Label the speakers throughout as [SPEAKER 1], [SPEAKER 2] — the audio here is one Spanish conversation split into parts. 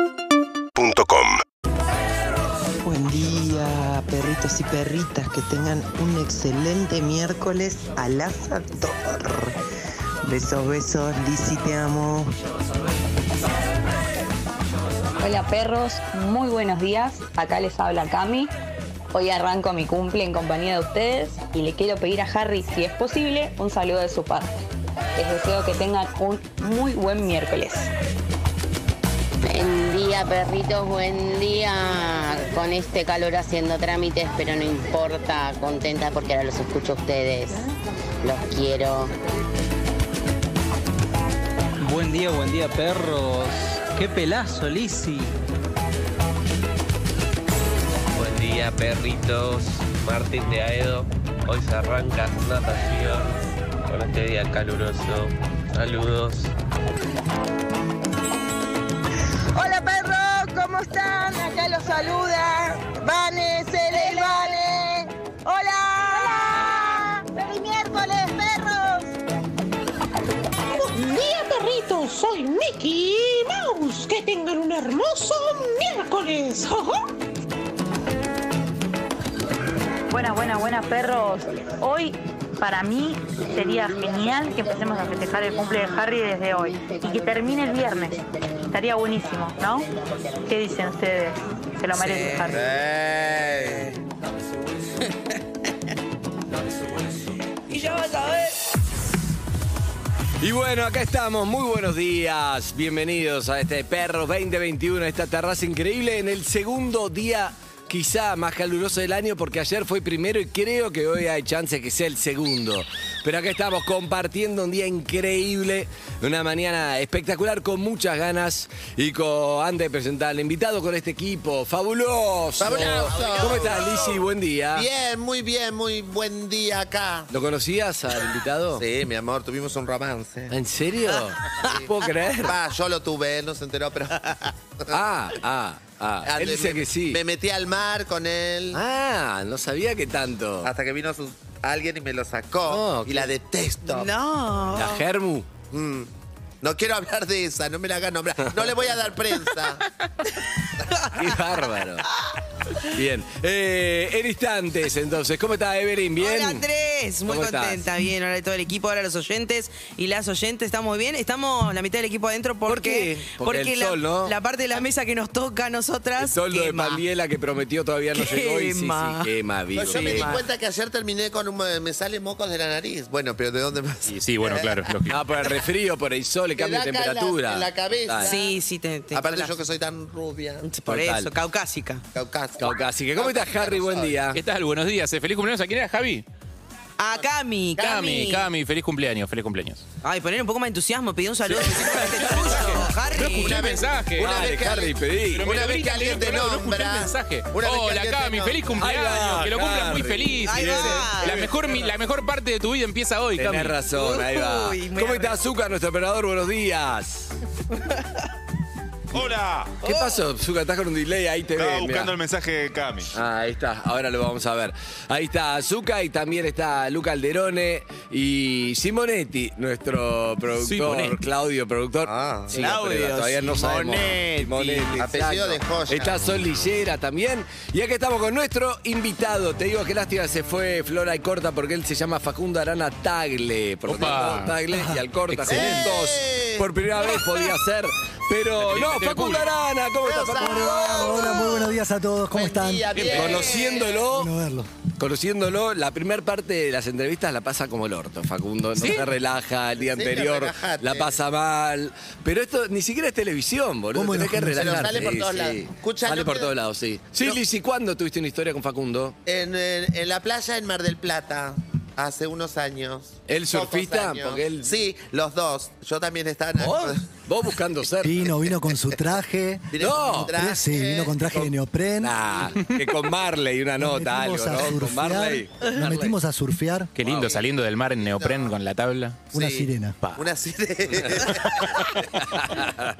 [SPEAKER 1] UrbanaPlayFM.com
[SPEAKER 2] Buen día, perritos y perritas, que tengan un excelente miércoles al asador. Besos, besos, Lizzy, te amo.
[SPEAKER 3] Hola perros, muy buenos días. Acá les habla Cami. Hoy arranco mi cumple en compañía de ustedes y le quiero pedir a Harry, si es posible, un saludo de su parte. Les deseo que tengan un muy buen miércoles.
[SPEAKER 4] Buen día, perritos, buen día. Con este calor haciendo trámites, pero no importa, contenta porque ahora los escucho a ustedes. Los quiero.
[SPEAKER 5] Buen día, buen día, perros. Qué pelazo, Lisi.
[SPEAKER 6] Buen día, perritos. Martín de Aedo. Hoy se arranca natación con este día caluroso. Saludos.
[SPEAKER 7] Hola perro, ¿cómo están? Acá los saluda Vane, Cele, Vane. Hola. Feliz miércoles, perros.
[SPEAKER 8] Buen día, perritos. Soy Mickey Mouse. Que tengan un hermoso miércoles.
[SPEAKER 9] Buenas, buenas, buenas perros. Hoy para mí sería genial que empecemos a festejar el cumple de Harry desde hoy y que termine el viernes. Estaría buenísimo, ¿no? ¿Qué dicen ustedes? Se lo merece Harry.
[SPEAKER 10] Y bueno, acá estamos, muy buenos días, bienvenidos a este Perros 2021, esta terraza increíble en el segundo día quizá más caluroso del año porque ayer fue primero y creo que hoy hay chance que sea el segundo. Pero acá estamos compartiendo un día increíble, una mañana espectacular con muchas ganas y con, antes de presentar al invitado con este equipo, fabuloso.
[SPEAKER 11] Fabuloso.
[SPEAKER 10] ¿Cómo estás, Lizzy? Buen día.
[SPEAKER 11] Bien, muy bien, muy buen día acá.
[SPEAKER 10] ¿Lo conocías al invitado?
[SPEAKER 11] Sí, mi amor, tuvimos un romance.
[SPEAKER 10] ¿En serio? No puedo creer.
[SPEAKER 11] Va, yo lo tuve, él no se enteró, pero.
[SPEAKER 10] Ah, ah, ah. Él
[SPEAKER 11] me-
[SPEAKER 10] dice que sí.
[SPEAKER 11] Me metí al mar con él.
[SPEAKER 10] Ah, no sabía que tanto.
[SPEAKER 11] Hasta que vino su- alguien y me lo sacó.
[SPEAKER 10] No,
[SPEAKER 11] y la detesto.
[SPEAKER 7] No.
[SPEAKER 10] La Germu.
[SPEAKER 11] Mm. No quiero hablar de esa, no me la hagan nombrar. No le voy a dar prensa.
[SPEAKER 10] Qué bárbaro. Bien. Eh, en instantes, entonces. ¿Cómo está Evelyn? ¿Bien?
[SPEAKER 12] Hola Andrés, muy
[SPEAKER 10] ¿Cómo estás?
[SPEAKER 12] contenta, bien, hola de todo el equipo, ahora los oyentes y las oyentes, estamos Este bien, estamos la mitad del equipo adentro porque,
[SPEAKER 10] qué? Porque el
[SPEAKER 12] la,
[SPEAKER 10] sol, ¿no?
[SPEAKER 12] la parte de la mesa que nos toca a nosotras
[SPEAKER 10] El toldo de
[SPEAKER 12] quema.
[SPEAKER 10] Pandiela que prometió todavía no llegó. Y sí,
[SPEAKER 12] Quema.
[SPEAKER 10] sí, quema,
[SPEAKER 11] No,
[SPEAKER 10] Vigo.
[SPEAKER 11] yo me di
[SPEAKER 10] quema.
[SPEAKER 11] cuenta que ayer terminé con un. eh, Me salen mocos de la nariz. Bueno, pero ¿de dónde más?
[SPEAKER 13] Y sí, bueno, claro, lógico.
[SPEAKER 10] Ah, por el resfrío, por el sol, el
[SPEAKER 11] Te
[SPEAKER 10] cambio de
[SPEAKER 11] da acá en la-
[SPEAKER 10] temperatura.
[SPEAKER 11] en la cabeza.
[SPEAKER 10] Dale.
[SPEAKER 12] Sí, sí, te,
[SPEAKER 10] Ah,
[SPEAKER 12] te
[SPEAKER 11] Aparte,
[SPEAKER 12] insolás.
[SPEAKER 11] yo que soy tan rubia.
[SPEAKER 12] por
[SPEAKER 10] Total.
[SPEAKER 12] eso, caucásica.
[SPEAKER 11] Caucásica.
[SPEAKER 10] Caucásica. ¿Cómo estás, Harry? Buen día.
[SPEAKER 13] ¿Qué tal? Buenos días. eh. Feliz cumpleaños. ¿A quién era Javi?
[SPEAKER 12] A Cami, Cami.
[SPEAKER 13] Cami, Cami, feliz cumpleaños, feliz cumpleaños.
[SPEAKER 12] Ay, poner un poco más de entusiasmo, pedí un saludo. específicamente tuyo, Harry.
[SPEAKER 13] No escuché el mensaje.
[SPEAKER 11] una
[SPEAKER 13] Ah,
[SPEAKER 11] vez
[SPEAKER 10] Dale,
[SPEAKER 11] que
[SPEAKER 10] Harry,
[SPEAKER 11] alguien-
[SPEAKER 10] pedí.
[SPEAKER 13] pero me
[SPEAKER 11] una
[SPEAKER 13] lo
[SPEAKER 11] vez
[SPEAKER 13] grita
[SPEAKER 11] que
[SPEAKER 13] bien,
[SPEAKER 11] alguien te
[SPEAKER 13] pero no, no escuché
[SPEAKER 11] nombra.
[SPEAKER 13] el mensaje.
[SPEAKER 11] Una vez que
[SPEAKER 13] Hola,
[SPEAKER 11] alguien te
[SPEAKER 13] Cami, feliz
[SPEAKER 11] nombra.
[SPEAKER 10] Ahí
[SPEAKER 13] cumpleaños.
[SPEAKER 10] va,
[SPEAKER 13] que lo cumplas muy
[SPEAKER 10] Harry.
[SPEAKER 13] feliz.
[SPEAKER 12] Ahí va.
[SPEAKER 13] La mejor, mi- la mejor parte de tu vida empieza hoy, Cami.
[SPEAKER 10] Tenés razón, ahí va.
[SPEAKER 12] Uy, me
[SPEAKER 10] ¿Cómo
[SPEAKER 12] arre-
[SPEAKER 10] está Azúcar, nuestro operador? Buenos días.
[SPEAKER 13] Hola.
[SPEAKER 10] ¿Qué
[SPEAKER 11] Oh.
[SPEAKER 10] pasó, Zuka? Estás con un delay, ahí te ven, mirá.
[SPEAKER 13] mensaje de Cami.
[SPEAKER 10] Ah, ahí está, ahora lo vamos a ver. Ahí está Azuka y también está Luca Alderone y Simonetti, nuestro productor,
[SPEAKER 13] Simonetti.
[SPEAKER 10] Claudio, productor.
[SPEAKER 11] Ah.
[SPEAKER 10] Sí, pero todavía no sabemos.
[SPEAKER 11] Simonetti. Apellido de
[SPEAKER 10] exacto.
[SPEAKER 11] joya.
[SPEAKER 10] Está Sol Lillera también. Y aquí estamos con nuestro invitado. Te digo que lástima se fue Flora y Corta porque él se llama Facundo Arana Tagle. Por lo
[SPEAKER 13] Opa.
[SPEAKER 10] tanto, Tagle y al Corta
[SPEAKER 11] Excelente.
[SPEAKER 10] juntos. Por primera vez podía ser. Pero
[SPEAKER 13] Metele,
[SPEAKER 10] no,
[SPEAKER 13] metele
[SPEAKER 10] Facundo
[SPEAKER 13] público.
[SPEAKER 10] Arana, ¿cómo estás,
[SPEAKER 11] Pero
[SPEAKER 10] Facundo?
[SPEAKER 11] saludamos.
[SPEAKER 14] Hola, muy buenos días a todos, ¿cómo
[SPEAKER 11] Buen
[SPEAKER 14] están?
[SPEAKER 11] día, bien.
[SPEAKER 10] Conociéndolo,
[SPEAKER 14] Bueno verlo.
[SPEAKER 10] Conociéndolo, la primera parte de las entrevistas la pasa como el orto, Facundo. No se relaja el día
[SPEAKER 11] ¿En serio?
[SPEAKER 10] anterior,
[SPEAKER 11] Relajate.
[SPEAKER 10] la pasa mal. pero esto ni siquiera es televisión, boludo.
[SPEAKER 14] ¿Cómo nos
[SPEAKER 10] Tenés que
[SPEAKER 14] conocemos?
[SPEAKER 10] relajarte.
[SPEAKER 11] Pero sale por todos lados. Escucha,
[SPEAKER 10] sale
[SPEAKER 11] no
[SPEAKER 10] por
[SPEAKER 11] te-
[SPEAKER 10] todos lados, sí. Sí,
[SPEAKER 11] No.
[SPEAKER 10] Liz, ¿y cuándo tuviste una historia con Facundo?
[SPEAKER 11] En, en- en la playa en Mar del Plata, hace unos años.
[SPEAKER 10] ¿El
[SPEAKER 11] Pocos
[SPEAKER 10] surfista?
[SPEAKER 11] años.
[SPEAKER 10] Porque él-
[SPEAKER 11] Sí, los dos. Yo también estaba... en-
[SPEAKER 10] ¿Vos? ¿Vos buscando ser?
[SPEAKER 14] Vino, vino con su traje.
[SPEAKER 11] Vine
[SPEAKER 10] No.
[SPEAKER 11] con un traje.
[SPEAKER 14] Sí, vino con traje de neopren.
[SPEAKER 10] Nah, que con Marley una
[SPEAKER 14] Nos
[SPEAKER 10] nota, algo,
[SPEAKER 14] metimos a
[SPEAKER 10] ¿no? Con
[SPEAKER 14] surfear.
[SPEAKER 10] Marley.
[SPEAKER 14] Nos metimos a surfear
[SPEAKER 13] Qué lindo, saliendo del mar en neopren con la tabla.
[SPEAKER 14] una
[SPEAKER 11] Sí.
[SPEAKER 14] sirena.
[SPEAKER 11] Una sirena.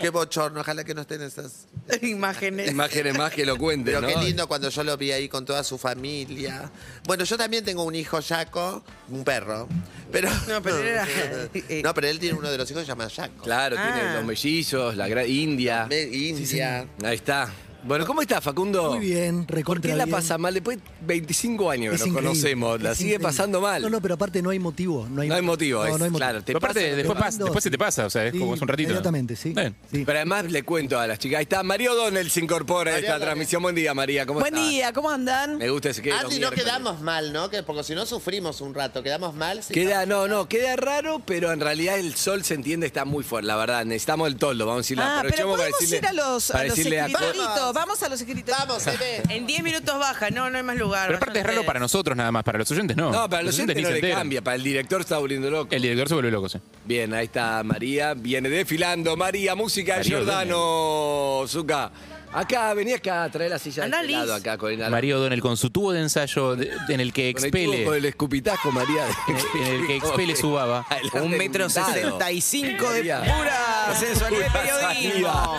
[SPEAKER 11] qué bochorno, ojalá que no estén esas...
[SPEAKER 12] Imágenes.
[SPEAKER 10] Imágenes más que lo cuente,
[SPEAKER 11] Pero
[SPEAKER 10] ¿no?
[SPEAKER 11] qué lindo cuando yo lo vi ahí con toda su familia. Bueno, yo también tengo un hijo, Jaco, un perro. Pero, no, pero
[SPEAKER 12] era-
[SPEAKER 11] él tiene uno de los hijos que se llama Jaco.
[SPEAKER 10] Claro, tiene los mellizos, la gran India.
[SPEAKER 11] India.
[SPEAKER 10] Ahí está. Bueno, ¿cómo está, Facundo?
[SPEAKER 14] Muy bien,
[SPEAKER 10] ¿Por
[SPEAKER 14] recontra
[SPEAKER 10] qué la
[SPEAKER 14] bien.
[SPEAKER 10] pasa mal? Después de 25 años que
[SPEAKER 14] Es
[SPEAKER 10] nos
[SPEAKER 14] increíble,
[SPEAKER 10] conocemos, la
[SPEAKER 14] es
[SPEAKER 10] sigue
[SPEAKER 14] increíble.
[SPEAKER 10] pasando mal.
[SPEAKER 14] No, no, pero aparte no hay motivo. No hay,
[SPEAKER 10] No hay motivo,
[SPEAKER 14] No,
[SPEAKER 10] es-
[SPEAKER 14] no hay motivo.
[SPEAKER 10] claro. Te
[SPEAKER 13] Pero aparte,
[SPEAKER 10] pasa-
[SPEAKER 13] después,
[SPEAKER 10] te
[SPEAKER 13] pas-
[SPEAKER 10] mando-
[SPEAKER 13] después se te pasa, o sea, es
[SPEAKER 14] Sí,
[SPEAKER 13] como es un ratito.
[SPEAKER 14] Inmediatamente, sí.
[SPEAKER 10] Pero además le cuento a las chicas. Ahí está, María O'Donnell se incorpora a esta transmisión. Buen día, María, ¿cómo
[SPEAKER 1] Buen
[SPEAKER 10] estás?
[SPEAKER 1] día, ¿cómo andan?
[SPEAKER 10] Me gusta ese que
[SPEAKER 11] Andy, no quedamos mal, ¿no? Que, porque si no sufrimos un rato, quedamos mal. si
[SPEAKER 10] Queda, no, no, queda raro, pero en realidad el sol se entiende, está muy fuerte, la verdad. Necesitamos el toldo, vamos a ir
[SPEAKER 1] Ah, pero
[SPEAKER 10] aprovechemos
[SPEAKER 1] podemos ir a los, a
[SPEAKER 10] para
[SPEAKER 1] los
[SPEAKER 10] decirle a Cor-
[SPEAKER 1] escritoritos. Vamos a los escritoritos.
[SPEAKER 11] Vamos,
[SPEAKER 12] En 10 minutos baja, no, no hay más lugar.
[SPEAKER 13] Pero aparte es raro para nosotros nada más, para los oyentes no.
[SPEAKER 10] No, para los oyentes
[SPEAKER 13] ni
[SPEAKER 10] no
[SPEAKER 13] se
[SPEAKER 10] le
[SPEAKER 13] enteran.
[SPEAKER 10] cambia, para el director está volviendo loco.
[SPEAKER 13] El director se vuelve loco, sí.
[SPEAKER 10] Bien, ahí está María, viene desfilando. María, música de
[SPEAKER 13] María
[SPEAKER 10] Giordano, Zuka. Acá, vení acá, trae la silla de este
[SPEAKER 13] Andá,
[SPEAKER 10] lado
[SPEAKER 13] Liz.
[SPEAKER 10] acá, con el
[SPEAKER 13] María O'Donnell con su tubo de ensayo de- en el que
[SPEAKER 10] con el tubo,
[SPEAKER 13] expele.
[SPEAKER 10] Con el escupitajo, María.
[SPEAKER 13] En el que expele su baba.
[SPEAKER 10] Adelante,
[SPEAKER 13] Un metro
[SPEAKER 10] invitado.
[SPEAKER 13] sesenta y cinco de
[SPEAKER 10] María.
[SPEAKER 12] Pura sensualidad y periodismo.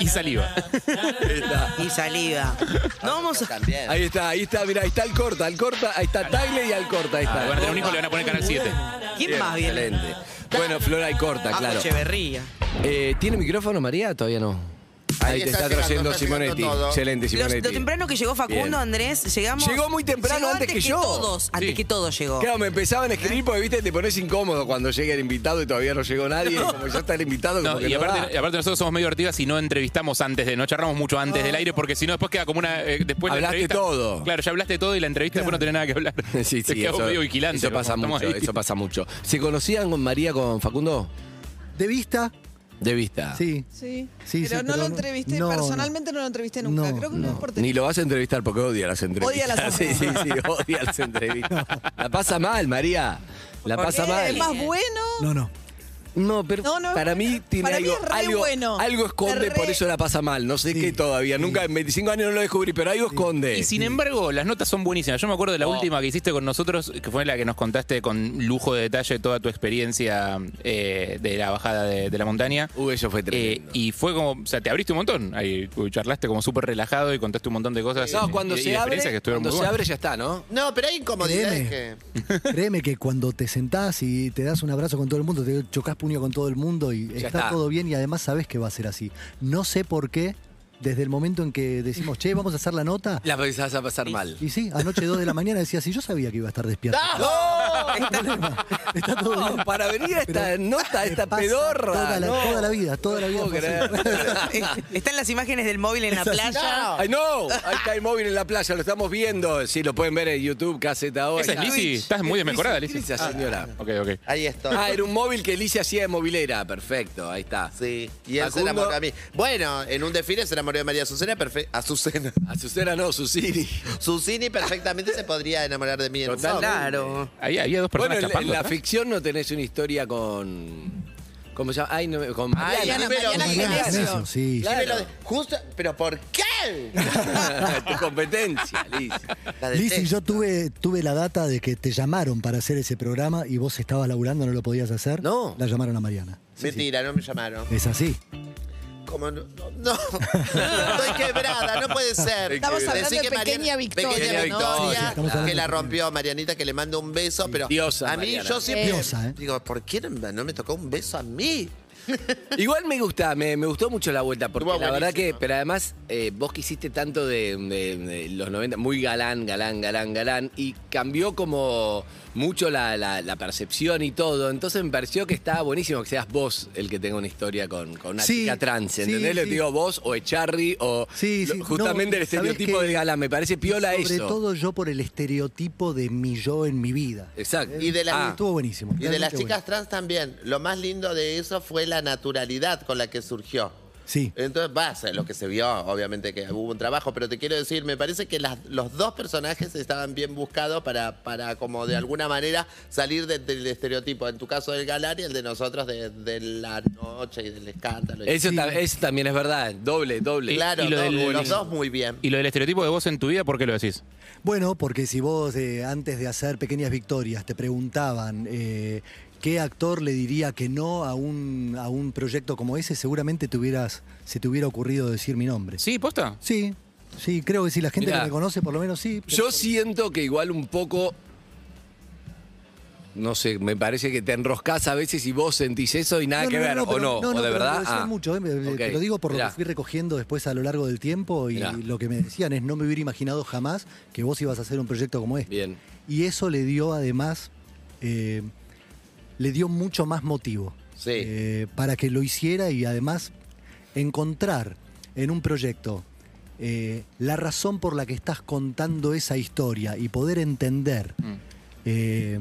[SPEAKER 13] Y, y saliva.
[SPEAKER 12] Y saliva. No vamos a.
[SPEAKER 10] Ahí está, ahí está, mira, ahí está el corta, al corta, ahí está Tagle y al corta, ahí está.
[SPEAKER 13] Ah, van a tener un hijo, le van a poner Canal 7.
[SPEAKER 12] ¿Quién más viene?
[SPEAKER 10] Excelente. Bueno, Flora y corta,
[SPEAKER 12] Ah,
[SPEAKER 10] claro.
[SPEAKER 12] Echeverría.
[SPEAKER 10] Eh, ¿Tiene micrófono, María? Todavía no. Ahí,
[SPEAKER 12] Ahí
[SPEAKER 10] te
[SPEAKER 12] está
[SPEAKER 10] está,
[SPEAKER 12] llegando,
[SPEAKER 10] trayendo
[SPEAKER 12] está
[SPEAKER 10] Simonetti.
[SPEAKER 12] llegando todo.
[SPEAKER 10] Excelente,
[SPEAKER 12] Lo,
[SPEAKER 10] Simonetti.
[SPEAKER 12] lo temprano que llegó Facundo,
[SPEAKER 10] Bien.
[SPEAKER 12] Andrés, llegamos.
[SPEAKER 10] Llegó muy temprano
[SPEAKER 12] Llegó
[SPEAKER 10] antes, que, yo.
[SPEAKER 12] Todos, antes que todos llegó. ¿Eh?
[SPEAKER 10] Claro, me empezaban a escribir porque viste, te pones incómodo cuando llega el invitado y todavía no llegó nadie.
[SPEAKER 13] No.
[SPEAKER 10] Como ya está el invitado,
[SPEAKER 13] No,
[SPEAKER 10] como que
[SPEAKER 13] y
[SPEAKER 10] no
[SPEAKER 13] aparte,
[SPEAKER 10] da.
[SPEAKER 13] y aparte nosotros somos medio artigas y no entrevistamos antes de, no charlamos mucho antes
[SPEAKER 12] Ah.
[SPEAKER 13] del aire porque si no después queda como una eh, después
[SPEAKER 10] Hablaste
[SPEAKER 13] la entrevista,
[SPEAKER 10] todo.
[SPEAKER 13] Claro, ya hablaste todo y la entrevista después no tenés nada que hablar.
[SPEAKER 10] Sí,
[SPEAKER 13] Te
[SPEAKER 10] sí,
[SPEAKER 13] quedamos
[SPEAKER 10] eso,
[SPEAKER 13] medio vigilante.
[SPEAKER 10] eso pasa
[SPEAKER 13] como
[SPEAKER 10] mucho,
[SPEAKER 13] estamos ahí.
[SPEAKER 10] eso pasa mucho. ¿Se conocían con María con Facundo?
[SPEAKER 14] De vista,
[SPEAKER 10] De vista.
[SPEAKER 14] sí.
[SPEAKER 1] Sí.
[SPEAKER 14] Sí,
[SPEAKER 1] pero
[SPEAKER 14] sí,
[SPEAKER 1] no lo
[SPEAKER 14] pero no-
[SPEAKER 1] entrevisté,
[SPEAKER 14] no, no.
[SPEAKER 1] personalmente no. lo entrevisté nunca. Creo que no, es por
[SPEAKER 10] Ni lo vas a entrevistar porque odia las entrevistas.
[SPEAKER 1] Odia las
[SPEAKER 10] sí, sí, sí, odia las entrevistas. La pasa mal, María. La pasa
[SPEAKER 1] teléfono.
[SPEAKER 10] mal.
[SPEAKER 1] ¿Es más bueno?
[SPEAKER 14] No, no.
[SPEAKER 10] No, pero para mí tiene
[SPEAKER 1] para mí
[SPEAKER 10] algo,
[SPEAKER 1] es re
[SPEAKER 10] algo,
[SPEAKER 1] bueno.
[SPEAKER 10] algo esconde,
[SPEAKER 1] Es re-
[SPEAKER 10] por eso la pasa mal. No sé qué todavía. Nunca en 25 años no lo descubrí, pero algo esconde.
[SPEAKER 13] Y sin embargo, las notas son buenísimas. Yo me acuerdo de la
[SPEAKER 12] Oh.
[SPEAKER 13] última que hiciste con nosotros, que fue la que nos contaste con lujo de detalle toda tu experiencia eh, de la bajada de, de la montaña.
[SPEAKER 10] Uy, Uh, eso fue
[SPEAKER 13] tremendo. Eh, y fue como, o sea, te abriste un montón. Ahí uy, charlaste como súper relajado y contaste un montón de cosas.
[SPEAKER 10] No,
[SPEAKER 13] eh,
[SPEAKER 10] cuando
[SPEAKER 13] y- y
[SPEAKER 10] se
[SPEAKER 13] experiencias
[SPEAKER 10] abre,
[SPEAKER 13] que estuvieron
[SPEAKER 10] cuando
[SPEAKER 13] muy
[SPEAKER 10] se
[SPEAKER 13] buenas.
[SPEAKER 10] abre ya está, ¿no?
[SPEAKER 11] No, pero hay incomodidades que.
[SPEAKER 14] Créeme que cuando te sentás y te das un abrazo con todo el mundo, te chocas puño con todo el mundo y está,
[SPEAKER 10] está.
[SPEAKER 14] todo bien y además sabes que va a ser así. No sé por qué, desde el momento en que decimos, che, vamos a hacer la nota.
[SPEAKER 10] La vas a pasar mal.
[SPEAKER 14] Y sí, anoche 2 de la mañana decía, sí, yo sabía que iba a estar despierto. ¡Oh! Está todo bien.
[SPEAKER 10] No, para venir a esta nota, a esta
[SPEAKER 14] pasa
[SPEAKER 10] pedorra.
[SPEAKER 14] toda la-
[SPEAKER 10] no.
[SPEAKER 14] toda la vida, toda la vida
[SPEAKER 10] puedo
[SPEAKER 14] fue
[SPEAKER 10] creer.
[SPEAKER 12] Están las imágenes del móvil en la playa.
[SPEAKER 10] Ay, no, ahí está el móvil en la playa, lo estamos viendo. Sí, lo pueden ver en YouTube, caseta ahora.
[SPEAKER 13] Esa es Lizzy, estás muy desmejorada, Lizzy.
[SPEAKER 10] Esa señora.
[SPEAKER 13] Ok, ok.
[SPEAKER 11] Ahí estoy.
[SPEAKER 10] Ah, era un móvil que Lizzy hacía de movilera, perfecto, ahí está.
[SPEAKER 11] Sí, Y él se enamoró a mí. Bueno, en un desfile se enamoró de María Azucena. Perfe Azucena.
[SPEAKER 10] Azucena no, Susini.
[SPEAKER 11] Susini perfectamente se podría enamorar de mí en un
[SPEAKER 10] Totalmente.
[SPEAKER 11] sábado.
[SPEAKER 13] Ahí había dos personas
[SPEAKER 10] Bueno, en- en,
[SPEAKER 13] chapando
[SPEAKER 10] la
[SPEAKER 13] atrás.
[SPEAKER 10] ficción no tenés una historia con... ¿Cómo se llama? Ay, no, me- con Mariana.
[SPEAKER 11] dímelo, dímelo.
[SPEAKER 14] Eso, sí.
[SPEAKER 11] Dímelo de- Justo, pero ¿por qué?
[SPEAKER 10] tu competencia, Liz.
[SPEAKER 11] La
[SPEAKER 14] Lizzy,
[SPEAKER 11] detesto.
[SPEAKER 14] yo tuve, tuve la data de que te llamaron para hacer ese programa y vos estabas laburando, no lo podías hacer. No. La llamaron a Mariana.
[SPEAKER 11] Mentira, no me llamaron.
[SPEAKER 14] Es así.
[SPEAKER 11] Como no, no, no. estoy quebrada, no puede ser.
[SPEAKER 1] Estamos hablando
[SPEAKER 11] Decí
[SPEAKER 1] de
[SPEAKER 11] Mariana-
[SPEAKER 1] pequeña victoria,
[SPEAKER 11] Pequeña
[SPEAKER 1] ¿no?
[SPEAKER 11] victoria,
[SPEAKER 1] Sí, sí, estamos
[SPEAKER 11] que
[SPEAKER 1] hablando
[SPEAKER 11] la
[SPEAKER 1] de-
[SPEAKER 11] rompió Marianita, que le mando un beso, pero
[SPEAKER 10] Diosa,
[SPEAKER 11] a mí
[SPEAKER 10] Mariana.
[SPEAKER 11] yo siempre
[SPEAKER 14] Diosa,
[SPEAKER 11] digo, ¿por qué no, no me tocó un beso a mí?
[SPEAKER 10] Igual me gusta, me, me gustó mucho la vuelta, porque
[SPEAKER 11] Estuvo
[SPEAKER 10] la verdad que,
[SPEAKER 11] buenísima.
[SPEAKER 10] pero además, eh, vos que hiciste tanto de, de- de los 90, muy galán, galán, galán, galán, y cambió como mucho la, la- la percepción y todo, entonces me pareció que estaba buenísimo que seas vos el que tenga una historia con, con una
[SPEAKER 14] Sí,
[SPEAKER 10] chica trans,
[SPEAKER 14] sí,
[SPEAKER 10] ¿entendés? Le
[SPEAKER 14] sí.
[SPEAKER 10] digo vos o Echarri o lo-
[SPEAKER 14] sí,
[SPEAKER 10] justamente
[SPEAKER 14] no,
[SPEAKER 10] el
[SPEAKER 14] ¿sabés
[SPEAKER 10] estereotipo
[SPEAKER 14] qué?
[SPEAKER 10] del galán, me parece piola
[SPEAKER 14] Sobre
[SPEAKER 10] eso.
[SPEAKER 14] todo yo por el estereotipo de mi yo en mi vida.
[SPEAKER 10] Exacto.
[SPEAKER 11] Y de las- Ah.
[SPEAKER 14] Eh, Estuvo buenísimo.
[SPEAKER 11] Y de las
[SPEAKER 14] realmente
[SPEAKER 11] chicas trans también. Lo más lindo de eso fue la naturalidad con la que surgió.
[SPEAKER 14] bueno. Sí.
[SPEAKER 11] Entonces, va, se- lo que se vio, obviamente que hubo un trabajo, pero te quiero decir, me parece que las- los dos personajes estaban bien buscados para, para como de alguna manera salir de- del estereotipo. En tu caso del galán y el de nosotros de, de la noche y del escándalo.
[SPEAKER 10] Eso, ta- eso también es verdad, doble, doble.
[SPEAKER 11] Claro,
[SPEAKER 13] Y lo
[SPEAKER 11] no,
[SPEAKER 13] del-
[SPEAKER 11] los dos muy bien.
[SPEAKER 13] Y lo del estereotipo de vos en tu vida, ¿por qué lo decís?
[SPEAKER 14] Bueno, porque si vos eh, antes de hacer pequeñas victorias te preguntaban eh, qué actor le diría que no a un, a un proyecto como ese, seguramente te hubieras, se te hubiera ocurrido decir mi nombre.
[SPEAKER 13] Sí, posta.
[SPEAKER 14] Sí, sí, creo que si la gente
[SPEAKER 10] Mirá.
[SPEAKER 14] lo reconoce, por lo menos sí.
[SPEAKER 10] Yo siento que igual un poco
[SPEAKER 14] No sé, me parece que te enroscás a veces y vos sentís eso y nada
[SPEAKER 10] No,
[SPEAKER 14] que
[SPEAKER 10] no, no,
[SPEAKER 14] ver,
[SPEAKER 10] no,
[SPEAKER 14] ¿o
[SPEAKER 10] pero-
[SPEAKER 14] no? ¿O de
[SPEAKER 10] pero
[SPEAKER 14] verdad?
[SPEAKER 10] Lo decían
[SPEAKER 14] Ah,
[SPEAKER 10] mucho, eh, me- me-
[SPEAKER 14] ok.
[SPEAKER 10] te lo digo por lo
[SPEAKER 14] Mirá.
[SPEAKER 10] que fui recogiendo después a lo largo del tiempo y
[SPEAKER 14] Mirá.
[SPEAKER 10] lo que me decían es no me hubiera imaginado jamás que vos ibas a hacer un proyecto como este.
[SPEAKER 14] Bien.
[SPEAKER 10] Y eso le dio además, eh, le dio mucho más motivo eh, para que lo hiciera y además encontrar en un proyecto eh, la razón por la que estás contando esa historia y poder entender.
[SPEAKER 14] Mm.
[SPEAKER 10] eh,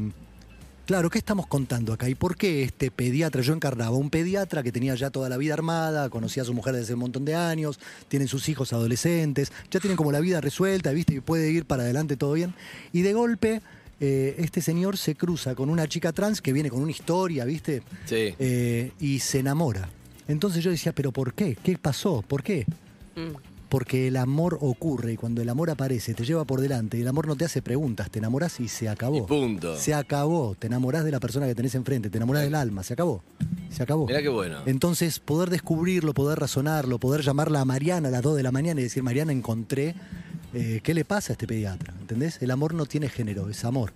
[SPEAKER 10] Claro, ¿qué estamos contando acá? ¿Y por qué este pediatra? Yo encarnaba un pediatra que tenía ya toda la vida armada, conocía a su mujer desde un montón de años, tienen sus hijos adolescentes, ya tienen como la vida resuelta, ¿viste? Y puede ir para adelante todo bien. Y de golpe, eh, este señor se cruza con una chica trans que viene con una historia, ¿viste?
[SPEAKER 14] Sí.
[SPEAKER 10] Eh, y se enamora. Entonces yo decía, ¿pero por qué? ¿Qué pasó? ¿Por qué? Porque el amor ocurre y cuando el amor aparece te lleva por delante y el amor no te hace preguntas, te enamoras y se acabó.
[SPEAKER 14] Y punto.
[SPEAKER 10] Se acabó, te enamorás de la persona que tenés enfrente, te enamorás del alma, se acabó. Se acabó.
[SPEAKER 14] Mirá qué bueno.
[SPEAKER 10] Entonces, poder descubrirlo, poder razonarlo, poder llamarla a Mariana a las 2 de la mañana y decir, Mariana, encontré, eh, ¿qué le pasa a este pediatra? ¿Entendés? El amor no tiene género, es amor,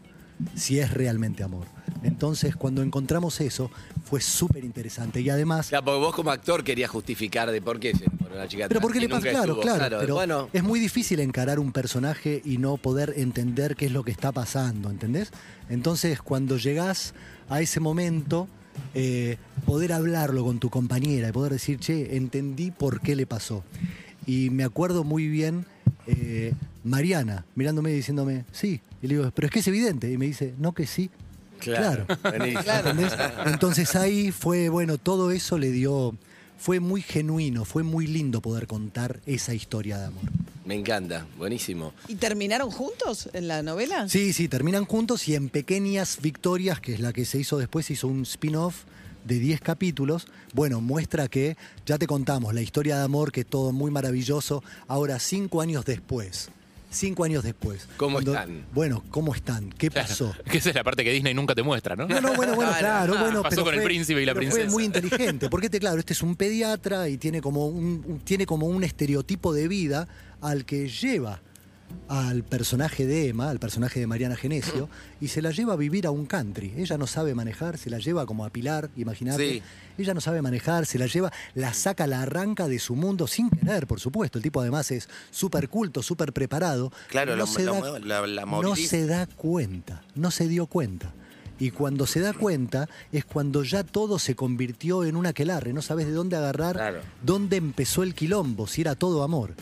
[SPEAKER 10] si es realmente amor. Entonces, cuando encontramos eso, fue súper interesante y además...
[SPEAKER 14] Claro, porque vos como actor querías justificar de por qué se enamoró la chica trans
[SPEAKER 10] Pero
[SPEAKER 11] Ah,
[SPEAKER 10] porque
[SPEAKER 14] y
[SPEAKER 10] le pasa,
[SPEAKER 14] nunca
[SPEAKER 10] claro,
[SPEAKER 14] estuvo.
[SPEAKER 10] claro, pero
[SPEAKER 14] bueno,
[SPEAKER 10] es muy difícil encarar un personaje y no poder entender qué es lo que está pasando, ¿entendés? Entonces, cuando llegás a ese momento, eh, poder hablarlo con tu compañera y poder decir, che, entendí por qué le pasó. Y me acuerdo muy bien eh, Mariana mirándome y diciéndome, sí. Y le digo, pero es que es evidente. Y me dice, no que sí.
[SPEAKER 14] Claro.
[SPEAKER 10] Claro.
[SPEAKER 14] Buenísimo.
[SPEAKER 10] ¿Entendés? Entonces ahí fue, bueno, todo eso le dio. Fue muy genuino, fue muy lindo poder contar esa historia de amor.
[SPEAKER 14] me encanta, buenísimo.
[SPEAKER 1] ¿Y terminaron juntos en la novela?
[SPEAKER 10] Sí, sí, terminan juntos y en Pequeñas Victorias, que es la que se hizo después, se hizo un spin-off de 10 capítulos. Bueno, muestra que ya te contamos la historia de amor, que es todo muy maravilloso. Ahora, cinco años después. Cinco años después.
[SPEAKER 14] ¿Cómo
[SPEAKER 10] Cuando-
[SPEAKER 14] están?
[SPEAKER 10] Bueno, ¿cómo están? ¿Qué pasó?
[SPEAKER 15] Que esa es la parte que Disney nunca te muestra, ¿no? Ah,
[SPEAKER 10] No, no, bueno, bueno, claro, bueno.
[SPEAKER 15] Pasó
[SPEAKER 10] pero
[SPEAKER 15] con el
[SPEAKER 10] fue-
[SPEAKER 15] príncipe y la
[SPEAKER 10] pero
[SPEAKER 15] princesa.
[SPEAKER 10] Fue muy inteligente, porque este, claro, este es un pediatra y tiene como un, un- tiene como un estereotipo de vida al que lleva al personaje de Emma, al personaje de Mariana Genesio, y se la lleva a vivir a un country. Ella no sabe manejar, se la lleva como a Pilar, imagínate.
[SPEAKER 14] Sí.
[SPEAKER 10] Ella no sabe manejar, se la lleva, la saca, la arranca de su mundo sin querer, por supuesto. El tipo además es súper culto, súper preparado.
[SPEAKER 11] Claro,
[SPEAKER 10] No
[SPEAKER 11] lo-
[SPEAKER 10] se
[SPEAKER 11] lo
[SPEAKER 10] da-
[SPEAKER 11] muevo- la- la
[SPEAKER 10] no
[SPEAKER 11] moviliza.
[SPEAKER 10] se da cuenta, no se dio cuenta. Y cuando se da cuenta es cuando ya todo se convirtió en un aquelarre, no sabes de dónde agarrar, dónde empezó el quilombo, si era todo amor.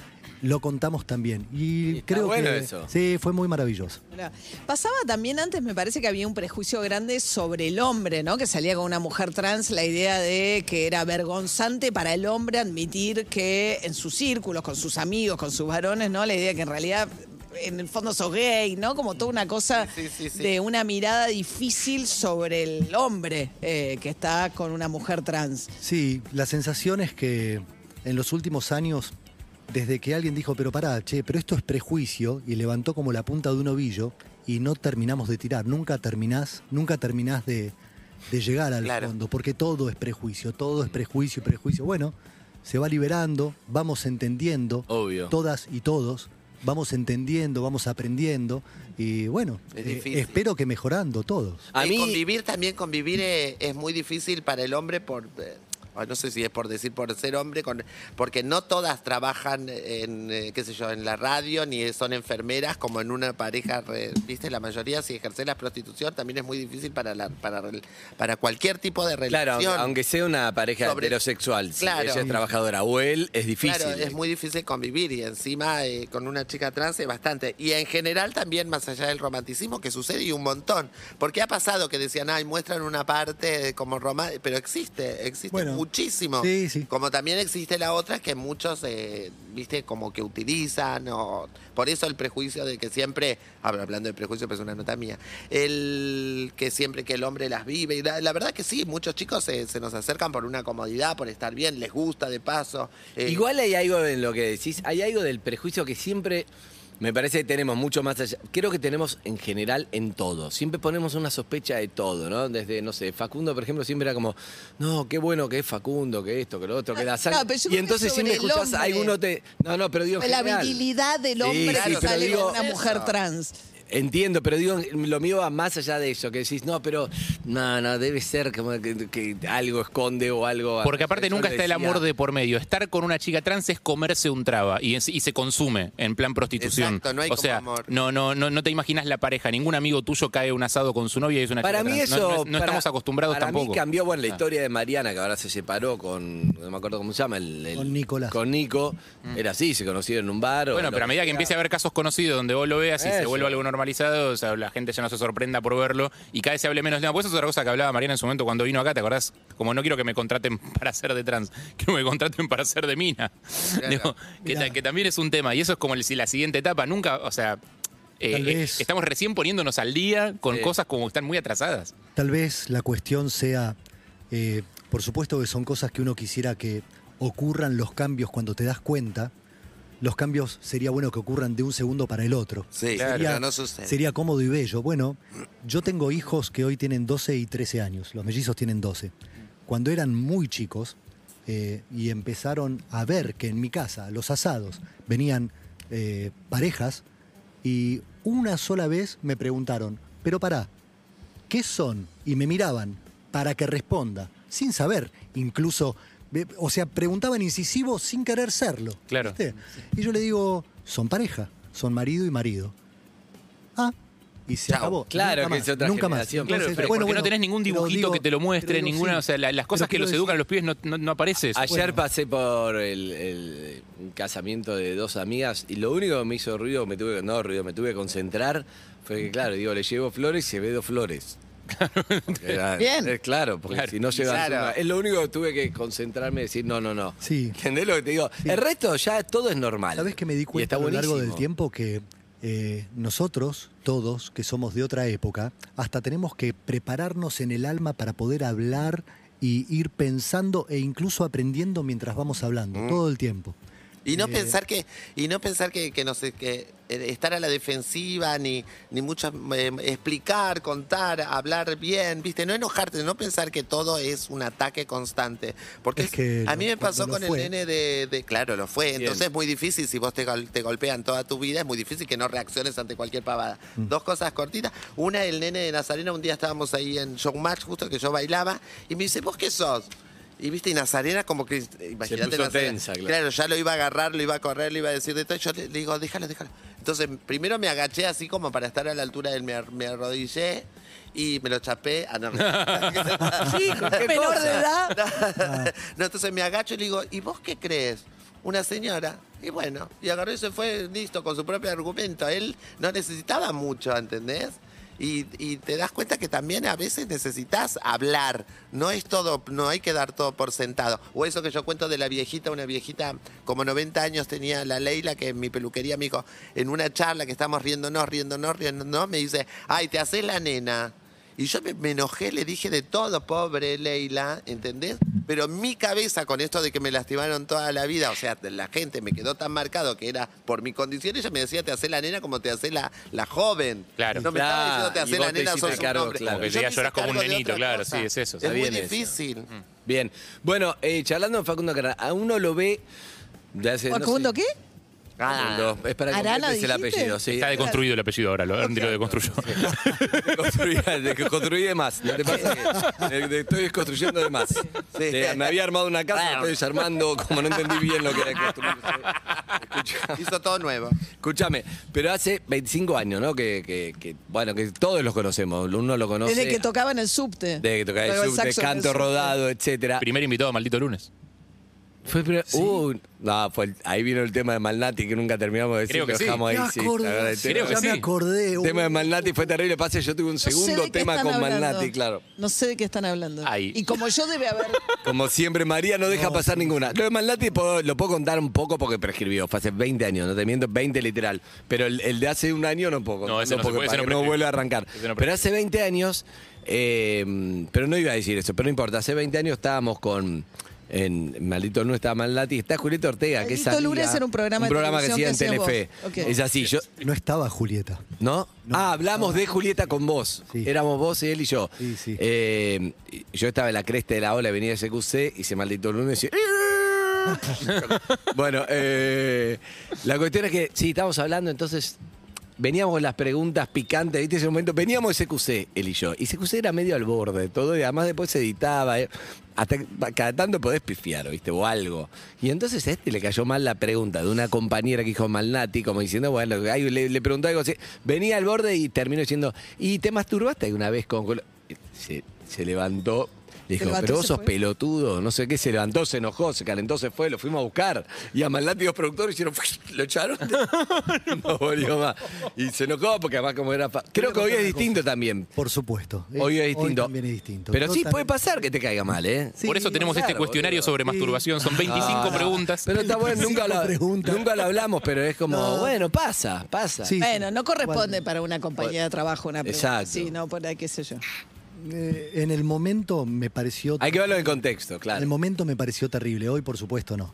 [SPEAKER 10] Lo contamos también. Y, creo
[SPEAKER 14] bueno
[SPEAKER 10] que
[SPEAKER 14] eso.
[SPEAKER 10] sí, fue muy maravilloso.
[SPEAKER 1] Mirá. Pasaba también antes, me parece que había un prejuicio grande sobre el hombre, ¿no? Que salía con una mujer trans la idea de que era vergonzante para el hombre admitir que en sus círculos, con sus amigos, con sus varones, ¿no? La idea que en realidad en el fondo sos gay, ¿no? Como toda una cosa de una mirada difícil sobre el hombre eh, que está con una mujer trans.
[SPEAKER 10] Sí, la sensación es que en los últimos años, desde que alguien dijo, pero pará, che, pero esto es prejuicio, y levantó como la punta de un ovillo, y no terminamos de tirar, nunca terminás, nunca terminás de, de llegar al fondo, porque todo es prejuicio, todo es prejuicio y prejuicio. Bueno, se va liberando, vamos entendiendo,
[SPEAKER 14] Obvio.
[SPEAKER 10] todas y todos, vamos entendiendo, vamos aprendiendo, y bueno,
[SPEAKER 11] Es
[SPEAKER 10] eh,
[SPEAKER 11] difícil.
[SPEAKER 10] espero que mejorando todos.
[SPEAKER 11] Eh, convivir también, convivir eh, es muy difícil para el hombre por... eh, ay, no sé si es por decir por ser hombre, con- porque no todas trabajan en, eh, qué sé yo, en la radio, ni son enfermeras, como en una pareja, re- viste, la mayoría si ejerce la prostitución también es muy difícil para, la- para, rel- para cualquier tipo de
[SPEAKER 14] Claro,
[SPEAKER 11] relación.
[SPEAKER 14] aunque- aunque sea una pareja
[SPEAKER 11] Sobre-
[SPEAKER 14] heterosexual, si
[SPEAKER 11] Claro.
[SPEAKER 14] ella es trabajadora o él, es difícil.
[SPEAKER 11] Claro,
[SPEAKER 10] eh.
[SPEAKER 11] es muy difícil convivir y encima eh, con una chica trans es bastante. Y en general también, más allá del romanticismo, que sucede y un montón. Porque ha pasado que decían, ay, muestran una parte eh, como romántica, pero existe, existe
[SPEAKER 10] Bueno,
[SPEAKER 11] muchísimo.
[SPEAKER 10] sí, sí.
[SPEAKER 11] Como también existe la otra que muchos, eh, viste, como que utilizan. o Por eso el prejuicio de que siempre, ah, pero hablando de prejuicio, pero es una nota mía, el que siempre que el hombre las vive. Y la, la verdad que sí, muchos chicos eh, se nos acercan por una comodidad, por estar bien, les gusta de paso. eh,
[SPEAKER 14] Igual hay algo en lo que decís, hay algo del prejuicio que siempre me parece que tenemos mucho más allá. Creo que tenemos en general en todo. Siempre ponemos una sospecha de todo, ¿no? Desde, no sé, Facundo, por ejemplo, siempre era como, no, qué bueno que es Facundo, que esto, que lo otro, que la sangre.
[SPEAKER 1] no, pero yo creo
[SPEAKER 14] y
[SPEAKER 1] que
[SPEAKER 14] entonces
[SPEAKER 1] sobre
[SPEAKER 14] siempre
[SPEAKER 1] el
[SPEAKER 14] escuchás,
[SPEAKER 1] hombre.
[SPEAKER 14] alguno te. No, no, pero digo. en
[SPEAKER 1] la
[SPEAKER 14] general.
[SPEAKER 1] virilidad del
[SPEAKER 14] Sí,
[SPEAKER 1] hombre
[SPEAKER 14] sí,
[SPEAKER 1] que
[SPEAKER 14] pero
[SPEAKER 1] sale
[SPEAKER 14] digo-
[SPEAKER 1] con una mujer trans.
[SPEAKER 10] Entiendo, pero digo, lo mío va más allá de eso, que decís, no, pero no, no, debe ser como que, que algo esconde o algo.
[SPEAKER 13] Porque aparte
[SPEAKER 10] Yo
[SPEAKER 13] nunca
[SPEAKER 10] le
[SPEAKER 13] está el
[SPEAKER 10] decía-
[SPEAKER 13] amor de por medio. Estar con una chica trans es comerse un traba y, es- y se consume en plan prostitución.
[SPEAKER 11] Exacto, no hay
[SPEAKER 13] o
[SPEAKER 11] como
[SPEAKER 13] sea,
[SPEAKER 11] amor.
[SPEAKER 13] No, no, no, no te imaginas la pareja. Ningún amigo tuyo cae a un asado con su novia y es una
[SPEAKER 10] Para
[SPEAKER 13] chica
[SPEAKER 10] mí
[SPEAKER 13] trans.
[SPEAKER 10] eso.
[SPEAKER 13] No, no es- no
[SPEAKER 10] para-
[SPEAKER 13] estamos acostumbrados
[SPEAKER 10] para
[SPEAKER 13] tampoco.
[SPEAKER 10] mí cambió, bueno, la
[SPEAKER 13] Ah.
[SPEAKER 10] historia de Mariana, que ahora se separó con. No me acuerdo cómo se llama. El, el-
[SPEAKER 14] Con Nicolás.
[SPEAKER 10] Con Nico. Era así, se conocieron en un bar. o
[SPEAKER 13] Mm. Bueno,
[SPEAKER 10] lo
[SPEAKER 13] pero a medida que empiece a haber casos conocidos donde vos lo veas y se
[SPEAKER 10] Eso.
[SPEAKER 13] vuelve algo normalizado, o sea, la gente ya no se sorprenda por verlo y cada vez se hable menos. No, pues eso es otra cosa que hablaba Mariana en su momento cuando vino acá, ¿te acordás? Como no quiero que me contraten para ser de trans, quiero que me contraten para ser de mina. Digo, que, ta- que también es un tema y eso es como el- si la siguiente etapa. Nunca, o sea, eh,
[SPEAKER 14] Tal
[SPEAKER 13] eh,
[SPEAKER 14] vez.
[SPEAKER 13] estamos recién poniéndonos al día con
[SPEAKER 14] Sí.
[SPEAKER 13] cosas como que están muy atrasadas.
[SPEAKER 14] Tal vez la cuestión sea, eh, por supuesto que son cosas que uno quisiera que ocurran los cambios cuando te das cuenta. Los cambios sería bueno que ocurran de un segundo para el otro.
[SPEAKER 11] Sí,
[SPEAKER 14] Sería-
[SPEAKER 11] pero no sucede.
[SPEAKER 14] Sería cómodo y bello. Bueno, yo tengo hijos que hoy tienen 12 y 13 años. Los mellizos tienen 12. Cuando eran muy chicos eh, y empezaron a ver que en mi casa, a los asados, venían eh, parejas y una sola vez me preguntaron, pero pará, ¿qué son? Y me miraban para que responda, sin saber, incluso, ve- o sea, preguntaban incisivo sin querer serlo.
[SPEAKER 13] Claro.
[SPEAKER 14] ¿viste? Y yo le digo, son pareja, son marido y marido. Ah, y se acabó.
[SPEAKER 10] Claro
[SPEAKER 14] nunca
[SPEAKER 10] que
[SPEAKER 14] más,
[SPEAKER 10] es otra
[SPEAKER 14] nunca más.
[SPEAKER 10] generación.
[SPEAKER 13] Claro,
[SPEAKER 14] Entonces,
[SPEAKER 13] pero
[SPEAKER 14] bueno,
[SPEAKER 13] porque
[SPEAKER 14] bueno,
[SPEAKER 13] no tenés ningún
[SPEAKER 14] pero
[SPEAKER 13] dibujito
[SPEAKER 14] digo-
[SPEAKER 13] que te lo muestre,
[SPEAKER 14] pero digo,
[SPEAKER 13] ninguna,
[SPEAKER 14] sí.
[SPEAKER 13] o sea, la- las
[SPEAKER 14] Pero
[SPEAKER 13] cosas que
[SPEAKER 14] quiero
[SPEAKER 13] los
[SPEAKER 14] decir-
[SPEAKER 13] educan a los pibes no, no, no aparece eso.
[SPEAKER 10] Ayer pasé por el, el- un casamiento de dos amigas y lo único que me hizo ruido, me tuve, no ruido, me tuve que concentrar, fue que, claro, digo, le llevo flores y llevé dos flores. Porque era-
[SPEAKER 11] Bien.
[SPEAKER 10] eh, claro, porque
[SPEAKER 11] Claro.
[SPEAKER 10] si no llevas
[SPEAKER 11] Claro.
[SPEAKER 10] una- Es lo único que tuve que concentrarme y decir, no, no, no.
[SPEAKER 14] Sí.
[SPEAKER 10] ¿Entendés lo que te digo? El resto ya todo es normal.
[SPEAKER 14] ¿Sabes que me di cuenta
[SPEAKER 10] está
[SPEAKER 14] a lo largo
[SPEAKER 10] buenísimo.
[SPEAKER 14] del tiempo que eh, nosotros, todos, que somos de otra época, hasta tenemos que prepararnos en el alma para poder hablar y ir pensando e incluso aprendiendo mientras vamos hablando,
[SPEAKER 10] Mm.
[SPEAKER 14] todo el tiempo.
[SPEAKER 11] Y no
[SPEAKER 14] Eh,
[SPEAKER 11] pensar que, y no pensar que, que no sé, que eh, estar a la defensiva, ni, ni muchas eh, explicar, contar, hablar bien, viste, no enojarte, no pensar que todo es un ataque constante. Porque es-
[SPEAKER 14] que
[SPEAKER 11] a
[SPEAKER 14] lo-
[SPEAKER 11] mí me
[SPEAKER 14] cuando
[SPEAKER 11] pasó
[SPEAKER 14] lo
[SPEAKER 11] con
[SPEAKER 14] fue.
[SPEAKER 11] el nene de, de- claro, lo fue. Entonces es muy difícil, si vos te, gol- te golpean toda tu vida, es muy difícil que no reacciones ante cualquier pavada.
[SPEAKER 14] Mm.
[SPEAKER 11] Dos cosas cortitas. Una, el nene de Nazarena, un día estábamos ahí en Showmatch, justo que yo bailaba, y me dice, ¿vos qué sos? Y viste, y Nazarena como que, eh, imagínate
[SPEAKER 10] puso
[SPEAKER 11] Nazarena.
[SPEAKER 10] tensa, claro.
[SPEAKER 11] claro, ya lo iba a agarrar, lo iba a correr, lo iba a decir de todo. Yo le, le digo, déjalo, déjalo. Entonces, primero me agaché así como para estar a la altura de él, me, ar- me arrodillé y me lo chapé. Ah, no, no.
[SPEAKER 1] menor de edad.
[SPEAKER 11] No, entonces me agacho y le digo, ¿y vos qué crees? Una señora. Y bueno, y agarró y se fue listo con su propio argumento. Él no necesitaba mucho, ¿entendés? Y, y te das cuenta que también a veces necesitas hablar. No es todo, no hay que dar todo por sentado. O eso que yo cuento de la viejita, una viejita como 90 años tenía la Leila, que en mi peluquería me dijo, en una charla que estamos riéndonos, riéndonos, riéndonos, me dice, ay, te haces la nena. Y yo me, me enojé, le dije de todo, pobre Leila, ¿entendés? Pero en mi cabeza, con esto de que me lastimaron toda la vida, o sea, de la gente me quedó tan marcado que era por mi condición, ella me decía, te hace la nena como te hace la, la joven.
[SPEAKER 13] Claro.
[SPEAKER 11] No me estaba diciendo, te
[SPEAKER 10] Y
[SPEAKER 11] hace
[SPEAKER 10] vos
[SPEAKER 11] la
[SPEAKER 10] te
[SPEAKER 11] nena,
[SPEAKER 10] hiciste
[SPEAKER 11] sos un
[SPEAKER 10] cargo,
[SPEAKER 11] hombre.
[SPEAKER 10] claro.
[SPEAKER 13] Como que
[SPEAKER 11] Yo
[SPEAKER 13] te
[SPEAKER 11] me
[SPEAKER 13] digas,
[SPEAKER 11] hice
[SPEAKER 13] "Llorás como un
[SPEAKER 11] cargo de
[SPEAKER 13] nenito",
[SPEAKER 11] otra
[SPEAKER 13] claro,
[SPEAKER 11] cosa.
[SPEAKER 13] sí, es eso, está
[SPEAKER 11] Es muy
[SPEAKER 13] bien eso.
[SPEAKER 11] difícil.
[SPEAKER 10] Bien. Bueno, eh, charlando con Facundo Carrara, a uno lo ve. de hace, no sé,
[SPEAKER 1] ¿Facundo qué?
[SPEAKER 10] Facundo, Es para que
[SPEAKER 1] Arana,
[SPEAKER 10] completes el
[SPEAKER 1] dijiste.
[SPEAKER 10] apellido, sí.
[SPEAKER 13] Está deconstruido el apellido ahora, lo, Andy lo deconstruyó.
[SPEAKER 10] Construí, de- construí de más. ¿No te pasa que de- de- estoy desconstruyendo de más? De- me había armado una casa, estoy desarmando, como no entendí bien lo que era construir.
[SPEAKER 13] Mm.
[SPEAKER 11] Hizo todo nuevo.
[SPEAKER 10] Escúchame, pero hace 25 años, ¿no? Que, que- que, bueno, que todos los conocemos. Uno lo conoce.
[SPEAKER 1] Desde que tocaba en el subte.
[SPEAKER 10] desde que tocaba
[SPEAKER 1] Tocaba
[SPEAKER 10] el
[SPEAKER 1] el
[SPEAKER 10] subte,
[SPEAKER 1] saxo en el
[SPEAKER 10] canto
[SPEAKER 1] subte.
[SPEAKER 10] rodado, etcétera.
[SPEAKER 13] Primer invitado a Maldito Lunes.
[SPEAKER 10] Fue, pero, uh, no, fue el- ahí vino el tema de Malnati que nunca terminamos de decir.
[SPEAKER 13] Creo que
[SPEAKER 10] lo
[SPEAKER 13] sí.
[SPEAKER 10] dejamos ahí,
[SPEAKER 14] Ya
[SPEAKER 10] sí, la verdad, el tema-
[SPEAKER 14] ya me acordé.
[SPEAKER 10] El tema de Malnati fue terrible. Pase, yo tuve un
[SPEAKER 1] No sé
[SPEAKER 10] segundo
[SPEAKER 1] de qué
[SPEAKER 10] tema
[SPEAKER 1] están
[SPEAKER 10] con
[SPEAKER 1] hablando.
[SPEAKER 10] Malnati, claro.
[SPEAKER 1] No sé de qué están hablando.
[SPEAKER 10] Ay.
[SPEAKER 1] Y como yo debe haber.
[SPEAKER 10] Como siempre, María no deja pasar ninguna. Lo de Malnati puedo- lo puedo contar un poco porque prescribió. Fue hace 20 años, no te miento, 20 literal. Pero el, el de hace un año no puedo
[SPEAKER 13] No, ese no se
[SPEAKER 10] contarlo porque
[SPEAKER 13] puede, ese
[SPEAKER 10] para
[SPEAKER 13] no
[SPEAKER 10] que no
[SPEAKER 13] prescribe.
[SPEAKER 10] vuelva a arrancar.
[SPEAKER 13] Ese no
[SPEAKER 10] pero hace 20 años, eh, pero no iba a decir eso, pero no importa. Hace 20 años estábamos con. En Maldito no estaba Malnati, está Julieta Ortega, que es
[SPEAKER 1] Maldito Lunes
[SPEAKER 10] amiga,
[SPEAKER 1] era un programa de
[SPEAKER 10] que hacía
[SPEAKER 1] televisión
[SPEAKER 10] en
[SPEAKER 1] que hacías
[SPEAKER 10] Telefe.
[SPEAKER 1] vos. Ok.
[SPEAKER 10] Es así, yo,
[SPEAKER 14] No estaba Julieta.
[SPEAKER 10] ¿No? ah, hablamos de Julieta con vos. Éramos vos, él y yo. Eh, yo estaba en la cresta de la ola, venía de SQC, hice maldito lunes y... bueno, eh, la cuestión es que, sí, estábamos hablando, entonces veníamos con las preguntas picantes, ¿viste? Ese momento veníamos de CQC, él y yo. Y CQC era medio al borde de todo y además después se editaba. eh. Hasta que- cada tanto podés pifiar, ¿viste? O algo. Y entonces a este le cayó mal la pregunta de una compañera que dijo Malnati, como diciendo, bueno, ay, le, le preguntó algo así. Venía al borde y terminó diciendo, ¿y te masturbaste alguna vez con.? colo-?" Se, se levantó. Le
[SPEAKER 1] Se
[SPEAKER 10] dijo,
[SPEAKER 1] levantó,
[SPEAKER 10] pero vos
[SPEAKER 1] se
[SPEAKER 10] sos
[SPEAKER 1] fue.
[SPEAKER 10] pelotudo, no sé qué, se levantó, se enojó, se calentó, se fue, lo fuimos a buscar. Y a Malnati y los productores hicieron, lo echaron, no volvió más. Y se enojó porque además como era... fa- Creo que hoy es distinto también.
[SPEAKER 14] Por supuesto.
[SPEAKER 10] Hoy es distinto.
[SPEAKER 14] también es distinto.
[SPEAKER 10] Pero
[SPEAKER 14] Yo
[SPEAKER 10] sí
[SPEAKER 14] también-
[SPEAKER 10] puede pasar que te caiga mal, ¿eh?
[SPEAKER 13] Por eso tenemos este cuestionario sobre masturbación. Son 25
[SPEAKER 10] Ah,
[SPEAKER 13] preguntas.
[SPEAKER 10] Pero está bueno, nunca lo, nunca lo hablamos, pero es como,
[SPEAKER 1] No.
[SPEAKER 10] bueno, pasa, pasa.
[SPEAKER 1] bueno, no corresponde para una compañía de trabajo una pregunta.
[SPEAKER 10] Exacto.
[SPEAKER 1] Sí, no, por ahí qué sé yo.
[SPEAKER 14] Eh, en el momento me pareció.
[SPEAKER 10] Hay que verlo en contexto,
[SPEAKER 14] En el
[SPEAKER 10] claro.
[SPEAKER 14] momento me pareció terrible. Hoy, por supuesto, no.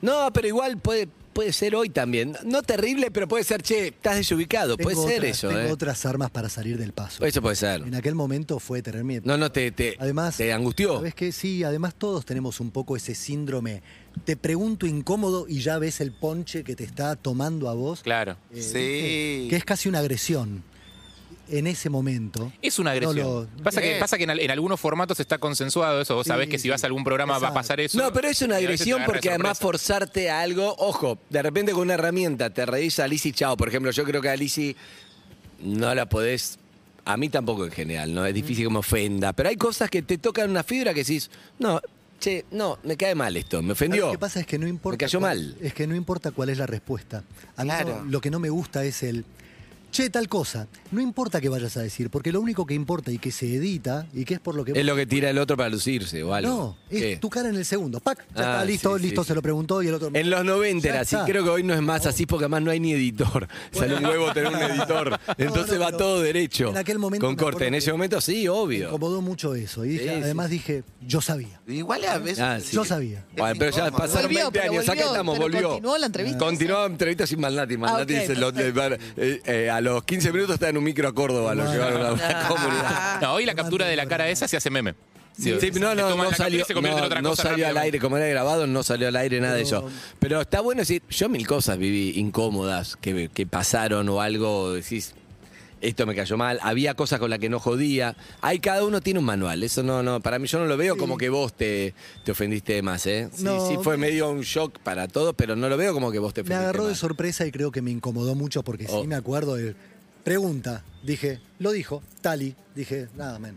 [SPEAKER 10] No, pero igual puede, puede ser hoy también. No terrible, pero puede ser, che, estás desubicado. Puede
[SPEAKER 14] Tengo
[SPEAKER 10] ser
[SPEAKER 14] otras-
[SPEAKER 10] eso,
[SPEAKER 14] Tengo
[SPEAKER 10] ¿eh?
[SPEAKER 14] otras armas para salir del paso.
[SPEAKER 10] Eso puede ser.
[SPEAKER 14] En aquel momento fue tener miedo.
[SPEAKER 10] No, no, te, te,
[SPEAKER 14] Además,
[SPEAKER 10] te angustió.
[SPEAKER 14] ¿Sabes qué? Sí, además todos tenemos un poco ese síndrome. Te pregunto incómodo y ya ves el ponche que te está tomando a vos.
[SPEAKER 13] Claro.
[SPEAKER 14] eh, ¿viste? Que es casi una agresión. En ese momento.
[SPEAKER 13] Es
[SPEAKER 14] No
[SPEAKER 13] una agresión.
[SPEAKER 14] lo-
[SPEAKER 13] Pasa que,
[SPEAKER 14] Eh.
[SPEAKER 13] pasa que en, al- en algunos formatos está consensuado eso. Vos sabés que si vas a algún programa va a pasar eso.
[SPEAKER 10] No, pero es una
[SPEAKER 13] Y a veces te
[SPEAKER 10] agresión
[SPEAKER 13] agarra de
[SPEAKER 10] porque además
[SPEAKER 13] sorpresa.
[SPEAKER 10] forzarte a algo, ojo, de repente con una herramienta te reís a Lizzy Chao. Por ejemplo, yo creo que a Lizzy no la podés. A mí tampoco en general, ¿no? Es difícil que me ofenda. Pero hay cosas que te tocan una fibra que decís, no, che, no, me cae mal esto, me ofendió.
[SPEAKER 14] Lo que pasa es que no importa.
[SPEAKER 10] Me cayó
[SPEAKER 14] cuál-
[SPEAKER 10] mal.
[SPEAKER 14] Es que no importa cuál es la respuesta. A mí no-
[SPEAKER 10] Claro.
[SPEAKER 14] lo que no me gusta es el. Che, tal cosa. No importa qué vayas a decir, porque lo único que importa y que se edita y que es por lo que.
[SPEAKER 10] Es lo que tira el otro para lucirse o algo.
[SPEAKER 14] No, es
[SPEAKER 10] ¿Qué?
[SPEAKER 14] tu cara en el segundo. ¡Pac! Ya
[SPEAKER 10] Ah,
[SPEAKER 14] está, listo,
[SPEAKER 10] sí,
[SPEAKER 14] listo,
[SPEAKER 10] sí,
[SPEAKER 14] se lo preguntó y el otro.
[SPEAKER 10] En los 90
[SPEAKER 14] Ya
[SPEAKER 10] era así,
[SPEAKER 14] está.
[SPEAKER 10] creo que hoy no es más así porque además no hay ni editor. Sale un huevo tener un editor. Entonces va todo derecho.
[SPEAKER 14] en aquel momento me
[SPEAKER 10] Con corte.
[SPEAKER 14] acuerdo
[SPEAKER 10] En ese momento sí,
[SPEAKER 14] Me
[SPEAKER 10] obvio.
[SPEAKER 14] incomodó mucho eso. Y dije,
[SPEAKER 10] Sí, sí.
[SPEAKER 14] además dije, yo sabía.
[SPEAKER 11] Igual a veces.
[SPEAKER 10] Ah, sí.
[SPEAKER 14] Yo sabía.
[SPEAKER 10] Bueno, pero ya pasaron
[SPEAKER 1] Volvió,
[SPEAKER 10] 20
[SPEAKER 1] pero
[SPEAKER 10] años, acá
[SPEAKER 1] volvió,
[SPEAKER 10] estamos,
[SPEAKER 1] pero
[SPEAKER 10] volvió.
[SPEAKER 1] continuó la entrevista.
[SPEAKER 10] Continuó la entrevista sin Malnati. Malnati
[SPEAKER 1] Ah, ok,
[SPEAKER 10] se lo- eh, eh, a los 15 minutos está en un micro a Córdoba, lo llevaron a una comunidad.
[SPEAKER 13] No, hoy la captura de la cara esa se hace meme.
[SPEAKER 10] Sí, no,
[SPEAKER 13] Le
[SPEAKER 10] no,
[SPEAKER 13] toman
[SPEAKER 10] no
[SPEAKER 13] la captura y
[SPEAKER 10] salió,
[SPEAKER 13] se convierte en
[SPEAKER 10] no,
[SPEAKER 13] otra
[SPEAKER 10] no
[SPEAKER 13] cosa
[SPEAKER 10] salió al
[SPEAKER 13] rápidamente.
[SPEAKER 10] aire, como era grabado, no salió al aire nada de eso. Pero está bueno decir, yo mil cosas viví incómodas que, que pasaron o algo, decís, esto me cayó mal, había cosas con las que no jodía. Ahí cada uno tiene un manual, eso no, no, para mí yo no lo veo como que vos te, te ofendiste más, ¿eh? Sí,
[SPEAKER 14] No.
[SPEAKER 10] sí, fue medio un shock para todos, pero no lo veo como que vos te
[SPEAKER 14] Me
[SPEAKER 10] ofendiste
[SPEAKER 14] agarró de
[SPEAKER 10] más.
[SPEAKER 14] sorpresa y creo que me incomodó mucho porque
[SPEAKER 10] Oh.
[SPEAKER 14] sí me acuerdo de. Pregunta. Dije, lo dijo, Tali. Dije, nada, men.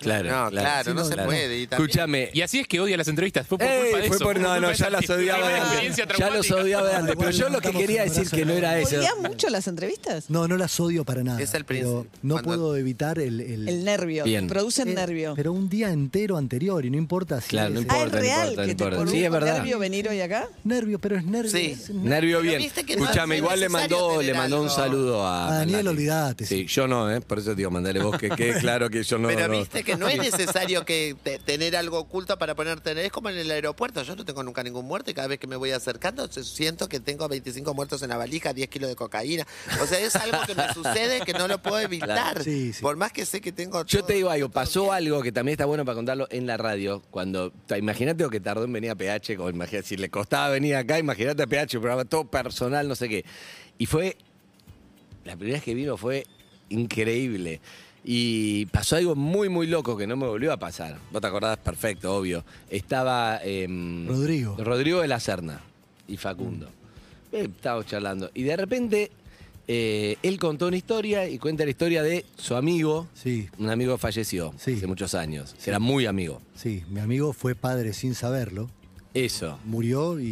[SPEAKER 10] Claro,
[SPEAKER 11] No, claro, no se puede, y también-
[SPEAKER 10] Escúchame.
[SPEAKER 13] Y así es que odias las entrevistas. Fue por
[SPEAKER 10] Ey,
[SPEAKER 13] culpa de
[SPEAKER 10] fue
[SPEAKER 13] eso.
[SPEAKER 10] por- no,
[SPEAKER 13] Fue
[SPEAKER 10] no,
[SPEAKER 13] culpa
[SPEAKER 10] ya
[SPEAKER 13] de
[SPEAKER 10] las
[SPEAKER 13] esa
[SPEAKER 10] odiaba de
[SPEAKER 13] primera
[SPEAKER 10] antes.
[SPEAKER 13] experiencia
[SPEAKER 10] Ya los
[SPEAKER 13] traumática.
[SPEAKER 10] odiaba de antes, pero yo lo que quería decir que no era eso.
[SPEAKER 1] ¿Odias mucho las entrevistas?
[SPEAKER 14] No, no las odio para nada.
[SPEAKER 11] Es el
[SPEAKER 14] pero
[SPEAKER 11] príncipe.
[SPEAKER 14] no
[SPEAKER 11] Cuando-
[SPEAKER 14] puedo evitar el. el-
[SPEAKER 1] El nervio,
[SPEAKER 10] Bien.
[SPEAKER 1] producen
[SPEAKER 14] Eh,
[SPEAKER 1] nervio.
[SPEAKER 14] Pero un día entero anterior y no importa si.
[SPEAKER 10] Claro, no
[SPEAKER 14] es-
[SPEAKER 1] Ah,
[SPEAKER 10] importa,
[SPEAKER 1] es
[SPEAKER 10] no
[SPEAKER 1] real
[SPEAKER 10] importa,
[SPEAKER 1] que
[SPEAKER 10] no
[SPEAKER 1] te
[SPEAKER 10] importa.
[SPEAKER 1] produjo
[SPEAKER 10] Sí, es verdad.
[SPEAKER 1] nervio venir hoy acá.
[SPEAKER 14] Nervio, pero es nervio.
[SPEAKER 11] Sí.
[SPEAKER 14] es nervio.
[SPEAKER 10] Nervio
[SPEAKER 11] Pero
[SPEAKER 10] bien.
[SPEAKER 11] viste que no
[SPEAKER 10] Escuchame,
[SPEAKER 11] es
[SPEAKER 10] igual le
[SPEAKER 11] necesario
[SPEAKER 10] mandó,
[SPEAKER 11] tener
[SPEAKER 10] le mandó un
[SPEAKER 11] algo.
[SPEAKER 10] saludo a.
[SPEAKER 14] A Daniel,
[SPEAKER 10] Nati.
[SPEAKER 14] olvidate.
[SPEAKER 10] Sí, yo no, ¿eh? Por eso te digo, mandale vos, que quede claro que yo no.
[SPEAKER 11] Pero
[SPEAKER 10] no-
[SPEAKER 11] viste que no es necesario que te- tener algo oculto para ponerte. Es como en el aeropuerto. Yo no tengo nunca ningún muerto y cada vez que me voy acercando se- siento que tengo 25 muertos en la valija, 10 kilos de cocaína. O sea, es algo que me sucede que no lo puedo evitar.
[SPEAKER 14] Sí, sí.
[SPEAKER 11] Por más que sé que tengo.
[SPEAKER 10] Yo
[SPEAKER 11] todo-
[SPEAKER 10] te digo algo, pasó algo que también está bueno para contarlo en la radio. Cuando, ta- imagínate lo que tardó en venir a PH, o imagínate, si le costaba venir acá, imagínate a PH, un programa todo personal, no sé qué. Y fue, la primera vez que vino fue increíble. Y pasó algo muy, muy loco que no me volvió a pasar. Vos te acordás perfecto, obvio. Estaba. em,
[SPEAKER 14] Rodrigo.
[SPEAKER 10] Rodrigo de la Serna y Facundo. Eh, estábamos charlando. Y de repente, eh, él contó una historia y cuenta la historia de su amigo.
[SPEAKER 14] Sí,
[SPEAKER 10] Un amigo falleció
[SPEAKER 14] Sí.
[SPEAKER 10] hace muchos años. que Era muy amigo.
[SPEAKER 14] sí. Mi amigo fue padre sin saberlo.
[SPEAKER 10] Eso.
[SPEAKER 14] murió y,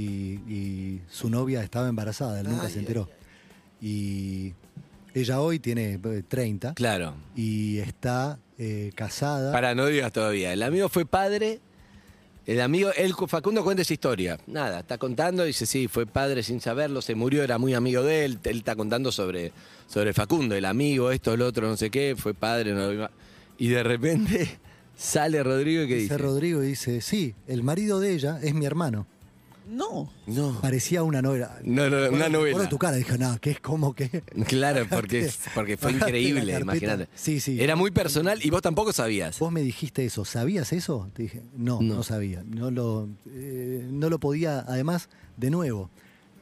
[SPEAKER 14] y su novia estaba embarazada, él nunca se enteró. Y ella hoy tiene eh, 30
[SPEAKER 10] Claro.
[SPEAKER 14] y está eh, casada.
[SPEAKER 10] Para, no digas todavía. El amigo fue padre. El amigo, él, Facundo cuenta esa historia. Nada, está contando, dice, sí, fue padre sin saberlo, se murió, era muy amigo de él. Él está contando sobre, sobre Facundo, el amigo, esto, el otro, no sé qué, fue padre. no lo vi más. y de repente sale Rodrigo y que
[SPEAKER 14] dice
[SPEAKER 10] dice,
[SPEAKER 14] Rodrigo y dice, sí, el marido de ella es mi hermano.
[SPEAKER 1] No.
[SPEAKER 10] no,
[SPEAKER 14] Parecía una novela.
[SPEAKER 10] no, no, una novela.
[SPEAKER 14] Por tu cara dije, no, que es como que...
[SPEAKER 10] Claro, porque, porque fue
[SPEAKER 14] Bajaste la
[SPEAKER 10] increíble,
[SPEAKER 14] carpeta.
[SPEAKER 10] imagínate.
[SPEAKER 14] Sí, sí.
[SPEAKER 10] Era muy personal y vos tampoco sabías.
[SPEAKER 14] Vos me dijiste eso, ¿sabías eso? Te dije, no, no,
[SPEAKER 10] No.
[SPEAKER 14] sabía. No lo, eh, no lo podía, además, de nuevo,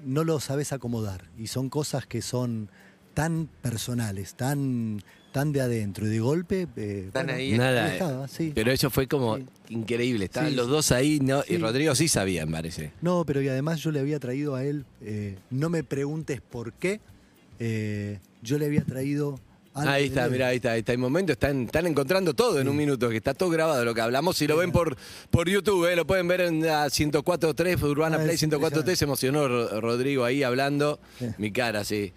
[SPEAKER 14] no lo sabes acomodar. Y son cosas que son tan personales, tan, tan de adentro y de golpe. eh,
[SPEAKER 10] Están
[SPEAKER 14] bueno,
[SPEAKER 10] ahí.
[SPEAKER 14] ahí
[SPEAKER 10] Nada.
[SPEAKER 14] estaba, sí.
[SPEAKER 10] Pero eso fue como increíble. Estaban
[SPEAKER 14] Sí.
[SPEAKER 10] los dos ahí, ¿no?
[SPEAKER 14] Sí.
[SPEAKER 10] Y Rodrigo sí sabía, me parece.
[SPEAKER 14] No, pero y además yo le había traído a él, eh, no me preguntes por qué, eh, yo le había traído algo
[SPEAKER 10] Ahí
[SPEAKER 14] de
[SPEAKER 10] está,
[SPEAKER 14] él.
[SPEAKER 10] mira, ahí está, ahí está. El momento están, están encontrando todo en un minuto, que está todo grabado lo que hablamos. Si lo ven por, por YouTube, eh, lo pueden ver en la 104.3, Urbana
[SPEAKER 14] Ah,
[SPEAKER 10] Play
[SPEAKER 14] es
[SPEAKER 10] 104.3. Se emocionó Ro- Rodrigo ahí hablando. Mi cara, sí.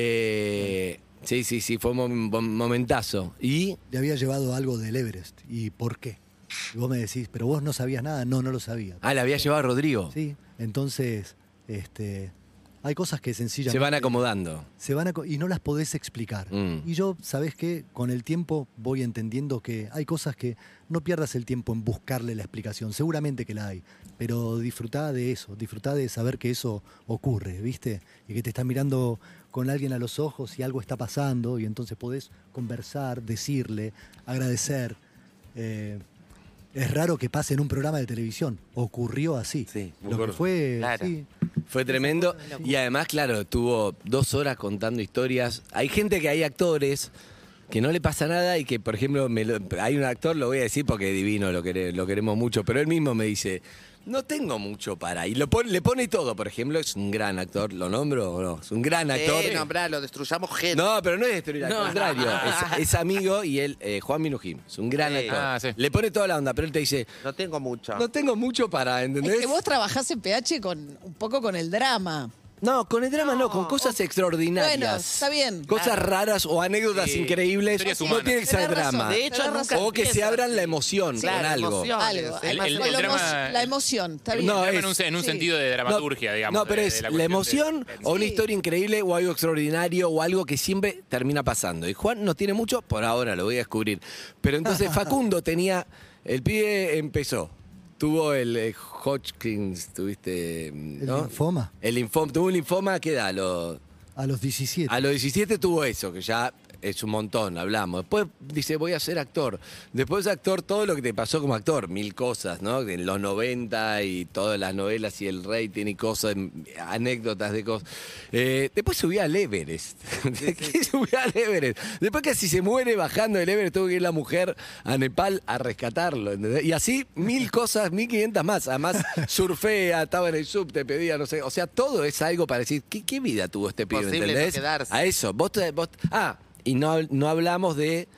[SPEAKER 10] Eh, sí, sí, sí, fue un mom- mom- momentazo. Y
[SPEAKER 14] Le había llevado algo del Everest. ¿Y por qué? Y vos me decís, pero vos no sabías nada. No, no lo sabía.
[SPEAKER 10] Ah, la había llevado a Rodrigo.
[SPEAKER 14] Sí, entonces, este, hay cosas que sencillamente...
[SPEAKER 10] Se van acomodando.
[SPEAKER 14] se van a co- y no las podés explicar.
[SPEAKER 10] Mm.
[SPEAKER 14] Y yo, ¿sabés qué? Con el tiempo voy entendiendo que hay cosas que no pierdas el tiempo en buscarle la explicación. Seguramente que la hay, pero disfrutá de eso, disfrutá de saber que eso ocurre, ¿viste? Y que te estás mirando con alguien a los ojos y algo está pasando y entonces podés conversar, decirle, agradecer. Eh, es raro que pase en un programa de televisión. Ocurrió así.
[SPEAKER 10] me
[SPEAKER 14] Lo que
[SPEAKER 10] acuerdo.
[SPEAKER 14] fue,
[SPEAKER 10] Claro.
[SPEAKER 14] sí,
[SPEAKER 10] Fue tremendo. Y además, claro, tuvo dos horas contando historias. Hay gente que hay actores que no le pasa nada y que, por ejemplo, me lo- hay un actor, lo voy a decir porque es divino, lo, quere- lo queremos mucho, pero él mismo me dice, no tengo mucho para. Y lo pon- le pone todo, por ejemplo, es un gran actor, ¿lo nombro o no? Es un gran actor.
[SPEAKER 11] Sí, nombrá, lo destruyamos gente.
[SPEAKER 10] No, pero no es destruir, al contrario. Es, es amigo y él, eh, Juan Minujín, es un gran
[SPEAKER 11] Sí.
[SPEAKER 10] actor.
[SPEAKER 11] Ah,
[SPEAKER 10] Le pone toda la onda, pero él te dice,
[SPEAKER 11] No tengo mucho.
[SPEAKER 10] no tengo mucho para, ¿entendés?
[SPEAKER 1] Es que vos trabajás en PH con un poco con el drama.
[SPEAKER 10] No, con el drama no, con cosas extraordinarias.
[SPEAKER 1] Bueno, está bien.
[SPEAKER 10] Cosas
[SPEAKER 1] Claro.
[SPEAKER 10] raras o anécdotas
[SPEAKER 13] Sí.
[SPEAKER 10] increíbles.
[SPEAKER 13] Historias
[SPEAKER 10] No
[SPEAKER 13] humanas.
[SPEAKER 10] tiene que ser
[SPEAKER 13] Tenés razón,
[SPEAKER 10] drama.
[SPEAKER 13] de hecho, tenés nunca razón.
[SPEAKER 10] o que se
[SPEAKER 13] empieza.
[SPEAKER 10] abran la emoción
[SPEAKER 13] Claro,
[SPEAKER 10] con algo.
[SPEAKER 13] emociones.
[SPEAKER 1] Algo,
[SPEAKER 13] El-
[SPEAKER 1] además,
[SPEAKER 13] el-
[SPEAKER 1] con
[SPEAKER 13] el
[SPEAKER 1] lo
[SPEAKER 13] drama-
[SPEAKER 1] emo- la emoción, está bien.
[SPEAKER 10] No,
[SPEAKER 13] en un, se- en un
[SPEAKER 1] Sí.
[SPEAKER 13] sentido de dramaturgia, digamos.
[SPEAKER 10] No, pero
[SPEAKER 13] de-
[SPEAKER 10] es
[SPEAKER 13] de la
[SPEAKER 10] la
[SPEAKER 13] cuestión de-
[SPEAKER 10] emoción o una historia increíble o algo extraordinario o algo que siempre termina pasando. Y Juan no tiene mucho, por ahora lo voy a descubrir. Pero entonces Facundo tenía, el pibe empezó. Tuvo el eh, Hodgkins, tuviste, mm,
[SPEAKER 14] el
[SPEAKER 10] ¿no?
[SPEAKER 14] linfoma.
[SPEAKER 10] El linfoma, tuvo un linfoma, ¿qué da? Lo-
[SPEAKER 14] A los 17.
[SPEAKER 10] A los 17 tuvo eso, que ya es un montón, hablamos. Después dice, voy a ser actor. Después actor, todo lo que te pasó como actor, mil cosas, ¿no? En los 90 y todas las novelas y el rey tiene cosas, anécdotas de cosas. Eh, después subí al Everest. ¿Qué subí al Everest? Después casi se muere bajando del Everest, tuvo que ir la mujer a Nepal a rescatarlo, ¿entendés? Y así mil cosas, mil quinientas más. Además, surfea, estaba en el sub, te pedía, no sé. O sea, todo es algo para decir, ¿qué, qué vida tuvo este pibe?
[SPEAKER 11] Imposible no
[SPEAKER 10] ¿entendés?
[SPEAKER 11] quedarse.
[SPEAKER 10] A eso. Vos, te- vos- ah, y no, no hablamos de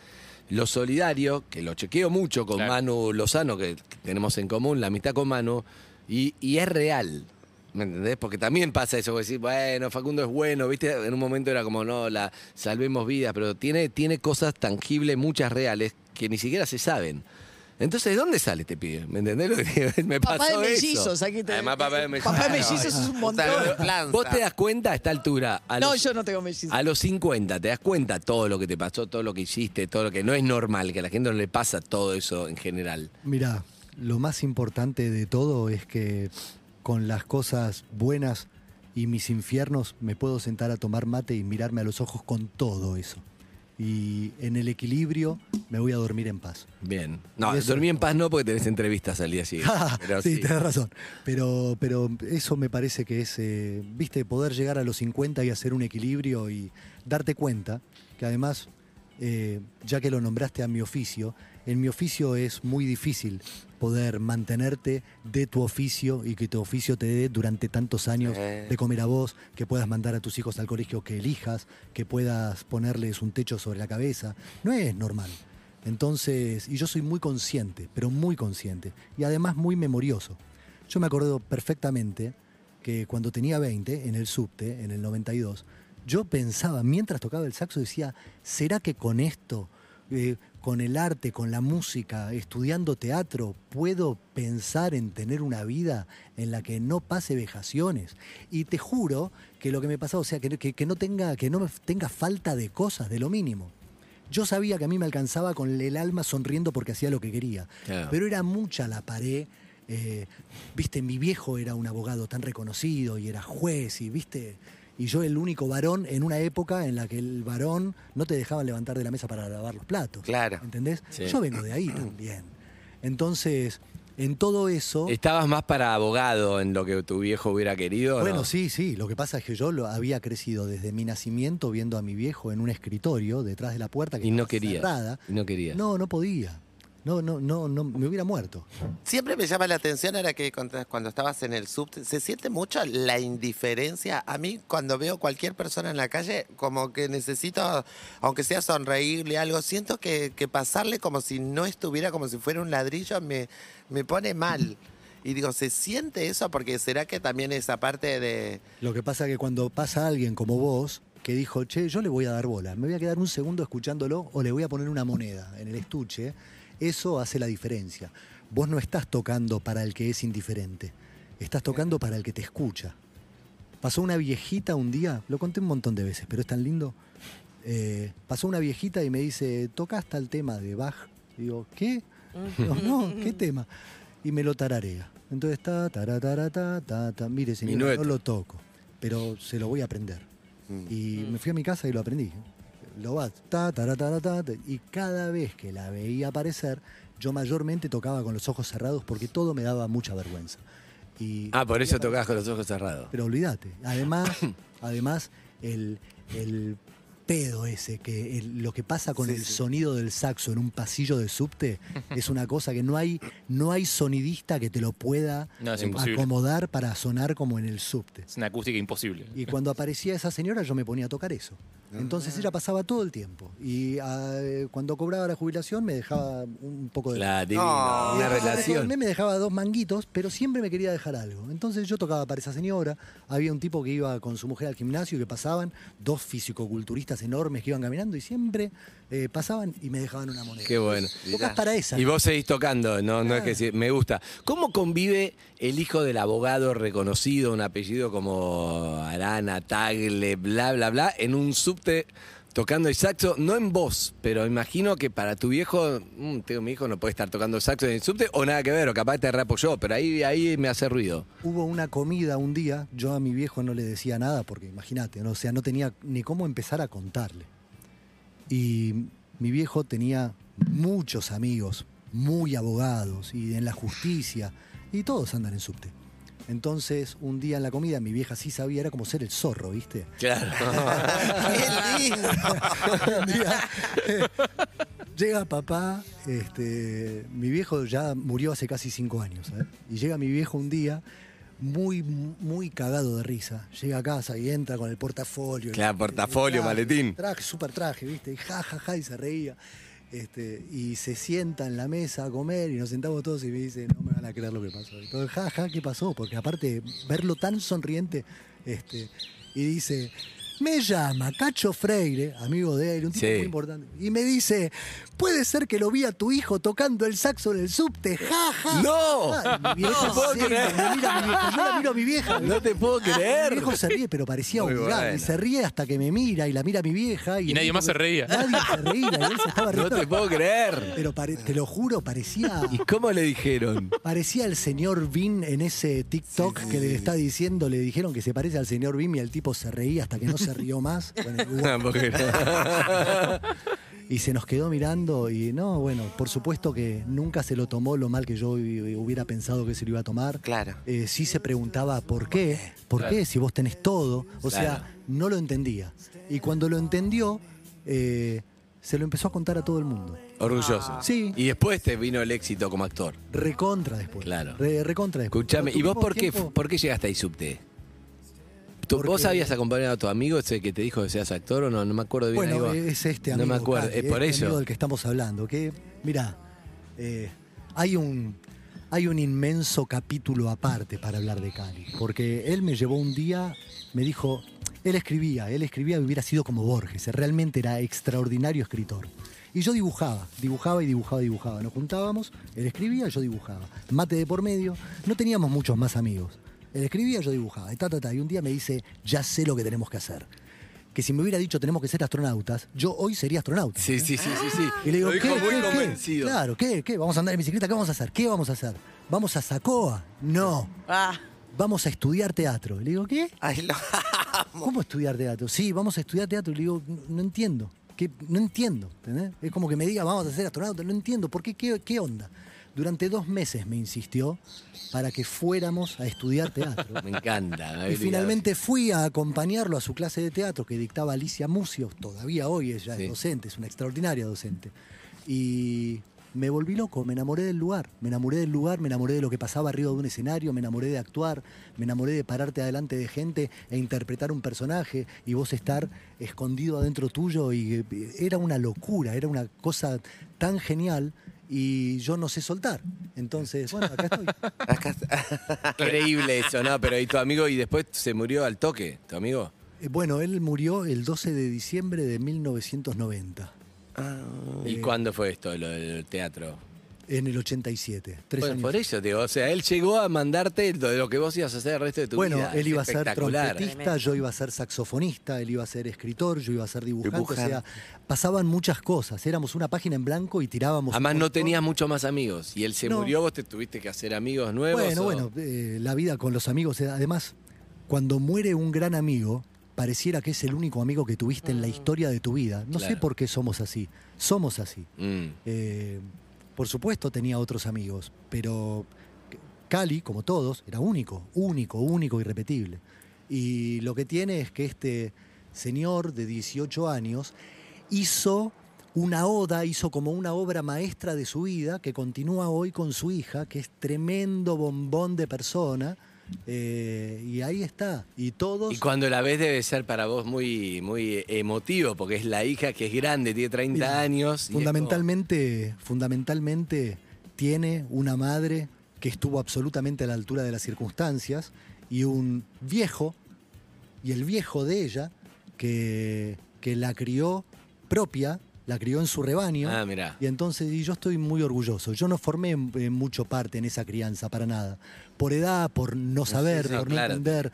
[SPEAKER 10] lo solidario, que lo chequeo mucho con Manu Lozano, que tenemos en común, la amistad con Manu, y, y es real. ¿Me entendés? Porque también pasa eso, vos decís, bueno, Facundo es bueno, viste, en un momento era como, no, la salvemos vidas, pero tiene, tiene cosas tangibles, muchas reales, que ni siquiera se saben. Entonces, ¿de dónde sale este pibe? ¿Me entendés? lo que te digo? Me
[SPEAKER 1] Papá
[SPEAKER 10] pasó
[SPEAKER 1] de
[SPEAKER 10] eso.
[SPEAKER 1] mellizos, aquí te-
[SPEAKER 10] Además, papá de mellizos.
[SPEAKER 1] Papá de mellizos es un montón.
[SPEAKER 10] Vos te das cuenta a esta altura. a
[SPEAKER 1] No,
[SPEAKER 10] los-
[SPEAKER 1] yo no tengo mellizos.
[SPEAKER 10] a los 50 te das cuenta todo lo que te pasó, todo lo que hiciste, todo lo que no es normal, que a la gente no le pasa todo eso en general.
[SPEAKER 14] Mira, lo más importante de todo es que con las cosas buenas y mis infiernos me puedo sentar a tomar mate y mirarme a los ojos con todo eso. Y en el equilibrio me voy a dormir en paz.
[SPEAKER 10] Bien. No,
[SPEAKER 14] Y eso-
[SPEAKER 10] dormí en paz no porque tenés entrevistas al día siguiente. pero
[SPEAKER 14] sí,
[SPEAKER 10] sí.
[SPEAKER 14] tenés razón. Pero, pero eso me parece que es, eh, viste, poder llegar a los 50 y hacer un equilibrio y darte cuenta que además, eh, ya que lo nombraste a mi oficio, en mi oficio es muy difícil poder mantenerte de tu oficio y que tu oficio te dé durante tantos años
[SPEAKER 10] Sí.
[SPEAKER 14] de comer a vos, que puedas mandar a tus hijos al colegio que elijas, que puedas ponerles un techo sobre la cabeza. No es normal. Entonces, y yo soy muy consciente, pero muy consciente, y además muy memorioso. Yo me acuerdo perfectamente que cuando tenía 20, en el subte, en el 92, yo pensaba, mientras tocaba el saxo, decía, ¿será que con esto, eh, con el arte, con la música, estudiando teatro, puedo pensar en tener una vida en la que no pase vejaciones? Y te juro que lo que me pasaba, o sea, que, no- que- que no, tenga, que no me tenga falta de cosas, de lo mínimo. Yo sabía que a mí me alcanzaba con el alma sonriendo porque hacía lo que quería.
[SPEAKER 10] Claro.
[SPEAKER 14] Pero era mucha la pared. eh, viste, mi viejo era un abogado tan reconocido y era juez y viste. Y yo el único varón en una época en la que el varón no te dejaban levantar de la mesa para lavar los platos.
[SPEAKER 11] Claro.
[SPEAKER 14] ¿Entendés?
[SPEAKER 11] Sí.
[SPEAKER 14] Yo vengo de ahí también. Entonces, en todo eso.
[SPEAKER 10] Estabas más para abogado en lo que tu viejo hubiera querido. ¿o no?
[SPEAKER 14] Bueno, sí, sí. Lo que pasa es que yo lo había crecido desde mi nacimiento viendo a mi viejo en un escritorio detrás de la puerta que
[SPEAKER 10] Y no
[SPEAKER 14] estaba
[SPEAKER 10] querías.
[SPEAKER 14] cerrada.
[SPEAKER 10] No querías.
[SPEAKER 14] No, no podía. No, no, no, no, me hubiera muerto.
[SPEAKER 11] Siempre me llama la atención ahora que contra- cuando estabas en el subte, se siente mucho la indiferencia. A mí cuando veo cualquier persona en la calle, como que necesito, aunque sea sonreírle algo, siento que, que pasarle como si no estuviera, como si fuera un ladrillo, me, me pone mal. Y digo, ¿se siente eso? Porque será que también esa parte de...
[SPEAKER 14] Lo que pasa es que cuando pasa alguien como vos que dijo, che, yo le voy a dar bola, me voy a quedar un segundo escuchándolo o le voy a poner una moneda en el estuche, eso hace la diferencia. Vos no estás tocando para el que es indiferente, estás tocando para el que te escucha. Pasó una viejita un día, lo conté un montón de veces, pero es tan lindo. eh, pasó una viejita y me dice, toca hasta el tema de Bach. Digo, ¿qué? Digo, no, ¿qué tema? Y me lo tararea. Entonces, ta, ta, ta, ta, ta, ta. Mire, señor,
[SPEAKER 10] Minueto.
[SPEAKER 14] no lo toco, pero se lo voy a aprender. Y me fui a mi casa y lo aprendí. Lo va, ta, ta, ta, ta, ta, ta. Y cada vez que la veía aparecer, yo mayormente tocaba con los ojos cerrados porque todo me daba mucha vergüenza. Y
[SPEAKER 10] Ah, por eso tocabas con los ojos cerrados.
[SPEAKER 14] pero olvídate. Además, además el, el pedo ese, que el- lo que pasa con
[SPEAKER 10] Sí,
[SPEAKER 14] el
[SPEAKER 10] sí.
[SPEAKER 14] sonido del saxo en un pasillo de subte es una cosa que no hay, no hay sonidista que te lo pueda
[SPEAKER 13] No, es imposible.
[SPEAKER 14] acomodar para sonar como en el subte.
[SPEAKER 13] Es una acústica imposible.
[SPEAKER 14] Y cuando aparecía esa señora yo me ponía a tocar eso.
[SPEAKER 10] Ah.
[SPEAKER 14] Entonces ella pasaba todo el tiempo. Y ah, eh, cuando cobraba la jubilación me dejaba un poco de...
[SPEAKER 10] La divina, una
[SPEAKER 14] Entonces, todo el
[SPEAKER 10] relación.
[SPEAKER 14] mes me dejaba dos manguitos, pero siempre me quería dejar algo. Entonces yo tocaba para esa señora, había un tipo que iba con su mujer al gimnasio y que pasaban, dos fisicoculturistas enormes que iban caminando y siempre eh, pasaban y me dejaban una moneda.
[SPEAKER 10] Qué bueno.
[SPEAKER 14] Tocas para esa.
[SPEAKER 10] Y vos seguís tocando, no, no es que sí, me gusta. ¿Cómo convive el hijo del abogado reconocido, un apellido como Arana, Tagle, bla, bla, bla, en un subte tocando el saxo? No en voz, pero imagino que para tu viejo, mm, tengo mi hijo, no puede estar tocando saxo en el subte o nada que ver, o capaz te rapo yo, pero ahí, ahí me hace ruido.
[SPEAKER 14] Hubo una comida un día, yo a mi viejo no le decía nada porque imagínate, ¿no? o sea, no tenía ni cómo empezar a contarle. Y mi viejo tenía muchos amigos, muy abogados y en la justicia, y todos andan en subte. Entonces, un día en la comida, mi vieja sí sabía, era como ser el zorro, ¿viste? Un día, llega papá, este, mi viejo ya murió hace casi cinco años, ¿eh? y llega mi viejo un día muy, muy cagado de risa. Llega a casa y entra con el portafolio.
[SPEAKER 10] Claro,
[SPEAKER 14] el-
[SPEAKER 10] portafolio,
[SPEAKER 14] el traje,
[SPEAKER 10] maletín.
[SPEAKER 14] Traje, super traje, ¿viste? Y ja, ja, ja, y se reía. Este, y se sienta en la mesa a comer y nos sentamos todos y me dice, no me van a creer lo que pasó. Y todo, ja, ja, ¿qué pasó? Porque aparte, verlo tan sonriente, este, y dice, me llama Cacho Freire, amigo de él, un tipo
[SPEAKER 10] Sí.
[SPEAKER 14] muy importante, y me dice, puede ser que lo vi a tu hijo tocando el saxo en el subte, ja, ja.
[SPEAKER 10] ¡No!
[SPEAKER 14] Ay, mi vieja
[SPEAKER 10] No puedo
[SPEAKER 14] se ríe,
[SPEAKER 10] creer.
[SPEAKER 14] me mira mi vieja, yo la miro a mi vieja.
[SPEAKER 10] No te puedo creer.
[SPEAKER 14] Ah, Mi viejo se ríe, pero parecía
[SPEAKER 10] Muy
[SPEAKER 14] obligado.
[SPEAKER 10] bueno.
[SPEAKER 14] Y se ríe hasta que me mira y la mira mi vieja. Y,
[SPEAKER 13] Y nadie más se reía.
[SPEAKER 14] Nadie se reía, y él se estaba
[SPEAKER 10] No
[SPEAKER 14] riendo.
[SPEAKER 10] te puedo creer.
[SPEAKER 14] Pero pare- te lo juro, parecía,
[SPEAKER 10] ¿Y cómo le dijeron?
[SPEAKER 14] parecía el señor Bean en ese TikTok que le está diciendo, le dijeron que se parece al señor Bean y el tipo se reía hasta que no se rió más. Bueno, igual.
[SPEAKER 10] Ah, Porque-
[SPEAKER 14] Y se nos quedó mirando y no, bueno, por supuesto que nunca se lo tomó lo mal que yo hu- hubiera pensado que se lo iba a tomar.
[SPEAKER 11] Claro.
[SPEAKER 14] Eh, sí se preguntaba por qué, por
[SPEAKER 10] Claro.
[SPEAKER 14] qué si vos tenés todo. O
[SPEAKER 10] Claro.
[SPEAKER 14] sea, no lo entendía. Y cuando lo entendió, eh, se lo empezó a contar a todo el mundo.
[SPEAKER 10] Orgulloso.
[SPEAKER 14] Sí.
[SPEAKER 10] Y después te vino el éxito como actor.
[SPEAKER 14] Recontra después.
[SPEAKER 10] Claro.
[SPEAKER 14] Re- recontra después.
[SPEAKER 10] Escuchame,
[SPEAKER 14] Pero
[SPEAKER 10] ¿y vos
[SPEAKER 14] tuvimos
[SPEAKER 10] por qué,
[SPEAKER 14] tiempo-
[SPEAKER 10] por qué llegaste a Isubte? ¿Tú- ¿Vos habías acompañado a tu amigo ese que te dijo que seas actor o no? No me acuerdo bien.
[SPEAKER 14] Bueno,
[SPEAKER 10] ahí va.
[SPEAKER 14] es este
[SPEAKER 10] No
[SPEAKER 14] amigo.
[SPEAKER 10] me acuerdo,
[SPEAKER 14] Cali,
[SPEAKER 10] es por
[SPEAKER 14] este
[SPEAKER 10] eso.
[SPEAKER 14] amigo del que estamos hablando. Que, mira, hay un. Hay un inmenso capítulo aparte para hablar de Cali, porque él me llevó un día, me dijo, él escribía, él escribía, hubiera sido como Borges, realmente era extraordinario escritor. Y yo dibujaba, dibujaba y dibujaba y dibujaba. Nos juntábamos, él escribía, yo dibujaba. Mate de por medio, no teníamos muchos más amigos. Él escribía, yo dibujaba, y ta, ta, ta. Y un día me dice, ya sé lo que tenemos que hacer que si me hubiera dicho tenemos que ser astronautas, yo hoy sería astronauta.
[SPEAKER 10] Sí, sí, sí, sí, sí.
[SPEAKER 14] Y le digo,
[SPEAKER 10] Lo
[SPEAKER 14] ¿qué,
[SPEAKER 10] dijo muy
[SPEAKER 14] qué, qué?
[SPEAKER 10] convencido.
[SPEAKER 14] Claro, ¿qué, qué? ¿Vamos a andar en bicicleta? ¿Qué vamos a hacer? ¿Qué vamos a hacer? ¿Vamos a Sacoa? No. Vamos a estudiar teatro. Le digo, ¿qué? ¿Cómo estudiar teatro? Sí, vamos a estudiar teatro. Le digo, no, no entiendo. ¿Qué? No entiendo. ¿entendés? Es como que me diga, vamos a ser astronautas. No entiendo. ¿Por qué? ¿Qué, qué onda? Durante dos meses me insistió para que fuéramos a estudiar teatro.
[SPEAKER 10] Me encanta.
[SPEAKER 14] Y
[SPEAKER 10] habilidad.
[SPEAKER 14] finalmente fui a acompañarlo a su clase de teatro que dictaba Alicia Mucio, todavía hoy ella
[SPEAKER 10] Sí.
[SPEAKER 14] es docente, es una extraordinaria docente. Y me volví loco, me enamoré del lugar, me enamoré del lugar, me enamoré de lo que pasaba arriba de un escenario, me enamoré de actuar, me enamoré de pararte adelante de gente e interpretar un personaje y vos estar escondido adentro tuyo y eh, era una locura, era una cosa tan genial y yo no sé soltar. Entonces, bueno, acá estoy.
[SPEAKER 10] Increíble eso, ¿no? Pero y tu amigo, y después se murió al toque, tu amigo.
[SPEAKER 14] Eh, Bueno, él murió el 12 de diciembre de 1990, Eh.
[SPEAKER 10] ¿Y cuándo fue esto, lo del teatro?
[SPEAKER 14] en el 87. Tres
[SPEAKER 10] Bueno,
[SPEAKER 14] años.
[SPEAKER 10] por eso, digo, o sea, él llegó a mandarte lo de lo que vos ibas a hacer el resto de tu
[SPEAKER 14] bueno,
[SPEAKER 10] vida.
[SPEAKER 14] él
[SPEAKER 10] Es
[SPEAKER 14] iba a ser
[SPEAKER 10] espectacular. ¿eh?
[SPEAKER 14] trompetista, yo iba a ser saxofonista, él iba a ser escritor, yo iba a ser dibujante.
[SPEAKER 10] Dibujante.
[SPEAKER 14] O sea, pasaban muchas cosas. Éramos una página en blanco y tirábamos.
[SPEAKER 10] Además, no tenías muchos más amigos. Y él se
[SPEAKER 14] No.
[SPEAKER 10] murió, vos te tuviste que hacer amigos nuevos.
[SPEAKER 14] Bueno,
[SPEAKER 10] o-
[SPEAKER 14] bueno, eh, la vida con los amigos. eh, Además, cuando muere un gran amigo, pareciera que es el único amigo que tuviste en la historia de tu vida. No sé
[SPEAKER 10] Mm. Claro.
[SPEAKER 14] por qué somos así. Somos así.
[SPEAKER 10] Mm.
[SPEAKER 14] Eh, por supuesto tenía otros amigos, pero Cali, como todos, era único, único, único, irrepetible. Y lo que tiene es que este señor de 18 años hizo una oda, hizo como una obra maestra de su vida que continúa hoy con su hija, que es tremendo bombón de persona. eh, y ahí está. Y todos...
[SPEAKER 10] Y cuando la ves debe ser para vos muy, muy emotivo, porque es la hija que es grande, tiene 30 años. y es
[SPEAKER 14] Fundamentalmente, fundamentalmente tiene una madre que estuvo absolutamente a la altura de las circunstancias y un viejo, y el viejo de ella, que, que la crió propia, la crió en su rebaño.
[SPEAKER 10] Ah, mirá.
[SPEAKER 14] Y entonces y yo estoy muy orgulloso. Yo no formé eh, mucho parte en esa crianza, para nada. Por edad, por no saber,
[SPEAKER 10] sí,
[SPEAKER 14] por no
[SPEAKER 10] claro.
[SPEAKER 14] entender,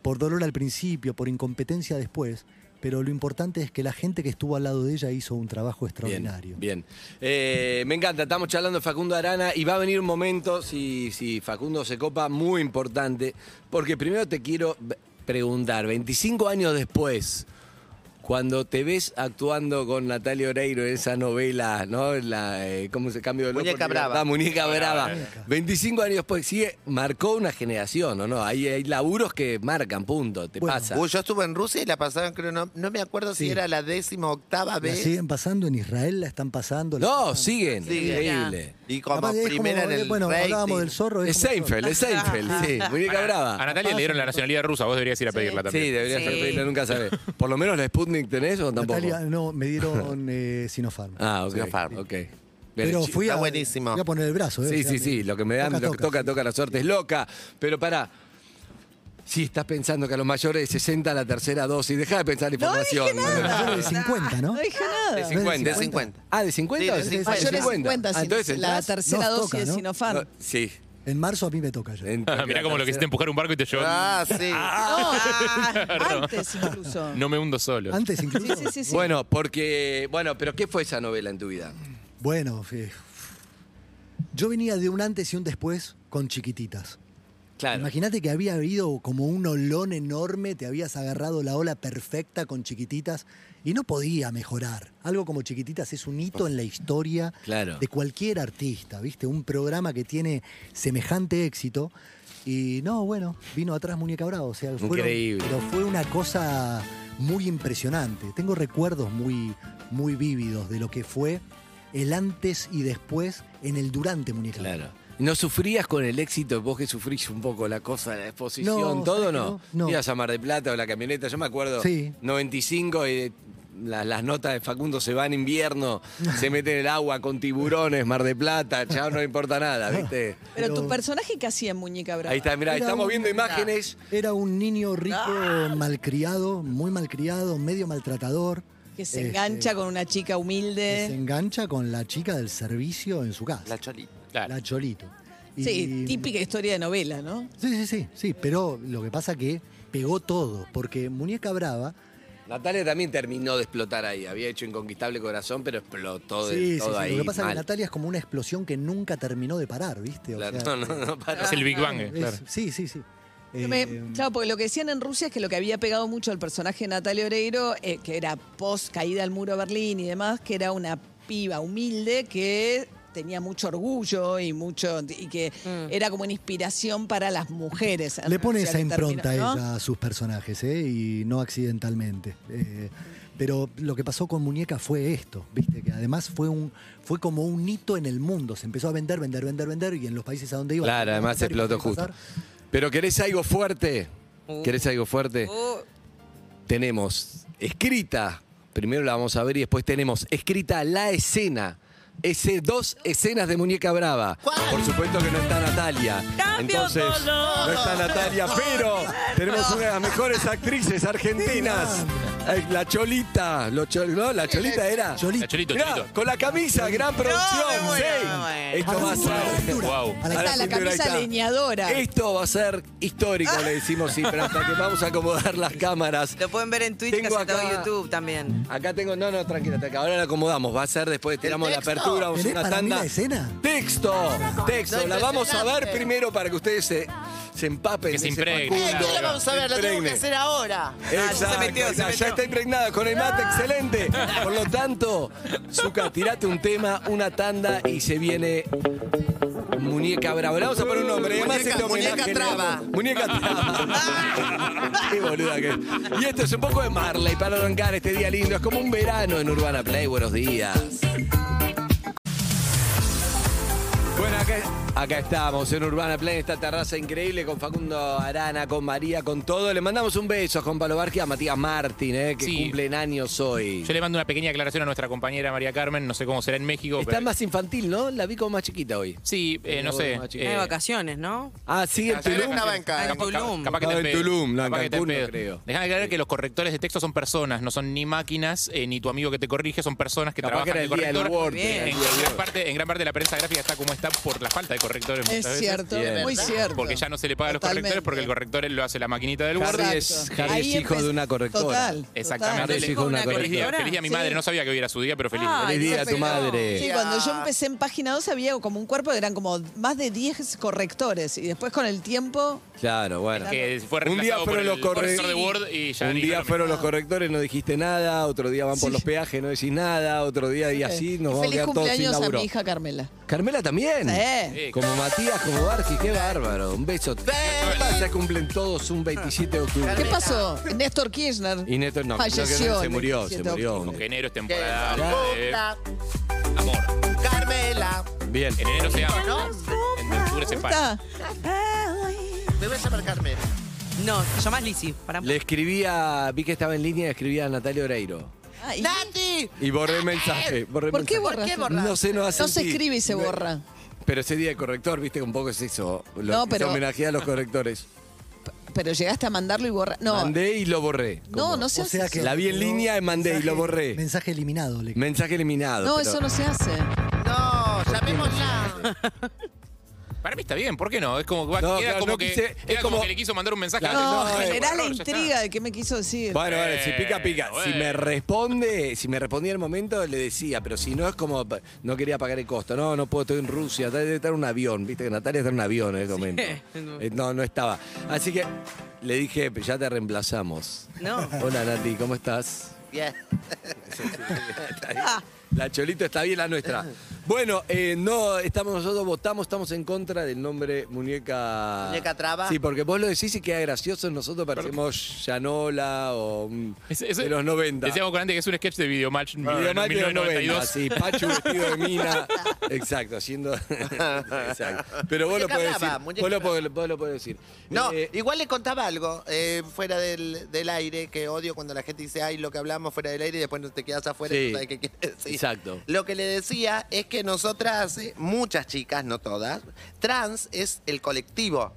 [SPEAKER 14] por dolor al principio, por incompetencia después. Pero lo importante es que la gente que estuvo al lado de ella hizo un trabajo extraordinario.
[SPEAKER 10] Bien. Eh, me encanta, estamos charlando de Facundo Arana y va a venir un momento, si, si Facundo se copa, muy importante, porque primero te quiero b- preguntar, 25 años después, cuando te ves actuando con Natalia Oreiro en esa novela, ¿no? La, eh, ¿Cómo se cambio de loco?
[SPEAKER 11] Muñeca
[SPEAKER 10] Libertad,
[SPEAKER 11] Brava.
[SPEAKER 10] Muñeca Brava.
[SPEAKER 11] Muñeca.
[SPEAKER 10] 25 años después, sigue, marcó una generación, ¿o no? Hay, hay laburos que marcan, punto, te pasa.
[SPEAKER 11] Uy, yo estuve en Rusia y la pasaron, creo, no, no me acuerdo si
[SPEAKER 14] Sí.
[SPEAKER 11] era la décima octava
[SPEAKER 14] La
[SPEAKER 11] vez.
[SPEAKER 14] siguen pasando en Israel, la están pasando. la
[SPEAKER 10] No,
[SPEAKER 14] pasan.
[SPEAKER 10] siguen.
[SPEAKER 11] Sí,
[SPEAKER 10] Increíble.
[SPEAKER 11] Y como
[SPEAKER 14] Capaz es
[SPEAKER 11] primera
[SPEAKER 14] como, eh,
[SPEAKER 11] en el
[SPEAKER 14] Bueno, hablábamos
[SPEAKER 11] rating.
[SPEAKER 14] del zorro.
[SPEAKER 10] Es
[SPEAKER 14] es como el
[SPEAKER 10] Seinfeld, es Seinfeld, sí. Muñeca
[SPEAKER 11] Ah.
[SPEAKER 10] Brava.
[SPEAKER 13] A Natalia le dieron la nacionalidad rusa, vos deberías ir a pedirla también.
[SPEAKER 10] Sí, debería
[SPEAKER 13] Sí.
[SPEAKER 10] ser pedirla, nunca sabés. Por lo menos la Sputnik tenés o
[SPEAKER 14] zorro.
[SPEAKER 10] tampoco.
[SPEAKER 14] Natalia, no, me dieron eh, Sinopharm.
[SPEAKER 10] Ah, ok.
[SPEAKER 11] Sinopharm.
[SPEAKER 10] ok.
[SPEAKER 14] Pero
[SPEAKER 10] chi-
[SPEAKER 14] fui
[SPEAKER 10] está
[SPEAKER 14] a-
[SPEAKER 10] buenísimo.
[SPEAKER 14] voy a poner el brazo, eh,
[SPEAKER 10] Sí,
[SPEAKER 14] o sea,
[SPEAKER 10] sí,
[SPEAKER 14] me-
[SPEAKER 10] sí. Lo que me dan,
[SPEAKER 14] toca,
[SPEAKER 10] lo que
[SPEAKER 14] toca,
[SPEAKER 10] toca, toca, la suerte es loca. Pero pará. Si estás pensando que a los mayores de 60 la tercera dosis, deja de pensar la información.
[SPEAKER 14] Mayor de 50, ¿no?
[SPEAKER 1] No
[SPEAKER 10] Ah,
[SPEAKER 1] dije nada.
[SPEAKER 10] De 50, de 50. Ah, de 50 o de
[SPEAKER 1] Sí, de
[SPEAKER 10] 50.
[SPEAKER 1] mayores de 50,
[SPEAKER 10] Ah, entonces,
[SPEAKER 1] la
[SPEAKER 10] ¿estás?
[SPEAKER 1] tercera
[SPEAKER 14] Nos
[SPEAKER 1] dosis
[SPEAKER 14] toca,
[SPEAKER 1] de
[SPEAKER 14] ¿no?
[SPEAKER 1] Sinopharm.
[SPEAKER 10] No, sí.
[SPEAKER 14] En marzo a mí me toca ya.
[SPEAKER 10] Entonces,
[SPEAKER 13] Ah, Mirá
[SPEAKER 10] la
[SPEAKER 13] como lo que hiciste empujar un barco y te llevó.
[SPEAKER 11] Ah, sí.
[SPEAKER 1] antes incluso.
[SPEAKER 13] No me hundo solo.
[SPEAKER 14] Antes incluso.
[SPEAKER 1] Sí, sí, sí.
[SPEAKER 10] Bueno, porque. Bueno, pero ¿qué fue esa novela en tu vida?
[SPEAKER 14] Bueno, eh, yo venía de un antes y un después con chiquititas.
[SPEAKER 10] Claro.
[SPEAKER 14] Imagínate que había habido como un olón enorme, te habías agarrado la ola perfecta con chiquititas y no podía mejorar. Algo como chiquititas es un hito en la historia
[SPEAKER 10] Pues Claro.
[SPEAKER 14] de cualquier artista, ¿viste? Un programa que tiene semejante éxito. Y no, bueno, vino atrás Muñeca Bravo. O sea, fueron-
[SPEAKER 10] Increíble.
[SPEAKER 14] Pero fue una cosa muy impresionante. Tengo recuerdos muy, muy vívidos de lo que fue el antes y después en el durante Muñeca Bravo.
[SPEAKER 10] Claro. ¿No sufrías con el éxito? Vos que sufrís un poco la cosa, la exposición,
[SPEAKER 14] No,
[SPEAKER 10] todo,
[SPEAKER 14] ¿sabés
[SPEAKER 10] ¿no?
[SPEAKER 14] que no? No.
[SPEAKER 10] Ibas a Mar de Plata o la camioneta, yo me acuerdo,
[SPEAKER 14] Sí.
[SPEAKER 10] 95 y de- la- las notas de Facundo se van invierno, se meten en el agua con tiburones, Mar de Plata, chao, no importa nada, ¿viste?
[SPEAKER 1] Pero tu personaje que hacía en Muñeca Brava.
[SPEAKER 10] Ahí está, mirá,
[SPEAKER 14] Era
[SPEAKER 10] estamos
[SPEAKER 14] un-
[SPEAKER 10] viendo imágenes.
[SPEAKER 14] Era un niño rico,
[SPEAKER 1] Ah.
[SPEAKER 14] malcriado, muy malcriado, medio maltratador.
[SPEAKER 1] Que se
[SPEAKER 14] Este,
[SPEAKER 1] engancha con una chica
[SPEAKER 14] que se
[SPEAKER 1] humilde.
[SPEAKER 14] engancha con la chica del servicio en su casa,
[SPEAKER 11] La cholita.
[SPEAKER 14] la Cholito. Y-
[SPEAKER 1] Sí, típica historia de novela, ¿no?
[SPEAKER 14] Sí, sí, sí, sí, pero lo que pasa que pegó todo, porque Muñeca Brava,
[SPEAKER 10] Natalia también terminó de explotar ahí, había hecho Inconquistable Corazón, pero explotó de
[SPEAKER 14] sí, sí,
[SPEAKER 10] todo
[SPEAKER 14] sí,
[SPEAKER 10] ahí.
[SPEAKER 14] lo que pasa
[SPEAKER 10] mal.
[SPEAKER 14] que Natalia es como una explosión que nunca terminó de parar, ¿viste? O
[SPEAKER 10] Claro,
[SPEAKER 14] sea,
[SPEAKER 10] no, no, no, para.
[SPEAKER 13] Es el Big Bang, eh,
[SPEAKER 14] es-
[SPEAKER 13] claro.
[SPEAKER 14] Sí, sí, sí. Eh,
[SPEAKER 1] Me- claro, porque lo que decían en Rusia es que lo que había pegado mucho al personaje de Natalia Oreiro, eh, que era post caída al muro de Berlín y demás, que era una piba humilde que tenía mucho orgullo y mucho y que era como una inspiración para las mujeres.
[SPEAKER 14] Le pone esa
[SPEAKER 1] Termina,
[SPEAKER 14] impronta a
[SPEAKER 1] ¿no?
[SPEAKER 14] ella a sus personajes, ¿eh? y no accidentalmente. Eh, pero lo que pasó con Muñeca fue esto, ¿viste? Que además fue un fue como un hito en el mundo. Se empezó a vender, vender, vender, vender, y en los países a donde iba.
[SPEAKER 10] Claro, además
[SPEAKER 14] ¿qué
[SPEAKER 10] explotó
[SPEAKER 14] pasó?
[SPEAKER 10] justo. Pero querés algo fuerte. ¿Querés algo fuerte? Tenemos escrita, primero la vamos a ver y después tenemos escrita la escena. Ese dos escenas de Muñeca Brava. Por supuesto que no está Natalia. Entonces, no está Natalia, pero tenemos una de las mejores actrices argentinas. Eh, La Cholita, lo Chol- ¿no? La Cholita era.
[SPEAKER 13] Cholito. La Cholito,
[SPEAKER 10] Mirá,
[SPEAKER 13] Cholito.
[SPEAKER 10] Con la camisa, gran producción. sí. Esto va a ser.
[SPEAKER 13] Wow.
[SPEAKER 1] Ahí está, la
[SPEAKER 10] cintura, ahí
[SPEAKER 1] camisa
[SPEAKER 10] está.
[SPEAKER 1] leñadora.
[SPEAKER 10] Esto va a ser histórico, le decimos sí, pero hasta que vamos a acomodar las cámaras. Lo pueden ver en Twitch,
[SPEAKER 12] casi todo YouTube
[SPEAKER 10] también. Acá tengo, no, no, tranquila, tranquila, ahora la acomodamos, va a ser después, tiramos la
[SPEAKER 14] texto?
[SPEAKER 10] apertura, vamos a
[SPEAKER 14] ¿Tenés
[SPEAKER 10] una
[SPEAKER 14] para mí
[SPEAKER 10] tanda.
[SPEAKER 14] la escena?
[SPEAKER 10] Texto, texto,
[SPEAKER 14] No,
[SPEAKER 10] la vamos a ver
[SPEAKER 14] impresionante.
[SPEAKER 10] primero para que ustedes se, se empapen.
[SPEAKER 13] Que se
[SPEAKER 10] de ese
[SPEAKER 13] impregne, claro. Eh,
[SPEAKER 10] Facundo.
[SPEAKER 13] ¿qué le
[SPEAKER 11] Vamos a ver, lo tengo que
[SPEAKER 10] Impregne.
[SPEAKER 11] hacer ahora.
[SPEAKER 10] Exacto, ya está impregnada con el mate, excelente. Por lo tanto, Zuka, tirate un tema, una tanda y se viene Muñeca Brava. Le vamos a poner un nombre. Además,
[SPEAKER 11] Muñeca-
[SPEAKER 10] este homenaje
[SPEAKER 11] Muñeca
[SPEAKER 10] le-
[SPEAKER 11] Traba.
[SPEAKER 10] Muñeca Traba. Qué boluda que es. Y esto es un poco de Marley para arrancar este día lindo. Es como un verano en Urbana Play. Buenos días. Bueno, acá, acá estamos en Urbana Play, esta terraza increíble con Facundo Arana, con María, con todo. Le mandamos un beso a Juan Palo Barqui, a Matías Martín, eh, que
[SPEAKER 13] Sí.
[SPEAKER 10] cumplen años hoy.
[SPEAKER 13] Yo le mando una pequeña aclaración a nuestra compañera María Carmen, no sé cómo será en México,
[SPEAKER 10] Está
[SPEAKER 13] pero
[SPEAKER 10] más infantil, ¿no? La vi como más chiquita hoy.
[SPEAKER 13] sí, eh, no
[SPEAKER 10] Más
[SPEAKER 13] sé.
[SPEAKER 10] chiquita.
[SPEAKER 13] eh,
[SPEAKER 12] de vacaciones, ¿no?
[SPEAKER 10] Ah, sí, en
[SPEAKER 13] Capaz-
[SPEAKER 10] Tulum.
[SPEAKER 13] capaz-
[SPEAKER 10] Ah,
[SPEAKER 13] capaz- Capaz que te
[SPEAKER 10] Estaba en
[SPEAKER 13] pedo.
[SPEAKER 10] Tulum, no, en
[SPEAKER 13] Capaz que te
[SPEAKER 10] Cancún, no
[SPEAKER 13] pedo.
[SPEAKER 10] creo.
[SPEAKER 13] Dejame aclarar que los correctores de texto son personas, no son ni máquinas, eh, ni tu amigo que te corrige, son personas que
[SPEAKER 10] Capaz que
[SPEAKER 13] trabajan
[SPEAKER 10] era
[SPEAKER 13] de
[SPEAKER 10] el día del
[SPEAKER 13] corrector.
[SPEAKER 10] Word,
[SPEAKER 13] En-
[SPEAKER 10] era el
[SPEAKER 13] en,
[SPEAKER 10] día del
[SPEAKER 13] gran parte, en gran parte de la prensa gráfica está como está por la falta de correctores.
[SPEAKER 1] Es
[SPEAKER 13] muchas veces.
[SPEAKER 1] cierto, Bien. muy cierto.
[SPEAKER 13] Porque ya no se le paga a los
[SPEAKER 1] Totalmente.
[SPEAKER 13] correctores porque el corrector lo hace la maquinita del Word.
[SPEAKER 10] Harry es, Harry es
[SPEAKER 1] Ahí
[SPEAKER 10] hijo
[SPEAKER 1] empe-
[SPEAKER 10] de una correctora.
[SPEAKER 1] Total,
[SPEAKER 13] Exactamente.
[SPEAKER 10] Harry es hijo de una
[SPEAKER 13] Feliz día,
[SPEAKER 10] correctora.
[SPEAKER 13] feliz día a mi madre, no sabía que hoy era su día, pero feliz
[SPEAKER 10] Feliz día a tu madre.
[SPEAKER 1] Sí, cuando yo empecé en Página 2 había como un cuerpo que eran como más de 10 correctores y después con el tiempo...
[SPEAKER 10] Claro, bueno.
[SPEAKER 13] Que fue
[SPEAKER 10] un día
[SPEAKER 13] reemplazado por
[SPEAKER 10] fueron
[SPEAKER 13] el
[SPEAKER 10] los
[SPEAKER 13] corrector de Word
[SPEAKER 10] correctores.
[SPEAKER 13] y ya
[SPEAKER 10] un
[SPEAKER 13] ni
[SPEAKER 10] día
[SPEAKER 13] lo
[SPEAKER 10] fueron los correctores, no dijiste nada. Otro día van por los peajes, no decís nada. Otro día y así nos vamos a
[SPEAKER 1] eh, Feliz
[SPEAKER 10] quedar todos sin
[SPEAKER 1] cumpleaños a
[SPEAKER 10] laburo.
[SPEAKER 1] mi hija Carmela.
[SPEAKER 10] Carmela también.
[SPEAKER 1] Sí.
[SPEAKER 10] Como Matías, como Barqui, qué bárbaro. Un beso. Se cumplen todos un 27 de octubre.
[SPEAKER 1] ¿Qué pasó? Néstor Kirchner.
[SPEAKER 10] Y Néstor no,
[SPEAKER 1] Falleció
[SPEAKER 10] creo que se
[SPEAKER 1] el
[SPEAKER 10] murió, se
[SPEAKER 1] 27
[SPEAKER 10] murió.
[SPEAKER 13] Con enero es temporada. de-
[SPEAKER 11] Puta,
[SPEAKER 13] Eh, Amor.
[SPEAKER 11] Carmela.
[SPEAKER 10] Bien.
[SPEAKER 13] En enero se ama.
[SPEAKER 11] ¿No?
[SPEAKER 13] En octubre se para.
[SPEAKER 1] Está.
[SPEAKER 11] Me voy a llamar Carmela.
[SPEAKER 12] No, te llamás Lizzy. Para...
[SPEAKER 10] Le escribía, vi que estaba en línea y escribía a Natalia Oreiro.
[SPEAKER 1] Ah, ¿y
[SPEAKER 11] ¡Nati!
[SPEAKER 10] Y borré el mensaje. borré el
[SPEAKER 1] ¿Por qué
[SPEAKER 10] mensaje.
[SPEAKER 1] borras?
[SPEAKER 10] No sé, no hace
[SPEAKER 1] No se escribe y se
[SPEAKER 10] No-
[SPEAKER 1] borra.
[SPEAKER 10] Pero ese día de corrector, viste, un poco es eso. Lo,
[SPEAKER 1] No, pero-
[SPEAKER 10] se homenajea a los correctores.
[SPEAKER 1] Pero llegaste a mandarlo y borrar. No,
[SPEAKER 10] Mandé y lo borré.
[SPEAKER 1] no, no se
[SPEAKER 14] O sea
[SPEAKER 1] hace.
[SPEAKER 14] que-
[SPEAKER 10] La vi en línea y mandé y lo borré.
[SPEAKER 14] Mensaje eliminado, le
[SPEAKER 10] Mensaje eliminado.
[SPEAKER 1] No,
[SPEAKER 10] pero-
[SPEAKER 1] eso no se hace.
[SPEAKER 11] No, llamémosla.
[SPEAKER 13] Para mí está bien, ¿por qué no? Es como,
[SPEAKER 10] No,
[SPEAKER 13] era
[SPEAKER 10] claro,
[SPEAKER 13] como,
[SPEAKER 10] no
[SPEAKER 13] que,
[SPEAKER 10] quise-
[SPEAKER 13] era
[SPEAKER 10] es
[SPEAKER 13] como
[SPEAKER 10] como-
[SPEAKER 13] que le quiso mandar un mensaje a
[SPEAKER 1] No,
[SPEAKER 10] eh,
[SPEAKER 13] la
[SPEAKER 1] generá la
[SPEAKER 13] borrarlo, ya está.
[SPEAKER 1] intriga de qué me quiso decir.
[SPEAKER 10] Bueno, bueno, si pica, pica.
[SPEAKER 13] Eh,
[SPEAKER 10] Si me
[SPEAKER 13] bueno.
[SPEAKER 10] responde, si me respondía el momento, le decía, pero si no es como, no quería pagar el costo. No, no puedo, estoy en Rusia, tal- debe estar en un avión. Viste que Natalia está en un avión en ese momento. Eh, No, no estaba. Así que le dije, ya te reemplazamos.
[SPEAKER 12] No.
[SPEAKER 10] Hola Nati, ¿cómo estás?
[SPEAKER 11] Bien.
[SPEAKER 10] La Cholito está bien, la nuestra. Bueno, eh, no, estamos nosotros votamos, estamos en contra del nombre Muñeca...
[SPEAKER 11] Muñeca Traba.
[SPEAKER 10] Sí, porque vos lo decís y queda gracioso, nosotros parecemos Yanola o un-
[SPEAKER 13] Es- es-
[SPEAKER 10] de los 90.
[SPEAKER 13] Decíamos con antes que es un sketch de Videomatch.
[SPEAKER 10] Videomatch de los 90,
[SPEAKER 13] 1992.
[SPEAKER 10] sí, Pachu vestido de mina. Exacto, haciendo... Exacto. Pero vos lo
[SPEAKER 11] Muñeca
[SPEAKER 10] podés
[SPEAKER 11] Traba,
[SPEAKER 10] decir.
[SPEAKER 11] muñeca
[SPEAKER 10] Vos lo podés, vos lo podés decir.
[SPEAKER 11] No,
[SPEAKER 10] Eh,
[SPEAKER 11] igual le contaba algo eh, fuera del, del aire, que odio cuando la gente dice, ay, lo que hablamos fuera del aire y después no te quedas afuera y
[SPEAKER 10] Sí.
[SPEAKER 11] no sabes qué quiere decir.
[SPEAKER 10] Exacto.
[SPEAKER 11] Lo que le decía es que nosotras, eh, muchas chicas, no todas, trans es el colectivo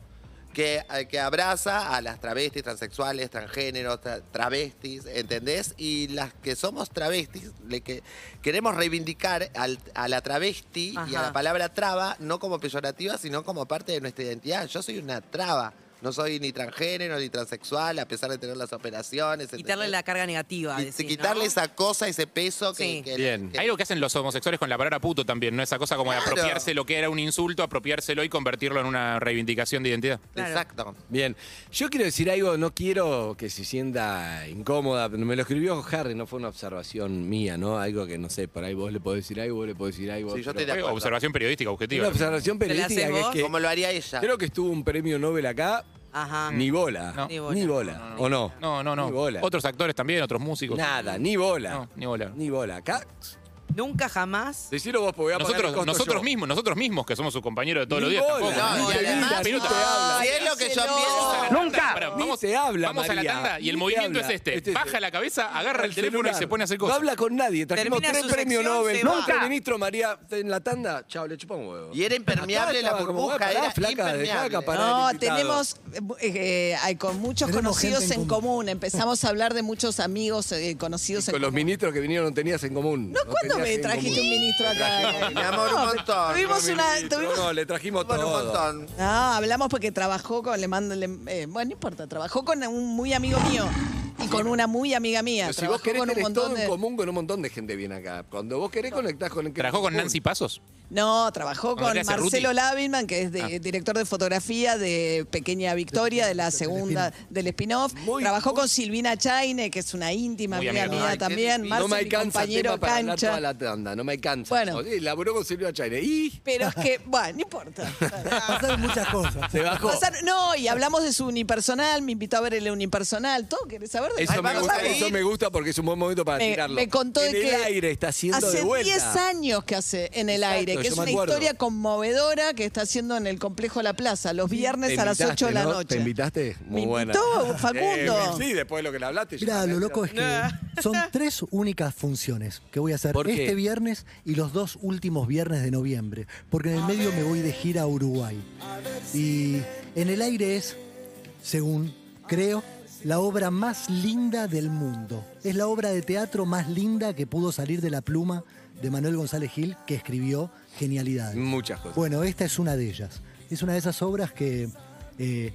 [SPEAKER 11] que, eh, que abraza a las travestis, transexuales, transgéneros, tra- travestis, ¿entendés? Y las que somos travestis, le que queremos reivindicar al- a la travesti y a
[SPEAKER 12] Ajá.
[SPEAKER 11] la palabra traba, no como peyorativa, sino como parte de nuestra identidad. Yo soy una traba. no soy ni transgénero ni transexual, a pesar de tener las operaciones.
[SPEAKER 12] Quitarle la carga negativa. decís,
[SPEAKER 11] quitarle
[SPEAKER 12] ¿no?
[SPEAKER 11] esa cosa, ese peso que, que-
[SPEAKER 13] Bien. Hay algo que hacen los homosexuales con la palabra puto también, ¿no? Esa cosa como de
[SPEAKER 11] Claro.
[SPEAKER 13] apropiarse lo que era un insulto, apropiárselo y convertirlo en una reivindicación de identidad.
[SPEAKER 11] Exacto.
[SPEAKER 10] Bien, yo quiero decir algo, no quiero que se sienta incómoda, pero me lo escribió Harry, no fue una observación mía, ¿no? Algo que no sé, por ahí vos le podés decir algo, vos le podés decir algo.
[SPEAKER 11] Sí, yo
[SPEAKER 10] pero-
[SPEAKER 11] estoy de acuerdo.
[SPEAKER 13] Observación periodística objetiva.
[SPEAKER 10] Una observación
[SPEAKER 11] ¿Te la haces
[SPEAKER 10] periodística que es
[SPEAKER 11] vos?
[SPEAKER 10] que.
[SPEAKER 11] Como lo haría ella.
[SPEAKER 10] Creo que estuvo un premio Nobel acá.
[SPEAKER 12] Ajá.
[SPEAKER 10] Ni bola.
[SPEAKER 13] No.
[SPEAKER 10] Ni bola. ¿O no?
[SPEAKER 13] No, no, no.
[SPEAKER 10] Ni bola.
[SPEAKER 13] Otros actores también, otros músicos.
[SPEAKER 10] Nada, ni bola.
[SPEAKER 13] No, ni bola.
[SPEAKER 10] Ni bola. Acá.
[SPEAKER 12] Nunca jamás.
[SPEAKER 10] Decilo vos, porque voy a pagar el
[SPEAKER 13] Nosotros,
[SPEAKER 10] costo
[SPEAKER 13] nosotros
[SPEAKER 10] yo.
[SPEAKER 13] mismos, nosotros mismos, que somos sus compañeros de todos
[SPEAKER 10] Ni
[SPEAKER 13] los días.
[SPEAKER 10] bola,
[SPEAKER 13] tampoco.
[SPEAKER 10] ni No, y te además mira, ni no, te habla.
[SPEAKER 11] si es lo que yo pienso.
[SPEAKER 13] Nunca.
[SPEAKER 10] Vamos, se habla,
[SPEAKER 13] Vamos a la
[SPEAKER 10] María.
[SPEAKER 13] tanda y el
[SPEAKER 10] Ni te
[SPEAKER 13] movimiento es
[SPEAKER 10] habla.
[SPEAKER 13] este.
[SPEAKER 10] Este es
[SPEAKER 13] Baja
[SPEAKER 10] este.
[SPEAKER 13] la cabeza, agarra el
[SPEAKER 10] Al
[SPEAKER 13] teléfono y
[SPEAKER 10] celular.
[SPEAKER 13] se pone a hacer cosas.
[SPEAKER 10] No habla con nadie. Trajimos
[SPEAKER 12] Termina
[SPEAKER 10] tres
[SPEAKER 12] su
[SPEAKER 10] premios
[SPEAKER 12] sección,
[SPEAKER 10] Nobel.
[SPEAKER 12] se va.
[SPEAKER 10] Tres ministro María en la tanda. Chao, le chupamos huevo.
[SPEAKER 11] Y era impermeable
[SPEAKER 10] Acá
[SPEAKER 11] la
[SPEAKER 10] estaba como,
[SPEAKER 11] burbuja,
[SPEAKER 10] "Ah, pará,
[SPEAKER 11] era
[SPEAKER 10] flaca, dejá
[SPEAKER 11] impermeable".
[SPEAKER 10] acá parar el
[SPEAKER 1] No,
[SPEAKER 10] invitado.
[SPEAKER 1] tenemos eh, eh, hay con muchos
[SPEAKER 14] Tenemos gente
[SPEAKER 1] conocidos en,
[SPEAKER 14] en
[SPEAKER 1] común. Empezamos a hablar de muchos amigos eh, conocidos en
[SPEAKER 10] Con los
[SPEAKER 1] común.
[SPEAKER 10] ministros que vinieron no tenías en común.
[SPEAKER 1] No, ¿cuándo
[SPEAKER 10] tenías
[SPEAKER 1] me
[SPEAKER 10] en
[SPEAKER 1] trajiste
[SPEAKER 10] común.
[SPEAKER 1] un ministro acá?
[SPEAKER 11] Mi amor, un
[SPEAKER 1] No,
[SPEAKER 11] montón.
[SPEAKER 1] Tuvimos una. tuvimos-
[SPEAKER 10] No, le trajimos
[SPEAKER 11] Bueno, un
[SPEAKER 10] todo.
[SPEAKER 11] montón.
[SPEAKER 1] No, hablamos porque trabajó con, le mando, le- eh, bueno, no importa, trabajó con un muy amigo mío y con una muy amiga mía.
[SPEAKER 10] Pero si vos
[SPEAKER 1] Trabajó
[SPEAKER 10] querés
[SPEAKER 1] con un
[SPEAKER 10] tenés
[SPEAKER 1] montón
[SPEAKER 10] todo
[SPEAKER 1] de...
[SPEAKER 10] en común con un montón de gente bien acá. Cuando vos querés conectás con el que
[SPEAKER 13] ¿Trabajó con Nancy Pasos?
[SPEAKER 1] No, trabajó
[SPEAKER 13] Como
[SPEAKER 1] con
[SPEAKER 13] le hace
[SPEAKER 1] Marcelo
[SPEAKER 13] Ruti.
[SPEAKER 1] Lavinman, que es de- director de fotografía de Pequeña Victoria, de la segunda del spin-off. Trabajó con Silvina Chaine, que es una íntima
[SPEAKER 13] Muy
[SPEAKER 1] amiga
[SPEAKER 13] amiga.
[SPEAKER 1] mía
[SPEAKER 13] Ay, qué
[SPEAKER 1] también.
[SPEAKER 10] No
[SPEAKER 1] Marcelo,
[SPEAKER 10] me
[SPEAKER 1] mi
[SPEAKER 10] alcanza el
[SPEAKER 1] compañero
[SPEAKER 10] tema para hablar
[SPEAKER 1] cancha.
[SPEAKER 10] toda la tanda, no me alcanza.
[SPEAKER 1] Bueno.
[SPEAKER 10] Sí, laburó con Silvio Chaire. Y
[SPEAKER 1] Pero es que, bueno, no importa.
[SPEAKER 14] Pasaron muchas cosas.
[SPEAKER 10] se bajó.
[SPEAKER 1] Pasaron- no, y hablamos de su unipersonal, me invitó a ver el unipersonal, todo, ¿querés saber de
[SPEAKER 10] Eso
[SPEAKER 1] Ay,
[SPEAKER 10] me,
[SPEAKER 1] vamos
[SPEAKER 10] gusta,
[SPEAKER 1] a ir.
[SPEAKER 10] eso me gusta porque es un buen momento para
[SPEAKER 1] me,
[SPEAKER 10] tirarlo.
[SPEAKER 1] me contó de
[SPEAKER 10] en
[SPEAKER 1] que
[SPEAKER 10] el aire está haciendo
[SPEAKER 1] hace
[SPEAKER 10] de vuelta.
[SPEAKER 1] 10 años que hace en el
[SPEAKER 10] Exacto,
[SPEAKER 1] aire, que
[SPEAKER 10] yo
[SPEAKER 1] es
[SPEAKER 10] me
[SPEAKER 1] una
[SPEAKER 10] acuerdo.
[SPEAKER 1] historia conmovedora que está haciendo en el complejo La Plaza los viernes
[SPEAKER 10] Te
[SPEAKER 1] a las
[SPEAKER 10] invitaste,
[SPEAKER 1] 8 de la
[SPEAKER 10] ¿no?
[SPEAKER 1] noche.
[SPEAKER 10] ¿Te invitaste? Muy
[SPEAKER 1] Me
[SPEAKER 10] buena.
[SPEAKER 1] invitó Facundo.
[SPEAKER 10] sí, después de lo que le hablaste. yo
[SPEAKER 14] Mirá,
[SPEAKER 10] también,
[SPEAKER 14] lo
[SPEAKER 10] pero-
[SPEAKER 14] loco es que son tres únicas funciones que voy a hacer
[SPEAKER 10] ¿Por qué?
[SPEAKER 14] este viernes y los dos últimos viernes de noviembre, porque en el medio me voy de gira a Uruguay. Y en el aire es, según creo, la obra más linda del mundo. Es la obra de teatro más linda que pudo salir de la pluma de Manuel González Gil, que escribió Genialidades.
[SPEAKER 10] Muchas cosas.
[SPEAKER 14] Bueno, esta es una de ellas. Es una de esas obras que eh,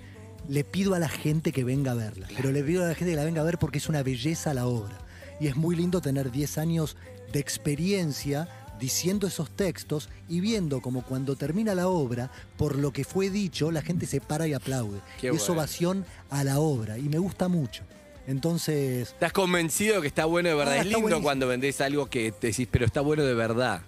[SPEAKER 14] le pido a la gente que venga a verla. Pero le pido a la gente que la venga a ver porque es una belleza la obra. Y es muy lindo tener 10 años de experiencia diciendo esos textos y viendo como cuando termina la obra, por lo que fue dicho, la gente se para y aplaude.
[SPEAKER 10] Qué
[SPEAKER 14] Y es
[SPEAKER 10] bueno.
[SPEAKER 14] ovación a la obra. Y me gusta mucho. Entonces,
[SPEAKER 10] Estás convencido que está bueno de verdad.
[SPEAKER 14] Ah,
[SPEAKER 10] es
[SPEAKER 14] está
[SPEAKER 10] lindo
[SPEAKER 14] buenísimo.
[SPEAKER 10] cuando vendés algo que te decís, pero está bueno de verdad.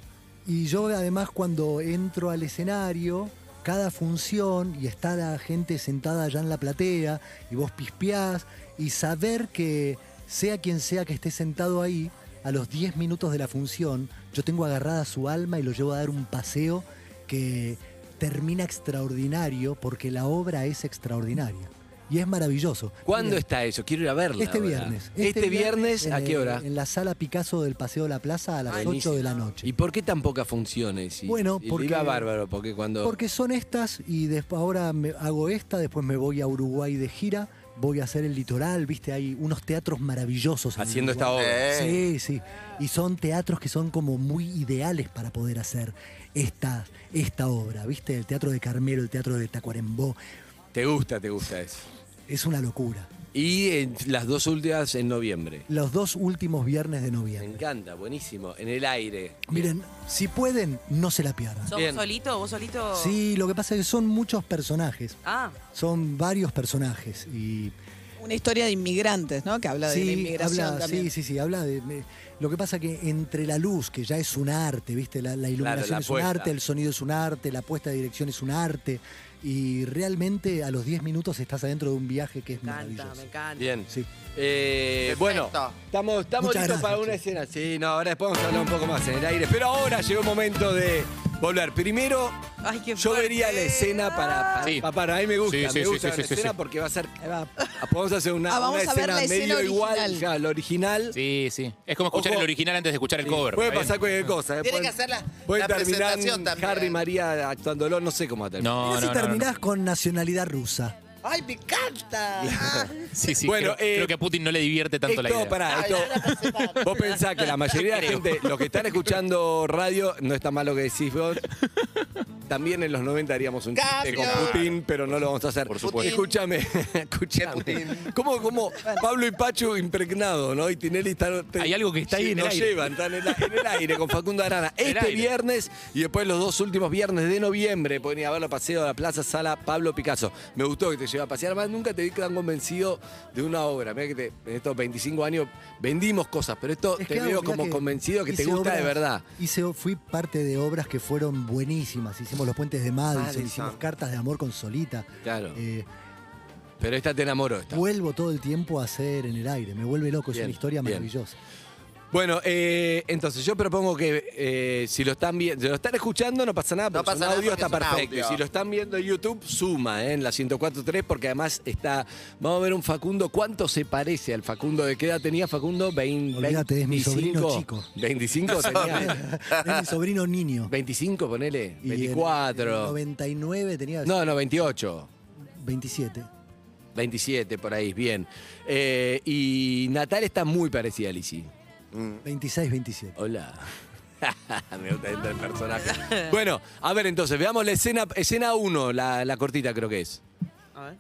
[SPEAKER 14] Y yo además cuando entro al escenario, cada función y está la gente sentada allá en la platea y vos pispeás y saber que sea quien sea que esté sentado ahí, a los 10 minutos de la función, yo tengo agarrada su alma y lo llevo a dar un paseo que termina extraordinario porque la obra es extraordinaria. Y es maravilloso.
[SPEAKER 10] ¿Cuándo
[SPEAKER 14] Mira,
[SPEAKER 10] está eso? Quiero ir a verla.
[SPEAKER 14] Este
[SPEAKER 10] ahora.
[SPEAKER 14] viernes.
[SPEAKER 10] Este, viernes,
[SPEAKER 14] en
[SPEAKER 10] ¿a qué
[SPEAKER 14] el-
[SPEAKER 10] hora?
[SPEAKER 14] En la sala Picasso del Paseo de la Plaza a las 8 de la noche.
[SPEAKER 10] ¿Y por qué tan pocas funciones? Y-
[SPEAKER 14] Bueno,
[SPEAKER 10] y le
[SPEAKER 14] porque-
[SPEAKER 10] iba bárbaro, porque cuando.
[SPEAKER 14] Porque son estas y después ahora me- hago esta, después me voy a Uruguay de gira, voy a hacer el litoral, viste, hay unos teatros maravillosos. en
[SPEAKER 10] Haciendo esta
[SPEAKER 14] Uruguay.
[SPEAKER 10] obra.
[SPEAKER 14] Sí, sí. Y son teatros que son como muy ideales para poder hacer esta, esta obra, viste, el teatro de Carmelo, el teatro de Tacuarembó,
[SPEAKER 10] Te gusta, te gusta eso.
[SPEAKER 14] es una locura.
[SPEAKER 10] Y en las dos últimas en noviembre.
[SPEAKER 14] Los dos últimos viernes de
[SPEAKER 10] Me
[SPEAKER 14] noviembre.
[SPEAKER 10] encanta, buenísimo. En el aire.
[SPEAKER 14] Miren, si pueden, no se la pierdan.
[SPEAKER 12] ¿Sos
[SPEAKER 10] Bien.
[SPEAKER 12] vos solito? ¿Vos solito?
[SPEAKER 14] Sí, lo que pasa es que son muchos personajes,
[SPEAKER 12] Ah,
[SPEAKER 14] son varios personajes y
[SPEAKER 1] Una historia de inmigrantes, ¿no? Que habla de la inmigración
[SPEAKER 14] habla-
[SPEAKER 1] también.
[SPEAKER 14] Sí, sí, sí, habla de... me- lo que pasa que entre la luz, que ya es un arte, ¿viste? La, la iluminación
[SPEAKER 10] la
[SPEAKER 14] es un
[SPEAKER 10] puesta.
[SPEAKER 14] arte, el sonido es un arte, la puesta de dirección es un arte, y realmente a los 10 minutos estás adentro de un viaje que es
[SPEAKER 12] me encanta,
[SPEAKER 14] maravilloso.
[SPEAKER 12] me encanta.
[SPEAKER 10] Bien.
[SPEAKER 14] Sí.
[SPEAKER 10] Eh, bueno, estamos, estamos listos
[SPEAKER 14] Muchas gracias,
[SPEAKER 10] para una escena. Sí, no, ahora después vamos a hablar un poco más en el aire. Pero ahora llegó el momento de volver. Primero,
[SPEAKER 12] Ay, qué
[SPEAKER 10] yo
[SPEAKER 12] fuerte.
[SPEAKER 10] vería la escena para. para,
[SPEAKER 13] Sí.
[SPEAKER 10] para, a mí me gusta,
[SPEAKER 13] Sí, sí,
[SPEAKER 10] me
[SPEAKER 13] sí,
[SPEAKER 10] gusta
[SPEAKER 13] sí,
[SPEAKER 10] la
[SPEAKER 13] sí, sí,
[SPEAKER 10] escena
[SPEAKER 13] sí.
[SPEAKER 10] porque va a ser. va- Vamos a hacer una,
[SPEAKER 1] Ah, vamos
[SPEAKER 10] una
[SPEAKER 1] a ver
[SPEAKER 10] escena
[SPEAKER 1] la escena
[SPEAKER 10] medio igual,
[SPEAKER 1] original.
[SPEAKER 10] ya, lo original.
[SPEAKER 13] Sí, sí. Es como escuchar
[SPEAKER 10] Ojo.
[SPEAKER 13] el original antes de escuchar el
[SPEAKER 10] Sí,
[SPEAKER 13] cover.
[SPEAKER 10] Puede
[SPEAKER 13] ¿está bien?
[SPEAKER 10] pasar cualquier cosa. eh,
[SPEAKER 11] Tiene
[SPEAKER 10] pueden-
[SPEAKER 11] que hacer la,
[SPEAKER 10] pueden
[SPEAKER 11] la
[SPEAKER 10] terminar
[SPEAKER 11] presentación también. ¿eh?
[SPEAKER 10] Harry y María actuándolo, no sé cómo va a terminar.
[SPEAKER 13] No,
[SPEAKER 14] Mirá
[SPEAKER 13] no,
[SPEAKER 14] si
[SPEAKER 13] no, no,
[SPEAKER 14] terminás con nacionalidad rusa.
[SPEAKER 11] ¡Ay, me encanta!
[SPEAKER 13] no. Sí, sí.
[SPEAKER 10] Bueno,
[SPEAKER 13] creo,
[SPEAKER 10] eh,
[SPEAKER 13] creo que a Putin no le divierte tanto la
[SPEAKER 10] Esto,
[SPEAKER 13] idea.
[SPEAKER 10] pará,
[SPEAKER 11] Ay,
[SPEAKER 10] esto-
[SPEAKER 11] no la pensé tanto.
[SPEAKER 10] vos pensás que la mayoría de la gente, los que están escuchando radio, no está mal lo que decís vos, También en los 90 haríamos un chiste
[SPEAKER 11] Cambio.
[SPEAKER 10] con Putin, pero no lo vamos a hacer. Por
[SPEAKER 11] supuesto.
[SPEAKER 10] Escúchame, escúchame. ¿Cómo, cómo Pablo y Pachu impregnado, ¿no? Y Tinelli está. Hay algo que
[SPEAKER 13] está ahí en el
[SPEAKER 10] nos
[SPEAKER 13] aire.
[SPEAKER 10] llevan, están en, la- en el aire con Facundo Arana.
[SPEAKER 13] El
[SPEAKER 10] Este
[SPEAKER 13] aire.
[SPEAKER 10] viernes y después los dos últimos viernes de noviembre pueden ir a verlo a paseo a la Plaza Sala Pablo Picasso. Me gustó que te lleve a pasear, más nunca te vi tan convencido de una obra. Mira que te- en estos 25 años vendimos cosas, pero esto
[SPEAKER 14] Es
[SPEAKER 10] te
[SPEAKER 14] que,
[SPEAKER 10] veo
[SPEAKER 14] mirá
[SPEAKER 10] como convencido que te
[SPEAKER 14] hice
[SPEAKER 10] gusta de
[SPEAKER 14] obras-
[SPEAKER 10] verdad.
[SPEAKER 14] Hice, fui parte de obras que fueron buenísimas. Hicimos los puentes de Madison,
[SPEAKER 10] Madison.
[SPEAKER 14] hicimos cartas de amor con Solita.
[SPEAKER 10] Claro.
[SPEAKER 14] Eh,
[SPEAKER 10] Pero esta te enamoró. esta.
[SPEAKER 14] vuelvo todo el tiempo a hacer en el aire. Me vuelve loco, es
[SPEAKER 10] Bien,
[SPEAKER 14] una historia
[SPEAKER 10] bien.
[SPEAKER 14] maravillosa.
[SPEAKER 10] Bueno, eh, entonces yo propongo que eh, si lo están viendo, si lo están escuchando, no pasa nada, porque
[SPEAKER 11] pasa
[SPEAKER 10] su
[SPEAKER 11] nada
[SPEAKER 10] audio
[SPEAKER 11] porque
[SPEAKER 10] está
[SPEAKER 11] es un
[SPEAKER 10] perfecto.
[SPEAKER 11] audio.
[SPEAKER 10] Y si lo están viendo en YouTube, suma eh, en la 104.3, porque además está. Vamos a ver un Facundo, ¿cuánto se parece al Facundo? ¿De qué edad tenía Facundo? Vein-
[SPEAKER 14] Olvídate, es mi sobrino
[SPEAKER 10] 25.
[SPEAKER 14] chico.
[SPEAKER 10] 25 tenía.
[SPEAKER 14] es mi sobrino niño.
[SPEAKER 10] 25, ponele.
[SPEAKER 14] Y en- en
[SPEAKER 10] 24.
[SPEAKER 14] 99 tenía
[SPEAKER 10] No, no, 28.
[SPEAKER 14] 27.
[SPEAKER 10] 27, por ahí, bien. Eh, y Natal está muy parecida a Lizzie.
[SPEAKER 14] 26, 27.
[SPEAKER 10] Hola. Me gusta dentro del personaje. Bueno, a ver entonces, veamos la escena, escena 1, la, la cortita creo que es.
[SPEAKER 12] A ver.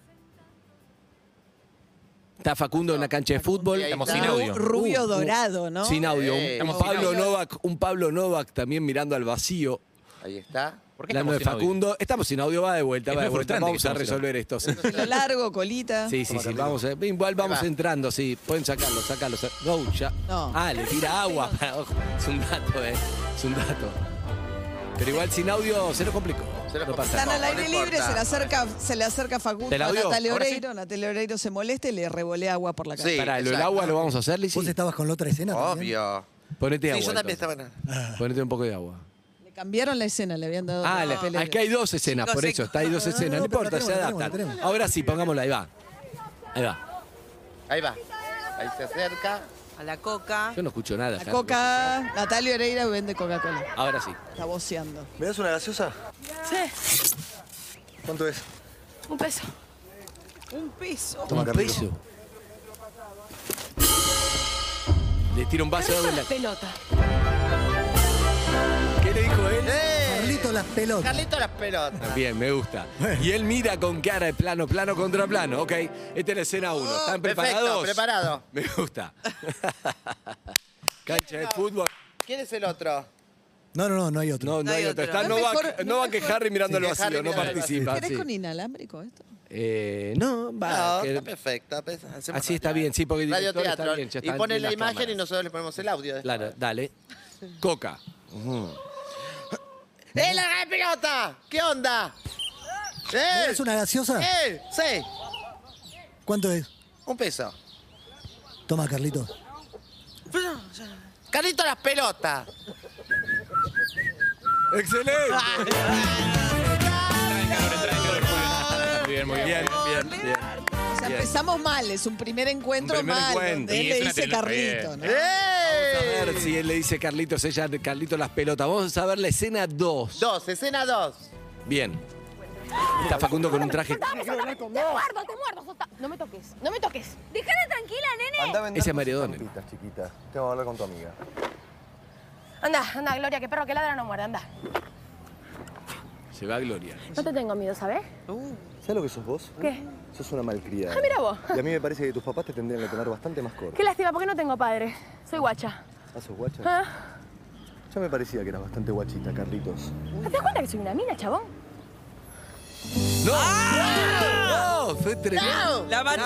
[SPEAKER 10] Está Facundo en la cancha de fútbol.
[SPEAKER 11] ahí Estamos sin está. audio.
[SPEAKER 1] Rubio
[SPEAKER 10] Uh, uh,
[SPEAKER 1] dorado, ¿no?
[SPEAKER 10] Sin audio. Un-
[SPEAKER 11] Eh,
[SPEAKER 10] un,
[SPEAKER 11] Estamos sin
[SPEAKER 10] Pablo
[SPEAKER 11] audio.
[SPEAKER 10] Novak, un Pablo Novak también mirando al vacío.
[SPEAKER 11] Ahí está.
[SPEAKER 10] Hablando de Facundo. Estamos sin audio, va de vuelta,
[SPEAKER 13] Es
[SPEAKER 10] va de
[SPEAKER 13] muy
[SPEAKER 10] vuelta.
[SPEAKER 13] frustrante
[SPEAKER 10] Vamos
[SPEAKER 13] que
[SPEAKER 10] a
[SPEAKER 13] estemos sin
[SPEAKER 10] resolver esto. sí.
[SPEAKER 1] Pelo largo, colita.
[SPEAKER 10] Sí, sí, sí, vamos, eh, igual vamos
[SPEAKER 11] va.
[SPEAKER 10] entrando, sí, pueden sacarlo, sacarlo. sa- No, ya.
[SPEAKER 1] No.
[SPEAKER 10] Ah, le tira agua. para- ojo, es un dato, eh, es un dato. Pero igual sin audio se lo complicó.
[SPEAKER 11] Se lo
[SPEAKER 10] no pasa
[SPEAKER 1] Están
[SPEAKER 10] nada.
[SPEAKER 1] al aire libre, se le acerca, se le acerca Facundo
[SPEAKER 10] ¿Te
[SPEAKER 1] a
[SPEAKER 10] la dio?
[SPEAKER 1] Natalia
[SPEAKER 10] Ahora sí.
[SPEAKER 1] Oreiro, Natalia Oreiro se molesta y le revolea agua por la cara.
[SPEAKER 11] Sí,
[SPEAKER 10] Pará, lo del
[SPEAKER 11] exacto.
[SPEAKER 10] agua lo vamos a hacer, Lizy.
[SPEAKER 14] ¿Vos estabas con la otra escena? también?
[SPEAKER 11] Obvio.
[SPEAKER 10] Ponete
[SPEAKER 11] Sí,
[SPEAKER 10] agua.
[SPEAKER 11] yo también
[SPEAKER 10] entonces.
[SPEAKER 11] estaba en...
[SPEAKER 10] Ponete un poco de agua.
[SPEAKER 1] Le cambiaron la escena, le habían dado
[SPEAKER 10] Ah,
[SPEAKER 1] la
[SPEAKER 10] la-
[SPEAKER 1] pelea.
[SPEAKER 10] es que hay dos escenas,
[SPEAKER 12] No
[SPEAKER 10] por
[SPEAKER 12] sé
[SPEAKER 10] eso, está hay dos
[SPEAKER 14] No, no,
[SPEAKER 10] escenas, no
[SPEAKER 14] no, pero
[SPEAKER 10] importa,
[SPEAKER 14] la
[SPEAKER 10] se
[SPEAKER 14] tenemos, la tenemos, la
[SPEAKER 10] adaptan.
[SPEAKER 14] tenemos.
[SPEAKER 10] Ahora sí, pongámosla, ahí va. Ahí va.
[SPEAKER 11] Ahí va. Ahí se acerca.
[SPEAKER 12] A la coca.
[SPEAKER 10] Yo no escucho nada.
[SPEAKER 1] La
[SPEAKER 10] Fer.
[SPEAKER 1] coca, Natalia Oreira vende Coca-Cola.
[SPEAKER 10] Ahora sí.
[SPEAKER 1] Está voceando.
[SPEAKER 16] ¿Me das una gaseosa?
[SPEAKER 17] Sí,
[SPEAKER 16] ¿Cuánto es?
[SPEAKER 17] un peso. Un peso.
[SPEAKER 10] Toma peso. Le tira un vaso de agua en la...
[SPEAKER 17] pelota.
[SPEAKER 10] ¿Qué le dijo él?
[SPEAKER 14] Carlito las pelotas.
[SPEAKER 11] Carlito las pelotas.
[SPEAKER 10] Bien, me gusta. Y él mira con cara de plano, plano contra plano. Ok, esta es la escena 1. ¿Están preparados?
[SPEAKER 11] Perfecto, preparado.
[SPEAKER 10] Me gusta. Cancha de fútbol.
[SPEAKER 11] ¿Quién es el otro?
[SPEAKER 14] No, no, no, no hay otro.
[SPEAKER 10] No, no, hay otro. Está
[SPEAKER 1] No
[SPEAKER 10] Novak,
[SPEAKER 1] mejor- no
[SPEAKER 10] Novak que
[SPEAKER 1] mejor-
[SPEAKER 10] Harry mirando al
[SPEAKER 11] Sí, que
[SPEAKER 10] vacío,
[SPEAKER 11] Harry
[SPEAKER 10] no
[SPEAKER 11] mirando al vacío.
[SPEAKER 10] participa.
[SPEAKER 1] ¿Querés
[SPEAKER 10] Ah, sí.
[SPEAKER 1] con inalámbrico esto?
[SPEAKER 10] Eh, no, va.
[SPEAKER 11] No,
[SPEAKER 10] que-
[SPEAKER 11] está perfecto. pues, hacemos
[SPEAKER 10] así está bien, sí, porque el
[SPEAKER 11] Radio
[SPEAKER 10] director
[SPEAKER 11] teatro.
[SPEAKER 10] está bien. ya
[SPEAKER 11] y
[SPEAKER 10] están
[SPEAKER 11] ponen
[SPEAKER 10] bien
[SPEAKER 11] la
[SPEAKER 10] las
[SPEAKER 11] imagen
[SPEAKER 10] cámaras.
[SPEAKER 11] y nosotros le ponemos el audio.
[SPEAKER 10] Claro, dale. Coca.
[SPEAKER 11] ¡Eh, la gran pelota! ¿Qué onda?
[SPEAKER 14] ¿Me
[SPEAKER 11] ¡Eh!
[SPEAKER 14] das una gaseosa?
[SPEAKER 11] ¡Eh! ¡Sí!
[SPEAKER 14] ¿Cuánto es?
[SPEAKER 11] Un peso.
[SPEAKER 14] Toma, Carlito.
[SPEAKER 11] ¡Carlito las pelotas!
[SPEAKER 10] ¡Excelente!
[SPEAKER 13] Muy bien, muy bien.
[SPEAKER 10] Bien, bien, bien.
[SPEAKER 1] O sea,
[SPEAKER 10] Bien.
[SPEAKER 1] empezamos mal, es un primer encuentro
[SPEAKER 10] Un primer
[SPEAKER 1] mal.
[SPEAKER 10] encuentro.
[SPEAKER 1] donde él
[SPEAKER 10] Y es
[SPEAKER 1] le
[SPEAKER 10] una
[SPEAKER 1] dice
[SPEAKER 10] telenovela.
[SPEAKER 1] Carlito,
[SPEAKER 16] Ah,
[SPEAKER 1] ¿no?
[SPEAKER 10] A
[SPEAKER 11] ¡Eh!
[SPEAKER 10] ver si él le dice Carlitos, ella, Carlitos las pelotas. Vamos a ver la escena 2.
[SPEAKER 11] Dos, escena dos.
[SPEAKER 10] Bien. Está Facundo con un traje.
[SPEAKER 17] Te muerdo, te muerdo, soltá. No me toques, no me toques. Déjame tranquila, nene.
[SPEAKER 16] Andá a vender
[SPEAKER 10] Ese
[SPEAKER 16] tus
[SPEAKER 10] es Maradona.
[SPEAKER 16] estampitas, chiquita. Tengo que hablar con tu amiga.
[SPEAKER 17] Anda, anda, Gloria, que perro que ladra no muerde, anda.
[SPEAKER 10] Se va Gloria.
[SPEAKER 17] No te tengo miedo, ¿sabes?
[SPEAKER 11] Uh.
[SPEAKER 16] ¿Sabes lo que sos vos?
[SPEAKER 17] ¿Qué?
[SPEAKER 16] Sos una malcriada.
[SPEAKER 17] Ah, mira vos.
[SPEAKER 16] Y a mí me parece que tus papás te tendrían que tener bastante más corto.
[SPEAKER 17] Qué lástima, porque no tengo padre. Soy guacha.
[SPEAKER 16] ¿A sos guacha?
[SPEAKER 17] ¿Ah?
[SPEAKER 16] Ya me parecía que eras bastante guachita, Carlitos.
[SPEAKER 17] ¿Te das cuenta que soy una mina, chabón?
[SPEAKER 10] ¡No! ¡No! Fue tremendo.
[SPEAKER 12] ¡La mató!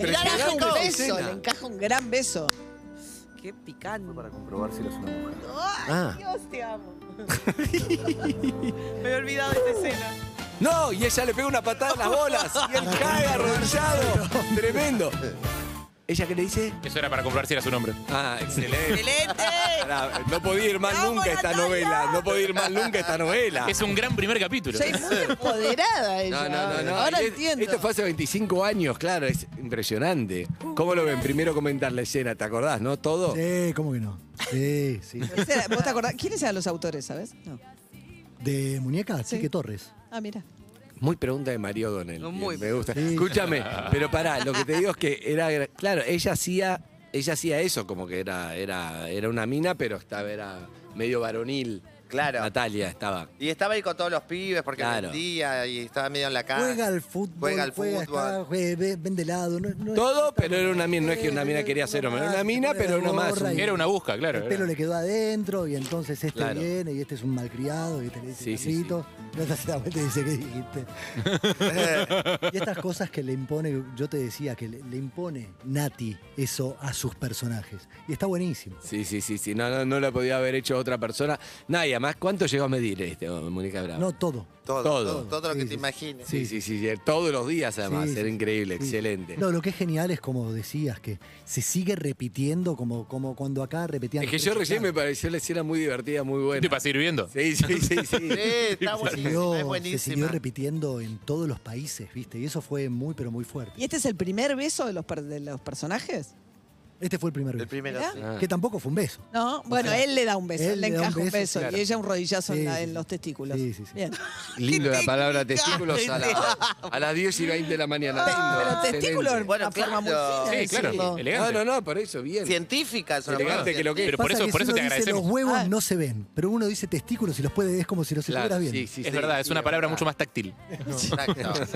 [SPEAKER 1] Le ¡Ah! encaja un
[SPEAKER 10] Impresionante
[SPEAKER 1] beso,
[SPEAKER 10] escena.
[SPEAKER 1] le encaja un gran beso.
[SPEAKER 12] Qué picante.
[SPEAKER 16] Para comprobar si eras una mujer.
[SPEAKER 10] Ah.
[SPEAKER 7] Dios te amo.
[SPEAKER 12] Me he olvidado de esta escena.
[SPEAKER 10] No, y ella le pega una patada en las bolas y él cae arrodillado. Tremendo. ¿Ella qué le dice?
[SPEAKER 13] Eso era para comprobar si eras un hombre.
[SPEAKER 10] Ah, excelente.
[SPEAKER 12] ¡Excelente!
[SPEAKER 10] Pará, No podía ir mal nunca esta novela. No podía ir mal nunca esta novela.
[SPEAKER 13] Es un gran primer capítulo.
[SPEAKER 1] Soy muy empoderada ella.
[SPEAKER 10] No, no, no, no.
[SPEAKER 1] Ahora
[SPEAKER 10] Y es-
[SPEAKER 1] entiendo.
[SPEAKER 10] Esto fue hace 25 años, claro, es impresionante. ¿Cómo lo ven? Primero comentar la escena, ¿te acordás, no? Todo.
[SPEAKER 14] Sí, ¿cómo que no? Sí, sí.
[SPEAKER 1] Ese Este era- ¿Vos te acordás? ¿Quiénes eran los autores, sabes? No.
[SPEAKER 14] ¿De muñeca?
[SPEAKER 1] Sí.
[SPEAKER 14] Sí. que Torres.
[SPEAKER 1] Ah, mira.
[SPEAKER 10] Muy pregunta de Mario Donel.
[SPEAKER 12] Muy.
[SPEAKER 10] Me gusta.
[SPEAKER 14] Sí.
[SPEAKER 10] Escúchame, pero pará, lo que te digo es que era. Claro, ella hacía. Ella hacía eso, como que era, era, era una mina, pero estaba, era medio varonil.
[SPEAKER 11] Claro.
[SPEAKER 10] Natalia estaba.
[SPEAKER 11] Y estaba ahí con todos los pibes porque
[SPEAKER 10] Claro.
[SPEAKER 11] vendía y estaba medio en la casa.
[SPEAKER 14] Juega al fútbol.
[SPEAKER 11] Juega al fútbol.
[SPEAKER 14] está, jue- ve- vende helado. No, no- Eh,
[SPEAKER 10] Todo, pero era una mina, no es que una mina quería ser hombre, era una mina, pero una más.
[SPEAKER 14] gorra y-
[SPEAKER 13] Era una busca, claro.
[SPEAKER 14] El
[SPEAKER 13] era.
[SPEAKER 14] pelo le quedó adentro y entonces este
[SPEAKER 13] Claro.
[SPEAKER 14] viene y este es un malcriado y este le dice
[SPEAKER 13] Sí, sí, sí.
[SPEAKER 14] "Carlito", No te hace la vuelta y dice, ¿qué dijiste? y estas cosas que le impone, yo te decía, que le, le impone Nati eso a sus personajes. Y está buenísimo.
[SPEAKER 10] Sí, sí, sí, sí. No, no, no la podía haber hecho otra persona. Nada, y además, ¿cuánto llegó a medir este Mónica Bravo?
[SPEAKER 14] No todo.
[SPEAKER 11] Todo,
[SPEAKER 10] Todo.
[SPEAKER 11] todo, todo lo que te imagines.
[SPEAKER 10] Sí, sí, sí, sí, Todos los días, además.
[SPEAKER 14] Sí,
[SPEAKER 10] era
[SPEAKER 14] sí,
[SPEAKER 10] increíble,
[SPEAKER 14] sí.
[SPEAKER 10] excelente.
[SPEAKER 14] No, lo que es genial es como decías, que se sigue repitiendo como, como cuando acá repetían.
[SPEAKER 10] Es que yo recién me pareció la escena muy divertida, muy buena.
[SPEAKER 13] Estoy para seguir viendo.
[SPEAKER 10] Sí, sí, sí. sí.
[SPEAKER 11] está
[SPEAKER 14] se
[SPEAKER 11] buenísima,
[SPEAKER 14] siguió,
[SPEAKER 11] es
[SPEAKER 14] se
[SPEAKER 11] buenísima.
[SPEAKER 14] siguió repitiendo en todos los países, ¿viste? Y eso fue muy, pero muy fuerte.
[SPEAKER 1] ¿Y este es el primer beso de los, per- de los personajes?
[SPEAKER 14] Este fue el primer beso.
[SPEAKER 11] primero,
[SPEAKER 1] Mirá.
[SPEAKER 11] sí.
[SPEAKER 10] Ah.
[SPEAKER 14] Que tampoco fue un beso.
[SPEAKER 1] No, bueno,
[SPEAKER 14] sea,
[SPEAKER 1] él le da un beso,
[SPEAKER 14] él
[SPEAKER 1] él le
[SPEAKER 14] le da un
[SPEAKER 1] encaja un beso,
[SPEAKER 14] beso, claro.
[SPEAKER 1] y ella un rodillazo en,
[SPEAKER 14] Sí,
[SPEAKER 1] la-
[SPEAKER 14] sí,
[SPEAKER 1] en los testículos. Bien.
[SPEAKER 10] Lindo la palabra
[SPEAKER 1] técnica!
[SPEAKER 10] testículos a, la- a las 10 y 20 de la
[SPEAKER 14] Ah,
[SPEAKER 10] mañana.
[SPEAKER 1] Pero
[SPEAKER 10] Lindo,
[SPEAKER 1] testículos,
[SPEAKER 10] excelente.
[SPEAKER 1] bueno, forma muy fina de decirlo.
[SPEAKER 10] No, no, no, por eso, bien.
[SPEAKER 11] Científica, es una
[SPEAKER 10] Elegante
[SPEAKER 11] palabra
[SPEAKER 10] que lo que es.
[SPEAKER 13] Pero por
[SPEAKER 14] Pasa
[SPEAKER 13] eso,
[SPEAKER 14] que
[SPEAKER 13] por
[SPEAKER 14] si
[SPEAKER 13] eso
[SPEAKER 14] uno
[SPEAKER 13] te
[SPEAKER 14] dice,
[SPEAKER 13] agradecemos.
[SPEAKER 14] Los
[SPEAKER 1] Ah.
[SPEAKER 14] huevos no se ven, pero uno dice testículos y los puede, es como si los estuvieras viendo.
[SPEAKER 10] sí,
[SPEAKER 13] es
[SPEAKER 10] sí,
[SPEAKER 13] verdad, es
[SPEAKER 10] sí,
[SPEAKER 13] una
[SPEAKER 10] es
[SPEAKER 13] palabra
[SPEAKER 10] verdad.
[SPEAKER 13] mucho más táctil.
[SPEAKER 11] Exacto.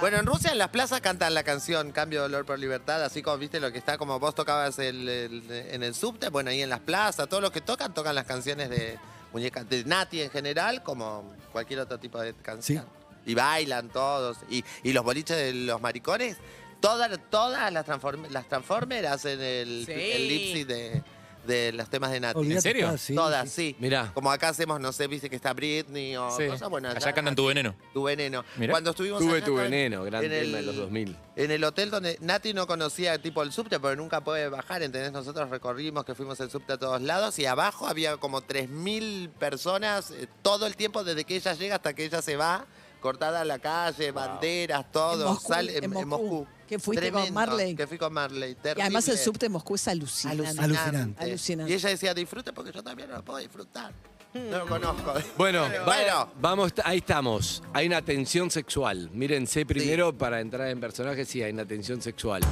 [SPEAKER 11] bueno, en Rusia en las plazas cantan la canción Cambio de Dolor por Libertad, así como viste lo que está como vos tocabas el- el- en el subte, bueno, ahí en las plazas, todos los que tocan tocan las canciones de muñecas de Nati en general, como cualquier otro tipo de canción. Y bailan todos. Y, y los boliches de los maricones, todas, todas las, transform, las Transformers hacen el,
[SPEAKER 12] Sí.
[SPEAKER 11] el lipsy de, de los temas de Nati.
[SPEAKER 14] Olvídate, ¿En serio? todas, sí,
[SPEAKER 11] Todas, sí.
[SPEAKER 10] Mirá.
[SPEAKER 11] Como acá hacemos, no sé, viste que está Britney o
[SPEAKER 13] Sí.
[SPEAKER 11] cosas, bueno,
[SPEAKER 13] Allá cantan tu veneno.
[SPEAKER 11] tu veneno.
[SPEAKER 13] Mirá.
[SPEAKER 11] Cuando estuvimos
[SPEAKER 10] Tuve
[SPEAKER 11] acá
[SPEAKER 10] tu
[SPEAKER 11] con-
[SPEAKER 10] veneno, gran tema de los 2000.
[SPEAKER 11] En el hotel donde Nati no conocía tipo el subte, pero nunca puede bajar, ¿entendés? Nosotros recorrimos que fuimos el subte a todos lados y abajo había como 3.000 personas eh, todo el tiempo desde que ella llega hasta que ella se va, cortada la calle, banderas, todo.
[SPEAKER 1] En Moscú,
[SPEAKER 11] sal-
[SPEAKER 1] en Moscú. Que fuiste con
[SPEAKER 11] Tremendo,
[SPEAKER 1] Marley.
[SPEAKER 11] Que fui con Marley.
[SPEAKER 1] Y además el
[SPEAKER 11] terrible.
[SPEAKER 1] subte de Moscú es alucinante.
[SPEAKER 11] Alucinante.
[SPEAKER 1] Alucinante.
[SPEAKER 11] Y ella decía, disfrute porque yo también no lo puedo disfrutar. No lo conozco.
[SPEAKER 10] Bueno,
[SPEAKER 11] Pero
[SPEAKER 10] va- vamos, ahí estamos. Hay una tensión sexual. Mírense primero para entrar en personaje, sí, hay una tensión sexual.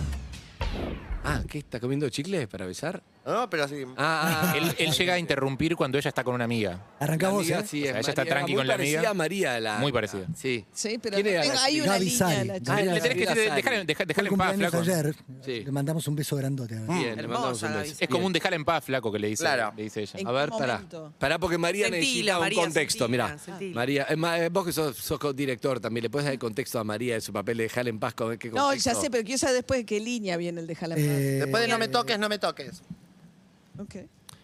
[SPEAKER 10] Ah, ¿qué? ¿Está comiendo chicles para besar?
[SPEAKER 11] No, pero sí.
[SPEAKER 10] Ah, ah,
[SPEAKER 13] Él, él llega a interrumpir cuando ella está con una amiga.
[SPEAKER 14] Arrancamos,
[SPEAKER 10] La amiga,
[SPEAKER 14] ¿eh?
[SPEAKER 10] sí,
[SPEAKER 13] O sea,
[SPEAKER 10] es
[SPEAKER 13] ella está
[SPEAKER 10] María,
[SPEAKER 13] tranqui
[SPEAKER 10] muy
[SPEAKER 13] con la
[SPEAKER 10] parecida
[SPEAKER 13] amiga.
[SPEAKER 10] a María, la
[SPEAKER 13] Muy
[SPEAKER 10] amiga. Ah,
[SPEAKER 13] parecida.
[SPEAKER 10] Sí.
[SPEAKER 1] Sí, pero
[SPEAKER 10] ¿Quién era
[SPEAKER 1] tengo-
[SPEAKER 10] la
[SPEAKER 1] hay una
[SPEAKER 14] Gaby
[SPEAKER 1] línea.
[SPEAKER 14] Sari.
[SPEAKER 1] la
[SPEAKER 14] Gaby
[SPEAKER 1] chica.
[SPEAKER 13] Le tenés que decir,
[SPEAKER 10] Gaby Lazari.
[SPEAKER 13] dejar,
[SPEAKER 14] Fue el
[SPEAKER 13] en paz,
[SPEAKER 14] cumpleaños
[SPEAKER 13] flaco.
[SPEAKER 14] ayer.
[SPEAKER 10] Sí.
[SPEAKER 14] Le mandamos un beso grandote. a
[SPEAKER 10] Bien, le mandamos un beso.
[SPEAKER 13] Es como un dejar en paz, flaco, que le dice.
[SPEAKER 11] Claro.
[SPEAKER 13] Le dice ella.
[SPEAKER 1] ¿En
[SPEAKER 10] A ver,
[SPEAKER 1] qué
[SPEAKER 10] pará.
[SPEAKER 1] momento?
[SPEAKER 10] Pará, porque María
[SPEAKER 12] Sentila,
[SPEAKER 10] necesita
[SPEAKER 12] María,
[SPEAKER 10] un contexto,
[SPEAKER 12] sentila,
[SPEAKER 10] mirá.
[SPEAKER 12] sentila.
[SPEAKER 10] María, es más, eh, vos que sos, sos co-director también, ¿le podés dar el contexto a María de su papel de dejar en paz con qué
[SPEAKER 1] No, ya
[SPEAKER 10] contexto?
[SPEAKER 1] sé, pero quiero saber después de qué línea viene el de Jalamar.
[SPEAKER 14] Eh,
[SPEAKER 11] Después de no me toques, no me toques.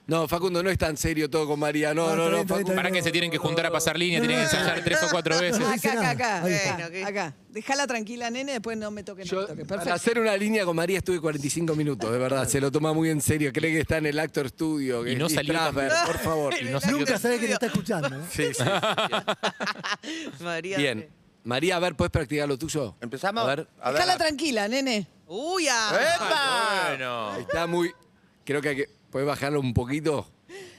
[SPEAKER 10] No, Facundo, no es tan serio todo con María. No,
[SPEAKER 14] No, está
[SPEAKER 10] no,
[SPEAKER 14] bien,
[SPEAKER 10] no,
[SPEAKER 14] está bien,
[SPEAKER 10] Facundo.
[SPEAKER 14] está
[SPEAKER 13] Para que se tienen que juntar a pasar línea,
[SPEAKER 14] No,
[SPEAKER 13] tienen que
[SPEAKER 14] no,
[SPEAKER 13] ensayar tres o cuatro veces.
[SPEAKER 14] dice
[SPEAKER 1] Ah, Acá, acá,
[SPEAKER 14] nada.
[SPEAKER 1] acá.
[SPEAKER 14] Ahí
[SPEAKER 1] acá,
[SPEAKER 14] está.
[SPEAKER 1] acá, acá. Dejala tranquila, nene, después no me toques, no me toques.
[SPEAKER 10] Para
[SPEAKER 1] Perfecto.
[SPEAKER 10] hacer una línea con María estuve 45 minutos, de verdad. Se lo toma muy en serio. Cree que está en el Actor Studio. Que
[SPEAKER 13] Y no
[SPEAKER 10] es
[SPEAKER 13] salió tan
[SPEAKER 10] Strasberg,
[SPEAKER 13] bien.
[SPEAKER 10] por favor.
[SPEAKER 13] Y no salió
[SPEAKER 14] Nunca
[SPEAKER 13] tan-
[SPEAKER 14] sabe que te está escuchando. ¿eh?
[SPEAKER 10] Sí, sí, sí.
[SPEAKER 12] María.
[SPEAKER 10] Bien. María, a ver, ¿puedes practicar lo tuyo?
[SPEAKER 11] Empezamos.
[SPEAKER 10] A ver.
[SPEAKER 11] A ver,
[SPEAKER 1] Dejala tranquila, nene.
[SPEAKER 12] Uy, ah.
[SPEAKER 11] ¡Epa!
[SPEAKER 13] Bueno.
[SPEAKER 10] Está muy. Creo que hay que. ¿Puedes bajarlo un poquito?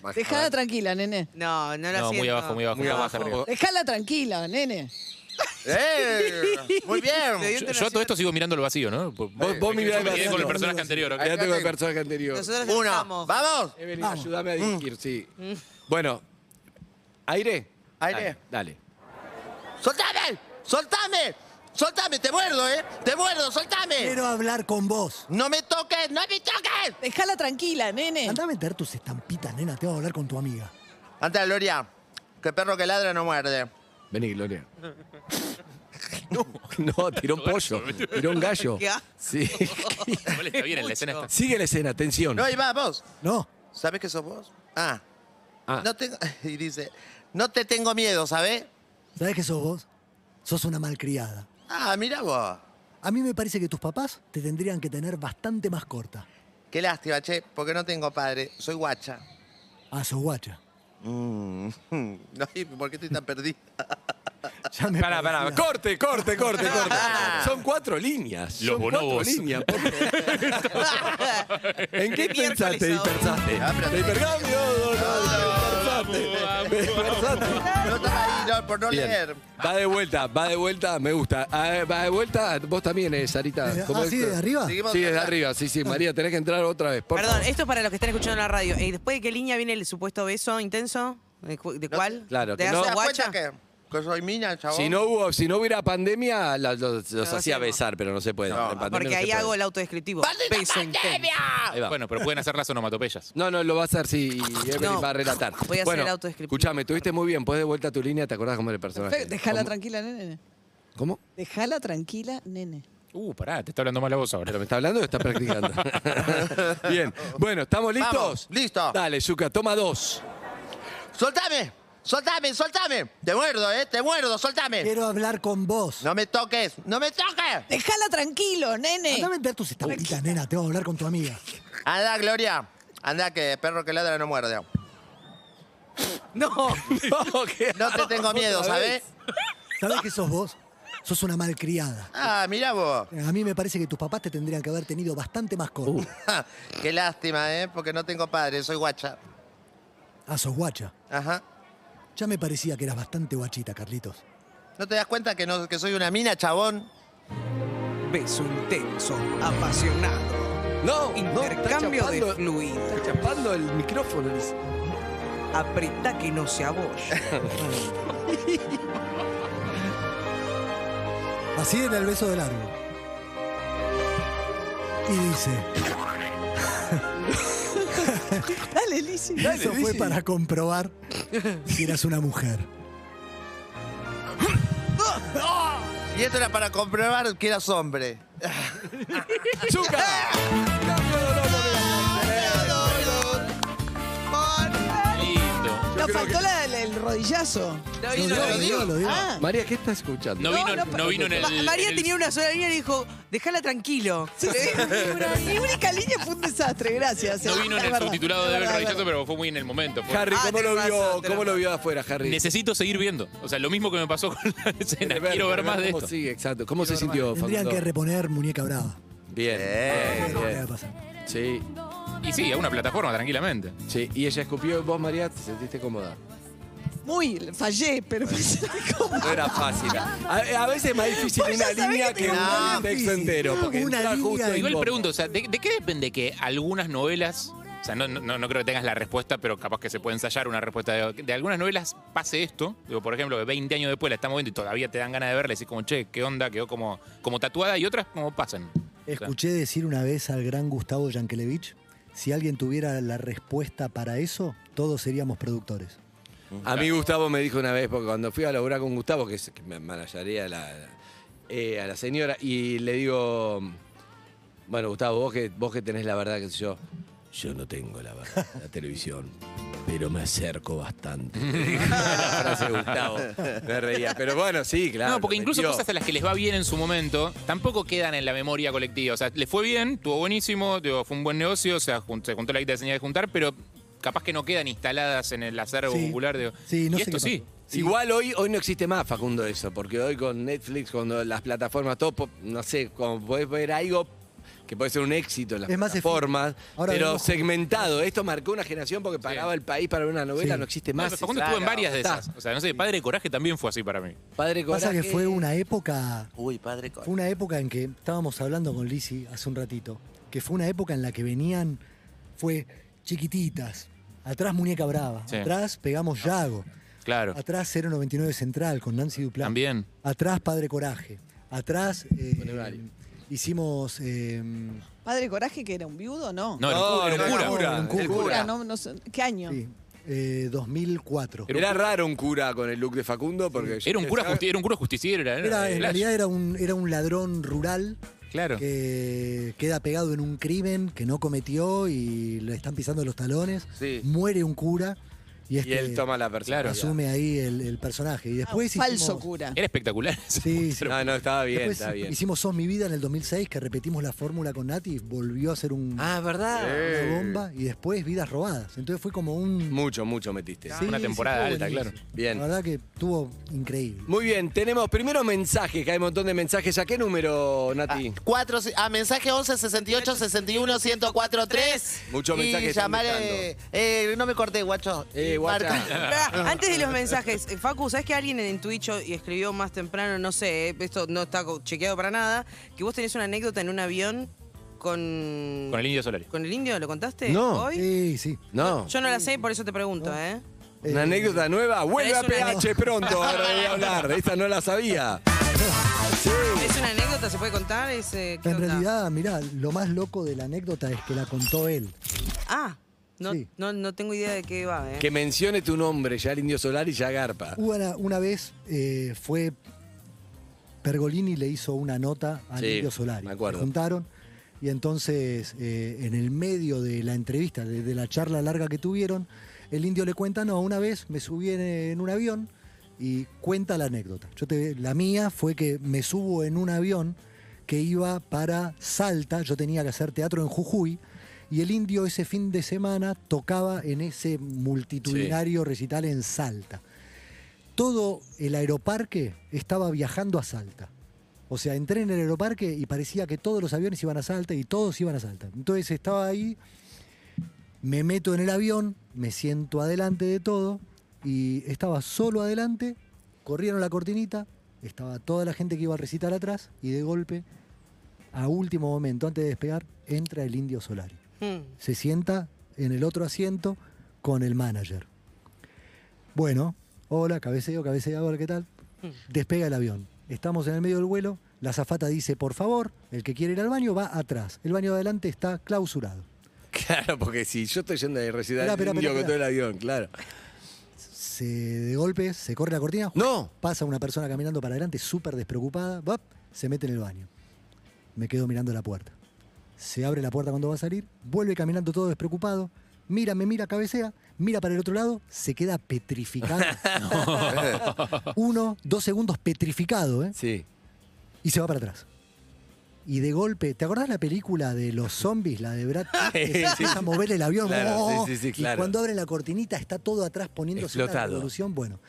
[SPEAKER 10] Bajar.
[SPEAKER 1] Dejala tranquila, nene.
[SPEAKER 12] No, no lo
[SPEAKER 13] No,
[SPEAKER 12] siento.
[SPEAKER 13] muy abajo, muy abajo.
[SPEAKER 10] Muy
[SPEAKER 13] está más
[SPEAKER 10] abajo.
[SPEAKER 13] arriba.
[SPEAKER 1] Dejala tranquila, nene.
[SPEAKER 11] ¡Eh! Muy
[SPEAKER 12] Me dio
[SPEAKER 11] bien.
[SPEAKER 13] Yo, yo todo esto sigo mirando el vacío, ¿no? Por-
[SPEAKER 10] Vos, vos
[SPEAKER 13] Yo
[SPEAKER 10] mirá
[SPEAKER 13] me quedé
[SPEAKER 10] María.
[SPEAKER 13] con el personaje anterior, ¿ok?
[SPEAKER 10] Quédate con el personaje anterior.
[SPEAKER 12] Nosotros
[SPEAKER 11] Uno.
[SPEAKER 12] estamos.
[SPEAKER 11] ¡Vamos!
[SPEAKER 10] Evelyn, ayúdame a
[SPEAKER 14] Mm.
[SPEAKER 10] dirigir, sí. Bueno, aire.
[SPEAKER 11] Aire.
[SPEAKER 10] Dale.
[SPEAKER 11] ¡Soltame! ¡Soltame! ¡Soltame! ¡Te muerdo, eh! ¡Te muerdo! ¡Soltame!
[SPEAKER 14] Quiero hablar con vos.
[SPEAKER 11] ¡No me toques! ¡No me toques!
[SPEAKER 1] Dejala tranquila, nene.
[SPEAKER 14] Andá a meter tus estampitas, nena. Te voy a hablar con tu amiga.
[SPEAKER 11] Anda, Gloria. Que perro que ladra no muerde.
[SPEAKER 10] Vení, Gloria. No, tiró un pollo, tiró un gallo.
[SPEAKER 12] ¿Qué?
[SPEAKER 10] Sí.
[SPEAKER 13] Igual está bien, en la escena está.
[SPEAKER 10] Sigue la escena, tensión.
[SPEAKER 11] No, y va, vos.
[SPEAKER 14] No.
[SPEAKER 11] ¿Sabes que sos vos? Ah.
[SPEAKER 10] Ah.
[SPEAKER 11] No tengo... Y dice, no te tengo miedo, ¿sabes?
[SPEAKER 14] ¿Sabés qué sos vos? Sos una malcriada.
[SPEAKER 11] Ah, mira vos.
[SPEAKER 14] A mí me parece que tus papás te tendrían que tener bastante más corta.
[SPEAKER 11] Qué lástima, che, porque no tengo padre. Soy guacha.
[SPEAKER 14] Ah, sos guacha.
[SPEAKER 11] Mm. No, ¿y ¿por qué estoy tan perdida?
[SPEAKER 14] Ya me
[SPEAKER 10] Pará, pará.
[SPEAKER 14] parecía.
[SPEAKER 10] Corte, corte, corte, corte. Son cuatro líneas.
[SPEAKER 13] Los
[SPEAKER 10] Son cuatro
[SPEAKER 13] bonobos.
[SPEAKER 10] líneas, por favor. ¿En qué
[SPEAKER 12] Miércoles
[SPEAKER 10] pensaste?
[SPEAKER 12] ahora.
[SPEAKER 10] Dispersaste.
[SPEAKER 11] Ah, pero-
[SPEAKER 10] Hipercambio, no, no, dispersaste. Dispersaste.
[SPEAKER 11] No estaba ahí no, por no
[SPEAKER 10] Bien.
[SPEAKER 11] leer.
[SPEAKER 10] Va de vuelta, va de vuelta, me gusta. Ah, eh, Va de vuelta, vos también, eh, Sarita. ¿Cómo
[SPEAKER 14] ¿Ah,
[SPEAKER 10] es?
[SPEAKER 14] sí, de arriba?
[SPEAKER 11] Seguimos
[SPEAKER 10] Sí, desde
[SPEAKER 11] acá.
[SPEAKER 10] arriba, sí, sí. María, tenés que entrar otra vez. por
[SPEAKER 12] Perdón,
[SPEAKER 10] favor.
[SPEAKER 12] esto es para los que están escuchando en la radio. Eh, ¿Después de qué línea viene el supuesto beso intenso? ¿De, cu- de cuál?
[SPEAKER 10] Claro,
[SPEAKER 12] ¿De
[SPEAKER 10] que no-
[SPEAKER 12] hacer
[SPEAKER 10] ¿Te das
[SPEAKER 12] guacha?
[SPEAKER 11] Que soy mina, chabón.
[SPEAKER 10] Si no, hubo, si no hubiera pandemia, la- los, los hacía besar, pero no se puede. En pandemia
[SPEAKER 12] Porque
[SPEAKER 10] no se
[SPEAKER 12] ahí
[SPEAKER 10] puede.
[SPEAKER 12] hago el autodescriptivo. Beso intenso.
[SPEAKER 10] Ahí va.
[SPEAKER 13] Bueno, pero pueden hacer las onomatopeyas.
[SPEAKER 10] No, no, lo va a hacer si Evelyn
[SPEAKER 12] No,
[SPEAKER 10] va a relatar.
[SPEAKER 12] voy a hacer
[SPEAKER 10] bueno,
[SPEAKER 12] el autodescriptivo.
[SPEAKER 10] Escuchame, estuviste muy bien. Puedes de vuelta a tu línea, ¿te acordás cómo era el personaje?
[SPEAKER 1] Déjala tranquila, nene.
[SPEAKER 10] ¿Cómo?
[SPEAKER 1] Déjala tranquila, nene.
[SPEAKER 13] Uh, pará, te está hablando mal la voz ahora.
[SPEAKER 10] ¿Me está hablando o está practicando? bien. Bueno, ¿estamos listos?
[SPEAKER 11] Vamos, listo.
[SPEAKER 10] Dale, Zuka, toma dos.
[SPEAKER 11] ¡Soltame! ¡Soltame! ¡Soltame! ¡Te muerdo, eh! ¡Te muerdo! ¡Soltame!
[SPEAKER 14] Quiero hablar con vos.
[SPEAKER 11] ¡No me toques! ¡No me toques!
[SPEAKER 1] Déjala tranquilo, nene.
[SPEAKER 14] Andá a vender tus estampitas, nena. Te voy a hablar con tu amiga.
[SPEAKER 11] Anda, Gloria. Anda, que perro que ladra no muerde.
[SPEAKER 12] No,
[SPEAKER 10] no,
[SPEAKER 11] no te tengo miedo,
[SPEAKER 14] Otra
[SPEAKER 11] ¿sabes?
[SPEAKER 14] vez. ¿Sabés que sos vos? Sos una malcriada.
[SPEAKER 11] Ah, mirá vos.
[SPEAKER 14] A mí me parece que tus papás te tendrían que haber tenido bastante más corto.
[SPEAKER 11] Qué lástima, ¿eh? Porque no tengo padre, soy guacha.
[SPEAKER 14] Ah, sos guacha.
[SPEAKER 11] Ajá.
[SPEAKER 14] Ya me parecía que eras bastante guachita, Carlitos.
[SPEAKER 11] ¿No te das cuenta que, no, que soy una mina, chabón?
[SPEAKER 12] Beso intenso, apasionado.
[SPEAKER 10] No,
[SPEAKER 12] Intercambio
[SPEAKER 10] no, está chapando,
[SPEAKER 12] de fluido.
[SPEAKER 10] Está chapando el micrófono. Liz.
[SPEAKER 12] Apretá que no se abolle.
[SPEAKER 14] Así era el beso del árbol. Y dice.
[SPEAKER 1] Dale, Lizzy.
[SPEAKER 14] Eso fue para comprobar si eras una mujer.
[SPEAKER 11] Y esto era para comprobar que eras hombre.
[SPEAKER 10] ¡Zuka!
[SPEAKER 13] Lindo.
[SPEAKER 1] Nos faltó la- la- el rodillazo.
[SPEAKER 10] Lo digo, lo digo.
[SPEAKER 1] Ah.
[SPEAKER 10] María, ¿qué estás escuchando?
[SPEAKER 13] No vino, no, vino en el.
[SPEAKER 12] Ma- María
[SPEAKER 13] en el-
[SPEAKER 12] tenía una sola línea y dijo, déjala tranquilo.
[SPEAKER 1] Sí, sí. Mi única línea fue un desastre, gracias.
[SPEAKER 13] No vino
[SPEAKER 1] Es
[SPEAKER 13] en el
[SPEAKER 1] verdad,
[SPEAKER 13] subtitulado
[SPEAKER 1] es
[SPEAKER 13] de El
[SPEAKER 1] verdad, es
[SPEAKER 13] Rodillazo, pero fue muy en el momento. fue-
[SPEAKER 10] Harry,
[SPEAKER 12] Ah,
[SPEAKER 10] ¿cómo,
[SPEAKER 12] tenés
[SPEAKER 10] lo vio,
[SPEAKER 12] razón, tenés
[SPEAKER 10] ¿cómo lo vio de afuera, Harry?
[SPEAKER 13] Necesito seguir viendo. O sea, lo mismo que me pasó con la escena.
[SPEAKER 10] Quiero ver,
[SPEAKER 13] Quiero ver más de
[SPEAKER 10] cómo
[SPEAKER 13] esto.
[SPEAKER 10] sigue, exacto. ¿Cómo se sintió,
[SPEAKER 14] Tendrían
[SPEAKER 10] Facundo?
[SPEAKER 14] que Eh. reponer muñeca brava.
[SPEAKER 10] Bien.
[SPEAKER 14] Eso
[SPEAKER 10] bien,
[SPEAKER 14] te va
[SPEAKER 10] bien.
[SPEAKER 14] a pasar.
[SPEAKER 10] Sí,
[SPEAKER 13] Y sí, a una plataforma, tranquilamente.
[SPEAKER 10] sí. Y ella escupió. ¿Vos, María, te sentiste cómoda?
[SPEAKER 1] Muy, fallé, pero pensé como-
[SPEAKER 10] No era fácil. A, a veces es más difícil
[SPEAKER 1] Vos ya
[SPEAKER 10] una
[SPEAKER 1] sabés
[SPEAKER 10] línea
[SPEAKER 1] que
[SPEAKER 10] que
[SPEAKER 1] te-
[SPEAKER 10] un
[SPEAKER 1] No,
[SPEAKER 10] texto entero. Porque
[SPEAKER 14] una
[SPEAKER 10] entra
[SPEAKER 14] línea
[SPEAKER 10] justo
[SPEAKER 14] de-
[SPEAKER 10] en
[SPEAKER 13] Igual
[SPEAKER 10] vos.
[SPEAKER 13] pregunto, o sea, ¿de, de qué depende que algunas novelas, o sea, no, no- no creo que tengas la respuesta, pero capaz que se puede ensayar una respuesta de, de algunas novelas pase esto? Digo, por ejemplo, que 20 años después la estamos viendo y todavía te dan ganas de verla y decís como, che, qué onda, quedó como, como tatuada y otras como pasan.
[SPEAKER 14] Escuché decir una vez al gran Gustavo Yankelevich, si alguien tuviera la respuesta para eso, todos seríamos productores.
[SPEAKER 10] A mí Gustavo me dijo una vez, porque cuando fui a laburar con Gustavo, que, es, que me manajaría a la, eh, a la señora, y le digo, bueno, Gustavo, vos que, vos que tenés la verdad, que sé yo, yo no tengo la verdad, la televisión, pero me acerco bastante. la frase de Gustavo, me reía. Pero bueno, sí, claro.
[SPEAKER 13] no, porque incluso
[SPEAKER 10] metió.
[SPEAKER 13] cosas a las que les va bien en su momento tampoco quedan en la memoria colectiva. O sea, les fue bien, estuvo buenísimo, digo, fue un buen negocio, o sea, jun- se juntó la guita de señal de juntar, pero capaz que no quedan instaladas en el acervo
[SPEAKER 14] Sí.
[SPEAKER 13] popular. digo.
[SPEAKER 14] Sí, no
[SPEAKER 13] y
[SPEAKER 14] sé
[SPEAKER 13] esto
[SPEAKER 14] qué
[SPEAKER 13] sí.
[SPEAKER 10] Igual hoy, hoy no existe más, Facundo, eso, porque hoy con Netflix, cuando las plataformas, todo, po- no sé, como podés ver algo que puede ser un éxito en las
[SPEAKER 14] Es más
[SPEAKER 10] plataformas,
[SPEAKER 14] efi- Ahora
[SPEAKER 10] pero
[SPEAKER 14] vemos-
[SPEAKER 10] segmentado. Esto marcó una generación porque pagaba el país para ver una novela,
[SPEAKER 14] Sí.
[SPEAKER 10] no existe
[SPEAKER 13] No,
[SPEAKER 10] más.
[SPEAKER 13] pero Facundo
[SPEAKER 10] eso.
[SPEAKER 13] estuvo en varias de
[SPEAKER 10] Está.
[SPEAKER 13] esas. O sea, no sé, Padre Coraje también fue así para mí.
[SPEAKER 10] Padre
[SPEAKER 14] Pasa
[SPEAKER 10] Coraje.
[SPEAKER 14] que fue una época
[SPEAKER 11] Uy, padre. co-
[SPEAKER 14] Fue una época en que estábamos hablando con Lizzie hace un ratito, que fue una época en la que venían, fue chiquititas, atrás Muñeca Brava,
[SPEAKER 13] Sí.
[SPEAKER 14] atrás pegamos Yago,
[SPEAKER 13] Claro.
[SPEAKER 14] atrás 099 Central con Nancy Duplá,
[SPEAKER 13] También.
[SPEAKER 14] atrás Padre Coraje, atrás eh,
[SPEAKER 10] Honorario.
[SPEAKER 14] hicimos... eh,
[SPEAKER 1] Padre Coraje, que era un viudo, ¿no?
[SPEAKER 13] No, era un
[SPEAKER 10] No,
[SPEAKER 13] cura, era un cura.
[SPEAKER 14] cura,
[SPEAKER 10] el
[SPEAKER 14] el
[SPEAKER 10] cura.
[SPEAKER 1] Cura, no, no sé, ¿Qué año?
[SPEAKER 14] sí, eh, 2004.
[SPEAKER 10] Era raro un cura con el look de Facundo porque yo
[SPEAKER 13] Era un cura,
[SPEAKER 10] pensaba-
[SPEAKER 13] justi- era un cura justiciero. Era, era-
[SPEAKER 14] Era, en
[SPEAKER 13] era-
[SPEAKER 14] realidad era un, era un ladrón rural
[SPEAKER 13] Claro.
[SPEAKER 14] que queda pegado en un crimen que no cometió y le están pisando los talones.
[SPEAKER 10] Sí.
[SPEAKER 14] Muere un cura y es
[SPEAKER 10] Y
[SPEAKER 14] que
[SPEAKER 10] él toma la persona.
[SPEAKER 13] Claro.
[SPEAKER 14] asume ahí el, el personaje. Y después
[SPEAKER 1] Ah, Falso
[SPEAKER 14] hicimos,
[SPEAKER 1] cura.
[SPEAKER 13] Era espectacular.
[SPEAKER 14] Sí, sí.
[SPEAKER 10] Ah, No, no, estaba bien,
[SPEAKER 14] después
[SPEAKER 10] estaba bien.
[SPEAKER 14] hicimos Sos mi vida en el 2006, que repetimos la fórmula con Nati y volvió a ser un,
[SPEAKER 10] Ah, ¿verdad?
[SPEAKER 14] una bomba. Y después Vidas robadas. Entonces fue como un...
[SPEAKER 10] Mucho, mucho metiste.
[SPEAKER 14] Sí,
[SPEAKER 13] Una
[SPEAKER 14] sí,
[SPEAKER 13] temporada
[SPEAKER 14] estuvo
[SPEAKER 13] alta,
[SPEAKER 14] buenísimo.
[SPEAKER 13] claro.
[SPEAKER 10] Bien.
[SPEAKER 14] La verdad que estuvo increíble.
[SPEAKER 10] Muy bien, tenemos primero mensajes, que hay un montón de mensajes. ¿A qué número, Nati?
[SPEAKER 11] Cuatro, si- ah, mensaje 11 68 61 104 3.
[SPEAKER 10] Muchos mensajes
[SPEAKER 11] Y
[SPEAKER 10] están
[SPEAKER 11] llamar. Eh, eh, no me corté, guacho.
[SPEAKER 10] Eh, guacha.
[SPEAKER 11] Marca.
[SPEAKER 12] Pará, Antes de los mensajes, eh, Facu, ¿sabes que alguien en Twitch y escribió más temprano, no sé, eh, esto no está co- chequeado para nada, que vos tenés una anécdota en un avión con...
[SPEAKER 13] Con el Indio Solari.
[SPEAKER 12] ¿Con el indio? ¿Lo contaste
[SPEAKER 10] No.
[SPEAKER 12] hoy?
[SPEAKER 14] Sí, sí.
[SPEAKER 10] No.
[SPEAKER 12] Yo no la sé, por eso te pregunto, ¿eh?
[SPEAKER 10] Una anécdota nueva. Vuelve
[SPEAKER 12] es
[SPEAKER 10] a
[SPEAKER 12] una
[SPEAKER 10] PH pronto. Ahora voy a hablar. Esta no la sabía.
[SPEAKER 12] ¿Es una anécdota? ¿Se puede contar? ¿Es, eh, qué
[SPEAKER 14] En
[SPEAKER 12] onda?
[SPEAKER 14] realidad, mirá, lo más loco de la anécdota es que la contó él.
[SPEAKER 12] Ah, no, no, no tengo idea de qué va, ¿eh?
[SPEAKER 10] Que mencione tu nombre, ya el Indio Solar y ya Garpa.
[SPEAKER 14] Hubo Una, una vez eh, fue Pergolini le hizo una nota al
[SPEAKER 10] Sí,
[SPEAKER 14] Indio Solari.
[SPEAKER 10] me acuerdo.
[SPEAKER 14] Se juntaron y entonces eh, en el medio de la entrevista, de, de la charla larga que tuvieron, el Indio le cuenta, no, una vez me subí en, en un avión y cuenta la anécdota. Yo te, la mía fue que me subo en un avión que iba para Salta, yo tenía que hacer teatro en Jujuy. Y el indio ese fin de semana tocaba en ese multitudinario recital en Salta todo el aeroparque estaba viajando a Salta. O sea, entré en el aeroparque y parecía que todos los aviones iban a Salta y todos iban a Salta. Entonces estaba ahí, me meto en el avión, me siento adelante de todo y estaba solo adelante, corrieron la cortinita, estaba toda la gente que iba a recitar atrás y de golpe, a último momento, antes de despegar, entra el indio Solari
[SPEAKER 12] hmm.
[SPEAKER 14] se sienta en el otro asiento con el manager. Bueno, hola, cabeceo, cabeceo, hola, ¿qué tal? Despega el avión. Estamos en el medio del vuelo, la zafata dice, por favor, el que quiere ir al baño va atrás. El baño de adelante está clausurado.
[SPEAKER 10] Claro, porque si yo estoy yendo de recital
[SPEAKER 14] Esperá,
[SPEAKER 10] del
[SPEAKER 14] esperá,
[SPEAKER 10] Indio
[SPEAKER 14] esperá,
[SPEAKER 10] con todo el
[SPEAKER 14] esperá.
[SPEAKER 10] avión, claro.
[SPEAKER 14] Se, de golpe se corre la cortina,
[SPEAKER 10] ¡No!
[SPEAKER 14] pasa una persona caminando para adelante, súper despreocupada, ¡bap! se mete en el baño. Me quedo mirando la puerta. Se abre la puerta cuando va a salir, vuelve caminando todo despreocupado, mira, me mira, cabecea, mira para el otro lado, se queda petrificado. Uno, dos segundos petrificado, ¿eh?
[SPEAKER 10] Sí.
[SPEAKER 14] Y se va para atrás. Y de golpe, ¿te acordás la película de los zombies, la de Brad Pitt? que se
[SPEAKER 10] Sí,
[SPEAKER 14] empieza a
[SPEAKER 10] sí.
[SPEAKER 14] mover el avión.
[SPEAKER 10] Claro,
[SPEAKER 14] ¡oh!
[SPEAKER 10] sí, sí, sí,
[SPEAKER 14] Y
[SPEAKER 10] claro.
[SPEAKER 14] cuando abre la cortinita está todo atrás poniéndose una
[SPEAKER 10] Explotado.
[SPEAKER 14] revolución. Bueno,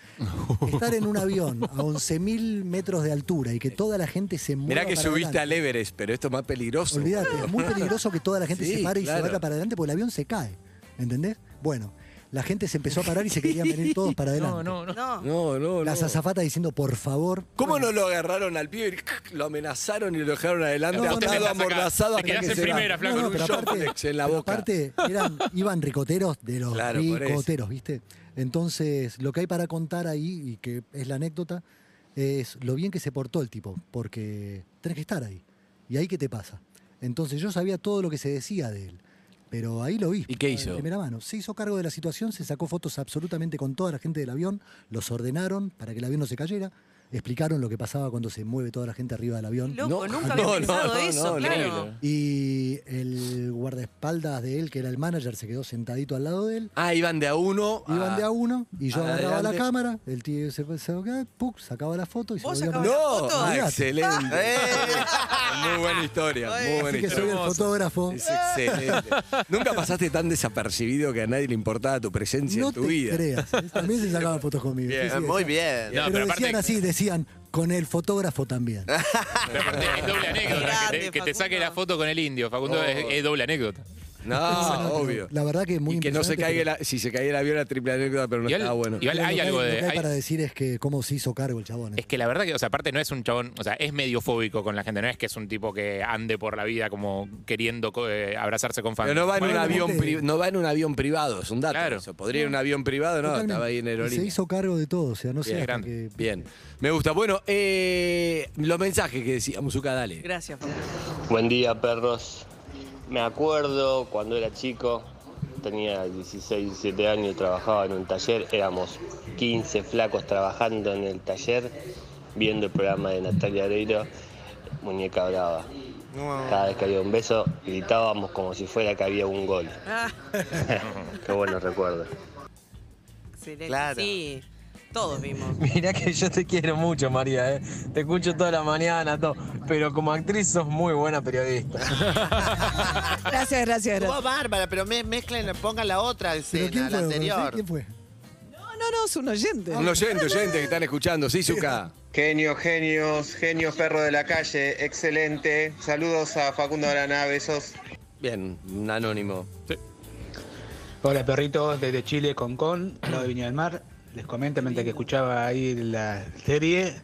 [SPEAKER 14] estar en un avión a 11.000 metros de altura y que toda la gente se mueva
[SPEAKER 10] Mirá que
[SPEAKER 14] para
[SPEAKER 10] subiste
[SPEAKER 14] adelante.
[SPEAKER 10] al Everest, pero esto es más peligroso.
[SPEAKER 14] Olvídate, es muy peligroso que toda la gente
[SPEAKER 10] Sí,
[SPEAKER 14] se pare y
[SPEAKER 10] claro.
[SPEAKER 14] se vaya para adelante porque el avión se cae. ¿Entendés? Bueno, la gente se empezó a parar y se querían venir todos para adelante.
[SPEAKER 10] no, no. No, no,
[SPEAKER 14] Las azafatas diciendo, por favor.
[SPEAKER 10] ¿Cómo no lo agarraron al pibe? Lo amenazaron y lo dejaron adelante,
[SPEAKER 14] No, no,
[SPEAKER 10] atado,
[SPEAKER 14] no, no.
[SPEAKER 10] amordazado
[SPEAKER 14] Te
[SPEAKER 10] hasta
[SPEAKER 14] quedás
[SPEAKER 10] que
[SPEAKER 14] en
[SPEAKER 10] se
[SPEAKER 14] primera,
[SPEAKER 10] va.
[SPEAKER 14] flaco, No, no, en un pero aparte-
[SPEAKER 10] Shoptex en la
[SPEAKER 14] Pero
[SPEAKER 10] boca.
[SPEAKER 14] Aparte, eran, iban ricoteros de los
[SPEAKER 10] Claro, por eso.
[SPEAKER 14] ricoteros, ¿viste? Entonces, lo que hay para contar ahí, y que es la anécdota, es lo bien que se portó el tipo, porque tenés que estar ahí. ¿Y ahí qué te pasa? Entonces, yo sabía todo lo que se decía de él. Pero ahí lo vi.
[SPEAKER 10] ¿Y qué
[SPEAKER 14] de
[SPEAKER 10] hizo?
[SPEAKER 14] primera mano. Se hizo cargo de la situación, se sacó fotos absolutamente con toda la gente del avión, los ordenaron para que el avión no se cayera, explicaron lo que pasaba cuando se mueve toda la gente arriba del avión.
[SPEAKER 12] Loco, nunca había pensado eso, claro.
[SPEAKER 14] Y el guardaespaldas de él, que era el manager, se quedó sentadito al lado de él.
[SPEAKER 10] Ah, iban de a uno. Ah.
[SPEAKER 14] Iban de a uno y yo agarraba la
[SPEAKER 10] adelante.
[SPEAKER 14] cámara, el tío se, se puc, sacaba la foto y se
[SPEAKER 10] ¿Vos
[SPEAKER 14] volvía a
[SPEAKER 10] sacabas
[SPEAKER 14] poner.
[SPEAKER 10] la foto? No,
[SPEAKER 14] Olvídate.
[SPEAKER 10] Ah,
[SPEAKER 14] Eh.
[SPEAKER 10] excelente. Muy buena historia, muy buena
[SPEAKER 14] Así que
[SPEAKER 10] historia.
[SPEAKER 14] soy el fotógrafo.
[SPEAKER 10] Es excelente. Nunca pasaste tan desapercibido que a nadie le importaba tu presencia
[SPEAKER 14] No
[SPEAKER 10] en
[SPEAKER 14] te
[SPEAKER 10] tu vida.
[SPEAKER 14] creas, ¿eh? también se sacaban fotos conmigo.
[SPEAKER 11] Eh,
[SPEAKER 10] Bien, muy bien. No,
[SPEAKER 14] pero
[SPEAKER 10] pero aparte-
[SPEAKER 14] decían así, decían, con el fotógrafo también.
[SPEAKER 10] Ah,
[SPEAKER 13] Pero aparte es doble anécdota. Que te, que te saque la foto con el indio, Facundo,
[SPEAKER 10] Oh.
[SPEAKER 13] es, es doble anécdota.
[SPEAKER 10] No, obvio.
[SPEAKER 14] La verdad que muy
[SPEAKER 10] Y que no se
[SPEAKER 14] impresionante,
[SPEAKER 10] caiga
[SPEAKER 14] pero-
[SPEAKER 10] la, si se caiga el avión la triple anécdota, pero no
[SPEAKER 13] Igual-
[SPEAKER 10] estaba bueno.
[SPEAKER 13] igual hay algo
[SPEAKER 14] Lo
[SPEAKER 13] de-
[SPEAKER 14] que hay
[SPEAKER 13] hay-
[SPEAKER 14] para decir es que cómo se hizo cargo el chabón. ¿eh?
[SPEAKER 13] Es que la verdad que, o sea, aparte no es un chabón, o sea, es medio fóbico con la gente, no es que es un tipo que ande por la vida como queriendo co- eh, abrazarse con fans.
[SPEAKER 10] Pero no va, en un avión
[SPEAKER 14] este-
[SPEAKER 13] Bueno,
[SPEAKER 10] pri- no va en un avión privado, es un dato. eso. Podría ir en un avión privado, no,
[SPEAKER 14] Totalmente.
[SPEAKER 10] estaba ahí en
[SPEAKER 14] Y Se
[SPEAKER 10] aerolínea.
[SPEAKER 14] hizo cargo de todo, o sea, no sé.
[SPEAKER 10] Bien,
[SPEAKER 14] hasta
[SPEAKER 10] grande.
[SPEAKER 14] que-
[SPEAKER 10] Bien. me gusta. Bueno, eh, los mensajes que decía Muzuka, dale.
[SPEAKER 12] Gracias, Facu.
[SPEAKER 18] Buen día, perros. Me acuerdo cuando era chico, tenía 16, 17 años, trabajaba en un taller, éramos 15 flacos trabajando en el taller, viendo el programa de Natalia Areiro, Muñeca Brava. Cada vez que había un beso, gritábamos como si fuera que había un gol.
[SPEAKER 12] Ah,
[SPEAKER 18] Qué bueno recuerdo.
[SPEAKER 12] excelente. Sí, todos vimos.
[SPEAKER 19] Mirá que yo te quiero mucho, María, ¿eh? Te escucho toda la mañana, todo. Pero como actriz sos muy buena periodista.
[SPEAKER 1] Gracias, gracias,
[SPEAKER 11] Estuvo bárbara, pero me, mezclen, pongan la otra escena, la anterior.
[SPEAKER 14] ¿Quién fue?
[SPEAKER 1] No, no, no, es un oyente.
[SPEAKER 10] Un oyente, oyente que están escuchando, sí, Zuka.
[SPEAKER 20] Genio, genios, genio perro de la calle, excelente. Saludos a Facundo Araná, besos.
[SPEAKER 10] Bien, un anónimo.
[SPEAKER 21] Hola perritos, desde Chile, Concón, al lado de Viña del Mar. Les comento mientras que escuchaba ahí la serie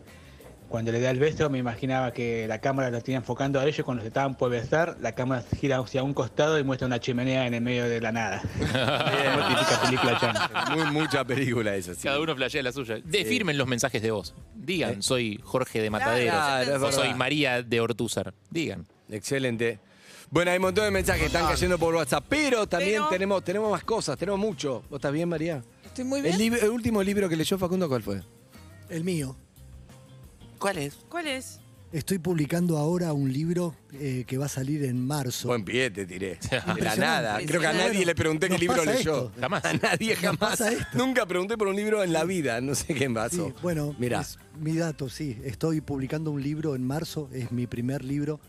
[SPEAKER 22] Cuando le da el beso, me imaginaba que la cámara lo tenía enfocando a ellos. y Cuando se estaban por besar, la cámara gira hacia un costado y muestra una chimenea en el medio de la nada. Como típica película chanta.
[SPEAKER 10] Muy, mucha película esa, sí.
[SPEAKER 13] Cada uno flashea la suya. De- firmen los mensajes de voz. Digan,
[SPEAKER 22] Eh.
[SPEAKER 13] soy Jorge de
[SPEAKER 10] Claro,
[SPEAKER 13] Mataderos.
[SPEAKER 10] es
[SPEAKER 13] o
[SPEAKER 10] verdad.
[SPEAKER 13] soy María de Ortúzar. Digan.
[SPEAKER 10] Excelente. Bueno, hay un montón de mensajes que están cayendo por WhatsApp, pero también
[SPEAKER 23] Pero-
[SPEAKER 10] Tenemos, tenemos más cosas, tenemos mucho. ¿Vos estás bien, María?
[SPEAKER 23] Estoy muy bien.
[SPEAKER 10] El, lib- el último libro que leyó Facundo, ¿cuál fue?
[SPEAKER 14] El mío.
[SPEAKER 10] ¿Cuál es?
[SPEAKER 1] ¿Cuál es?
[SPEAKER 14] Estoy publicando ahora un libro eh, que va a salir en marzo.
[SPEAKER 10] Buen pie te tiré. De la
[SPEAKER 14] Impresionante.
[SPEAKER 10] nada. Creo que a nadie
[SPEAKER 14] Bueno,
[SPEAKER 10] le pregunté qué
[SPEAKER 14] nos
[SPEAKER 10] libro
[SPEAKER 14] pasa
[SPEAKER 10] leyó.
[SPEAKER 14] esto.
[SPEAKER 13] Jamás.
[SPEAKER 10] A nadie jamás. Nunca pregunté por un libro en la vida. No sé qué envaso.
[SPEAKER 14] Sí, bueno,
[SPEAKER 10] Mirá.
[SPEAKER 14] es mi dato, sí. Estoy publicando un libro en marzo, es mi primer libro,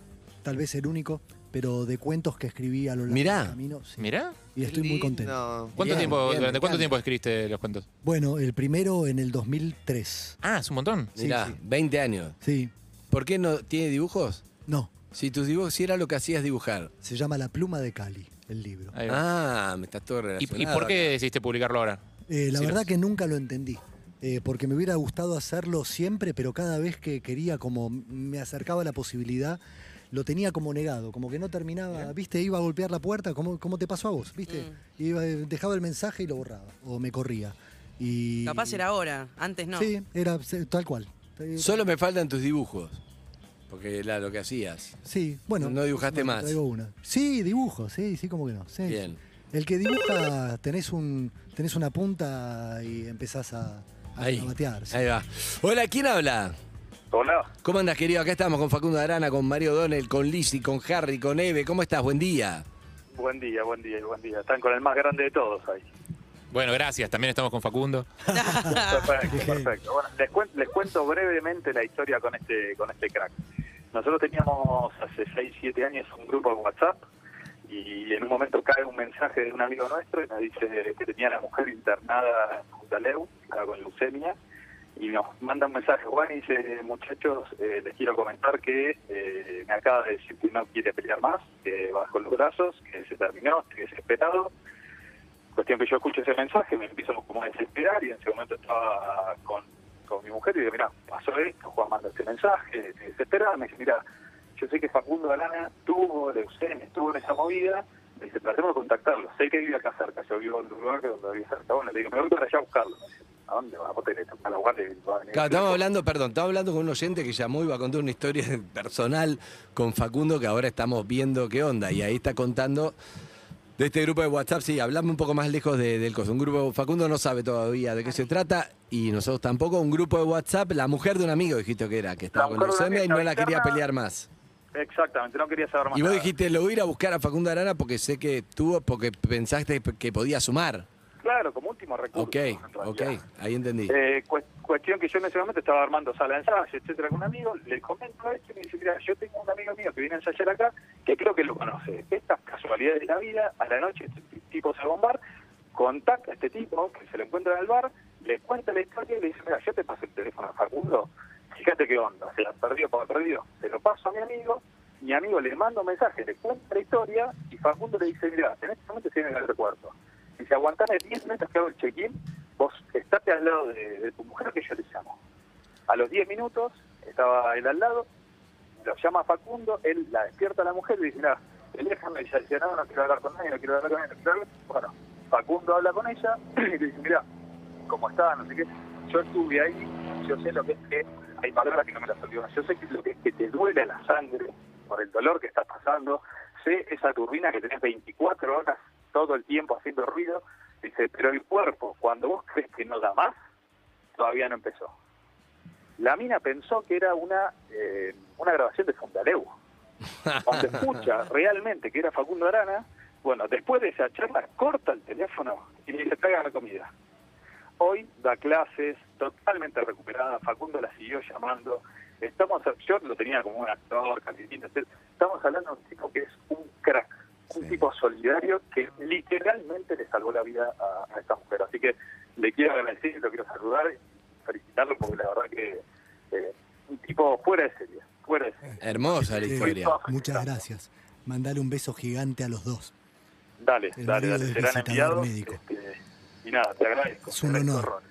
[SPEAKER 14] tal vez el único, pero de cuentos que escribí a lo largo
[SPEAKER 10] Mirá.
[SPEAKER 14] del camino. sí.
[SPEAKER 13] Mirá.
[SPEAKER 14] Y estoy muy contento.
[SPEAKER 13] ¿Cuánto
[SPEAKER 10] Bien,
[SPEAKER 13] tiempo,
[SPEAKER 10] bien,
[SPEAKER 13] ¿Durante
[SPEAKER 10] me
[SPEAKER 13] cuánto
[SPEAKER 10] encanta.
[SPEAKER 13] tiempo escribiste los cuentos?
[SPEAKER 14] Bueno, el primero en el 2003.
[SPEAKER 13] Ah, es un montón.
[SPEAKER 14] Sí,
[SPEAKER 10] Mirá,
[SPEAKER 14] sí.
[SPEAKER 10] 20 años.
[SPEAKER 14] Sí,
[SPEAKER 10] ¿Por qué no tiene dibujos?
[SPEAKER 14] no,
[SPEAKER 10] Si tus dibujos, si era lo que hacías dibujar.
[SPEAKER 14] se llama La pluma de Cali, el libro.
[SPEAKER 13] Ahí va.
[SPEAKER 10] Ah, me estás todo relacionado.
[SPEAKER 13] ¿Y, y por qué
[SPEAKER 10] acá.
[SPEAKER 13] decidiste publicarlo ahora?
[SPEAKER 14] Eh, la
[SPEAKER 13] Sí,
[SPEAKER 14] verdad que nunca lo entendí. eh, porque me hubiera gustado hacerlo siempre, pero cada vez que quería, como me acercaba a la posibilidad, lo tenía como negado, como que no terminaba, viste, iba a golpear la puerta, como, como te pasó a vos, viste,
[SPEAKER 1] Mm.
[SPEAKER 14] Iba, eh, dejaba el mensaje y lo borraba, o me corría. Y,
[SPEAKER 1] Capaz era ahora, antes no.
[SPEAKER 14] Sí, era se- tal cual. Eh,
[SPEAKER 10] Solo me faltan tus dibujos. Porque era lo que hacías.
[SPEAKER 14] Sí, bueno.
[SPEAKER 10] No dibujaste
[SPEAKER 14] bueno,
[SPEAKER 10] más.
[SPEAKER 14] traigo una. Sí, dibujo, sí, sí, como que no. sí.
[SPEAKER 10] Bien.
[SPEAKER 14] El que dibuja, tenés, un, tenés una punta y empezás a, a-
[SPEAKER 10] Ahí.
[SPEAKER 14] a batear. sí.
[SPEAKER 10] Ahí va. Hola, ¿quién habla?
[SPEAKER 11] Hola,
[SPEAKER 10] ¿Cómo andas, querido? Acá estamos con Facundo Arana, con Mario Donnell, con Lizzy, con Harry, con Eve. ¿Cómo estás? Buen día.
[SPEAKER 11] buen día, buen día, buen día. Están con el más grande de todos ahí.
[SPEAKER 13] Bueno, gracias. También estamos con Facundo.
[SPEAKER 11] Perfecto, perfecto. Bueno, les, cuen- les cuento brevemente la historia con este, con este crack. Nosotros teníamos hace 6, 7 años un grupo de WhatsApp y en un momento cae un mensaje de un amigo nuestro y nos dice que tenía a la mujer internada en Puntaleu, estaba con leucemia, y nos manda un mensaje Juan y dice, muchachos, eh, les quiero comentar que eh, me acaba de decir que no quiere pelear más, que bajó los brazos, que se terminó, estoy desesperado. Cuestión que yo escucho ese mensaje, me empiezo como a desesperar y en ese momento estaba con, con mi mujer y digo, mira, pasó esto, Juan manda este mensaje, estoy desesperada, me dice, mira, yo sé que Facundo Arana tuvo leucemia, estuvo en esa movida, me dice, tratemos de contactarlo, sé que vive acá cerca, yo vivo en un lugar que donde vive cerca, bueno, le digo, me voy para allá a buscarlo, me dice, ¿a dónde va? ¿Vos tenés a la guardia y va a venir
[SPEAKER 10] Claro, estamos hablando, perdón, estamos hablando con un oyente que llamó y va a contar una historia personal con Facundo que ahora estamos viendo qué onda. Y ahí está contando de este grupo de WhatsApp. Sí, hablamos un poco más lejos de- del coso. Un grupo, Facundo no sabe todavía de qué se trata y nosotros tampoco. Un grupo de WhatsApp, la mujer de un amigo dijiste que era, que estaba con
[SPEAKER 11] mujer de un
[SPEAKER 10] leucemia y
[SPEAKER 11] amigo,
[SPEAKER 10] no la quería
[SPEAKER 11] interna.
[SPEAKER 10] pelear más.
[SPEAKER 11] Exactamente, no quería saber más
[SPEAKER 10] Y vos
[SPEAKER 11] nada.
[SPEAKER 10] dijiste, lo voy a ir a buscar a Facundo Arana porque sé que tuvo, porque pensaste que podía sumar.
[SPEAKER 11] Claro, como último recurso.
[SPEAKER 10] Ok, ok, ahí entendí.
[SPEAKER 11] Eh, cue- cuestión que yo en ese momento estaba armando sala de ensayo, etcétera, con un amigo, le comento esto y me dice, mira, yo tengo un amigo mío que viene a ensayar acá, que creo que lo conoce. Estas casualidades de la vida, a la noche este t- tipo se va a un bar, contacta a este tipo que se lo encuentra en el bar, le cuenta la historia y le dice, mira, yo te paso el teléfono a Facundo, fíjate qué onda, se la perdió por perdido, se lo paso a mi amigo, mi amigo le manda un mensaje, le cuenta la historia y Facundo le dice, mira, en este momento estoy en el aeropuerto. Y si aguantame 10 minutos que hago el check-in, vos estate al lado de, de tu mujer que yo te llamo. A los 10 minutos estaba él al lado, lo llama Facundo, él la despierta a la mujer y dice, mira, eléjame, ya dice, no, no quiero hablar con nadie, no quiero hablar con nadie, no quiero hablar. Bueno, Facundo habla con ella y le dice, mira, como estaba, no sé qué, yo estuve ahí, yo sé lo que es que, hay palabras que no me las olvido, yo sé que lo que es que te duele la sangre por el dolor que estás pasando, sé E, esa turbina que tenés 24 horas todo el tiempo haciendo ruido, dice, pero el cuerpo, cuando vos crees que no da más, todavía no empezó. La mina pensó que era una, eh, una grabación de Fundaleu. Cuando escucha realmente que era Facundo Arana, bueno, después de esa charla corta el teléfono y le dice, traigan la comida. Hoy da clases totalmente recuperada, Facundo la siguió llamando. Estamos, yo lo tenía como un actor, caminito, etc. estamos hablando de un tipo que es un crack, un tipo solidario que literalmente le salvó la vida a, a esta mujer. Así que le quiero agradecer, lo quiero saludar y felicitarlo porque la verdad que eh, un tipo fuera de serie, fuera de serie.
[SPEAKER 10] Hermosa la
[SPEAKER 14] Eh,
[SPEAKER 10] historia.
[SPEAKER 14] muchas gracias. Mandale un beso gigante a los dos.
[SPEAKER 11] Dale,
[SPEAKER 14] El
[SPEAKER 11] dale,
[SPEAKER 14] marido
[SPEAKER 11] dale,
[SPEAKER 14] del
[SPEAKER 11] serán
[SPEAKER 24] este,
[SPEAKER 14] visitador
[SPEAKER 11] enviados.
[SPEAKER 14] médico.
[SPEAKER 11] este, y nada, te agradezco.
[SPEAKER 14] Es un honor.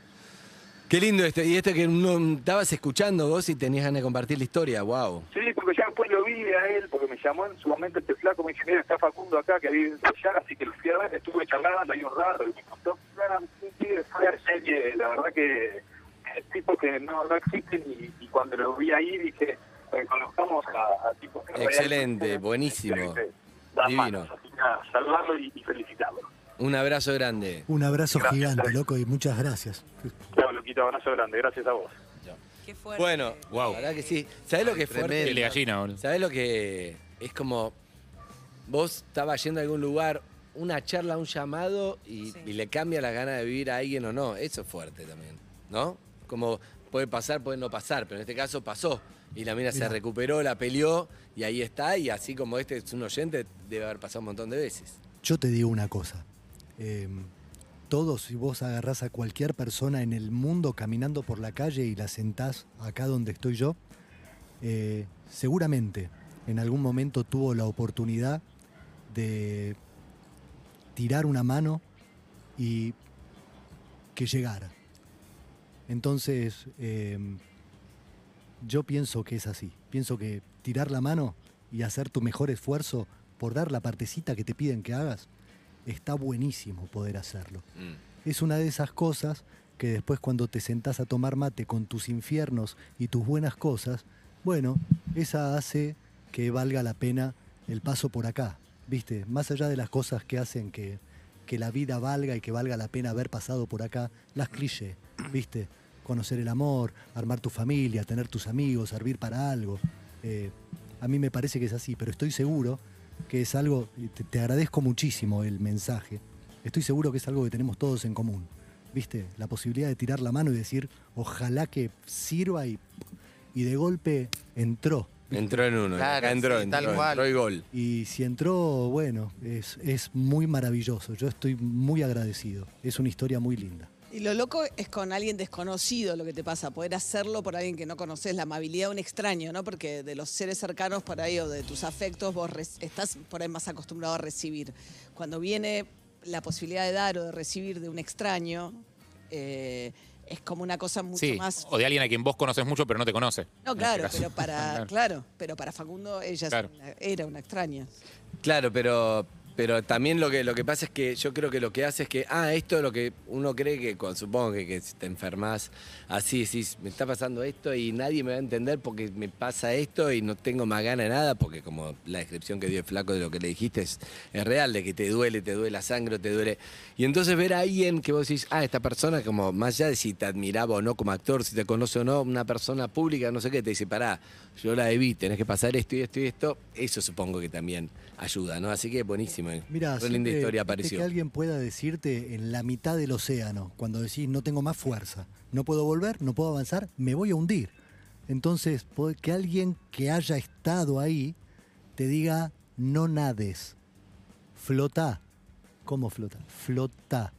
[SPEAKER 10] Qué lindo esto. Y esto que no estabas escuchando vos y tenías ganas de compartir la historia. Wow.
[SPEAKER 24] Sí, porque ya después lo vi a él, porque me llamó en su momento este flaco, me dijo, mira, está Facundo acá, que vive allá, así que lo fui a ver, estuve charlando ahí un rato, y me contó que era un pibe fuera de serie, la verdad que es tipo que no, no existen, y, y cuando lo vi ahí dije, reconozcamos a, a tipos que
[SPEAKER 10] Excelente, buenísimo.
[SPEAKER 24] realmente dan
[SPEAKER 10] Divino.
[SPEAKER 24] manos, así que nada, saludarlo y, y felicitarlo.
[SPEAKER 10] Un abrazo grande.
[SPEAKER 14] Un abrazo gigante, loco, y muchas gracias.
[SPEAKER 24] Chao, Luquito, abrazo grande, gracias a vos.
[SPEAKER 10] Bueno, wow. la verdad que sí. ¿Sabés lo que es fuerte?
[SPEAKER 13] Piel de gallina, boludo.
[SPEAKER 10] ¿Sabés lo que es como vos estabas yendo a algún lugar, una charla, un llamado y, y le cambia la gana de vivir a alguien o no? Eso es fuerte también, ¿no? Como puede pasar, puede no pasar, pero en este caso pasó. Y la mina se
[SPEAKER 14] Mirá.
[SPEAKER 10] recuperó, la peleó y ahí está. Y así como este es un oyente, debe haber pasado un montón de veces.
[SPEAKER 14] Yo te digo una cosa. Eh, todos, si vos agarrás a cualquier persona en el mundo caminando por la calle y la sentás acá donde estoy yo, eh, seguramente en algún momento tuvo la oportunidad de tirar una mano y que llegara. Entonces, eh, yo pienso que es así. Pienso que tirar la mano y hacer tu mejor esfuerzo por dar la partecita que te piden que hagas, está buenísimo poder hacerlo. Es una de esas cosas que después cuando te sentás a tomar mate con tus infiernos y tus buenas cosas, bueno, esa hace que valga la pena el paso por acá, ¿viste? Más allá de las cosas que hacen que, que la vida valga y que valga la pena haber pasado por acá, las clichés, ¿viste? Conocer el amor, armar tu familia, tener tus amigos, servir para algo. Eh, a mí me parece que es así, pero estoy seguro que es algo, y te, te agradezco muchísimo el mensaje, estoy seguro que es algo que tenemos todos en común, ¿viste? La posibilidad de tirar la mano y decir, ojalá que sirva y, y de golpe entró.
[SPEAKER 10] Entró en uno.
[SPEAKER 11] Claro,
[SPEAKER 10] entró,
[SPEAKER 11] sí,
[SPEAKER 10] entró,
[SPEAKER 11] tal cual.
[SPEAKER 10] entró y gol.
[SPEAKER 14] Y si entró, bueno, es, es muy maravilloso. Yo estoy muy agradecido. Es una historia muy linda.
[SPEAKER 1] Y lo loco es con alguien desconocido lo que te pasa, poder hacerlo por alguien que no conoces, la amabilidad de un extraño, ¿no? Porque de los seres cercanos por ahí o de tus afectos vos re- estás por ahí más acostumbrado a recibir. Cuando viene la posibilidad de dar o de recibir de un extraño, eh, es como una cosa mucho
[SPEAKER 13] sí,
[SPEAKER 1] más...
[SPEAKER 13] o de alguien a quien vos conoces mucho pero no te conoce.
[SPEAKER 1] No,
[SPEAKER 13] en
[SPEAKER 1] claro,
[SPEAKER 13] este
[SPEAKER 1] pero
[SPEAKER 13] caso.
[SPEAKER 1] para,
[SPEAKER 13] Claro.
[SPEAKER 1] claro, pero para Facundo ella es
[SPEAKER 10] Claro.
[SPEAKER 1] una- era una extraña.
[SPEAKER 10] Claro, pero, pero también lo que, lo que pasa es que yo creo que lo que hace es que, ah, esto es lo que uno cree que, cuando, supongo que, que si te enfermas, así decís, me está pasando esto y nadie me va a entender porque me pasa esto y no tengo más gana de nada, porque como la descripción que dio el flaco de lo que le dijiste es, es real, de que te duele, te duele la sangre, te duele. Y entonces ver a alguien que vos decís, ah, esta persona, como más allá de si te admiraba o no como actor, si te conoce o no, una persona pública, no sé qué, te dice, pará, yo la debí, tenés que pasar esto y esto y esto, eso supongo que también ayuda, ¿no? Así que buenísimo. eh.
[SPEAKER 14] Mira,
[SPEAKER 10] Re linda historia
[SPEAKER 14] que
[SPEAKER 10] apareció.
[SPEAKER 14] alguien pueda decirte en la mitad del océano, cuando decís no tengo más fuerza, no puedo volver, no puedo avanzar, me voy a hundir. Entonces, po- que alguien que haya estado ahí te diga no nades, flota. ¿Cómo flota? Flota.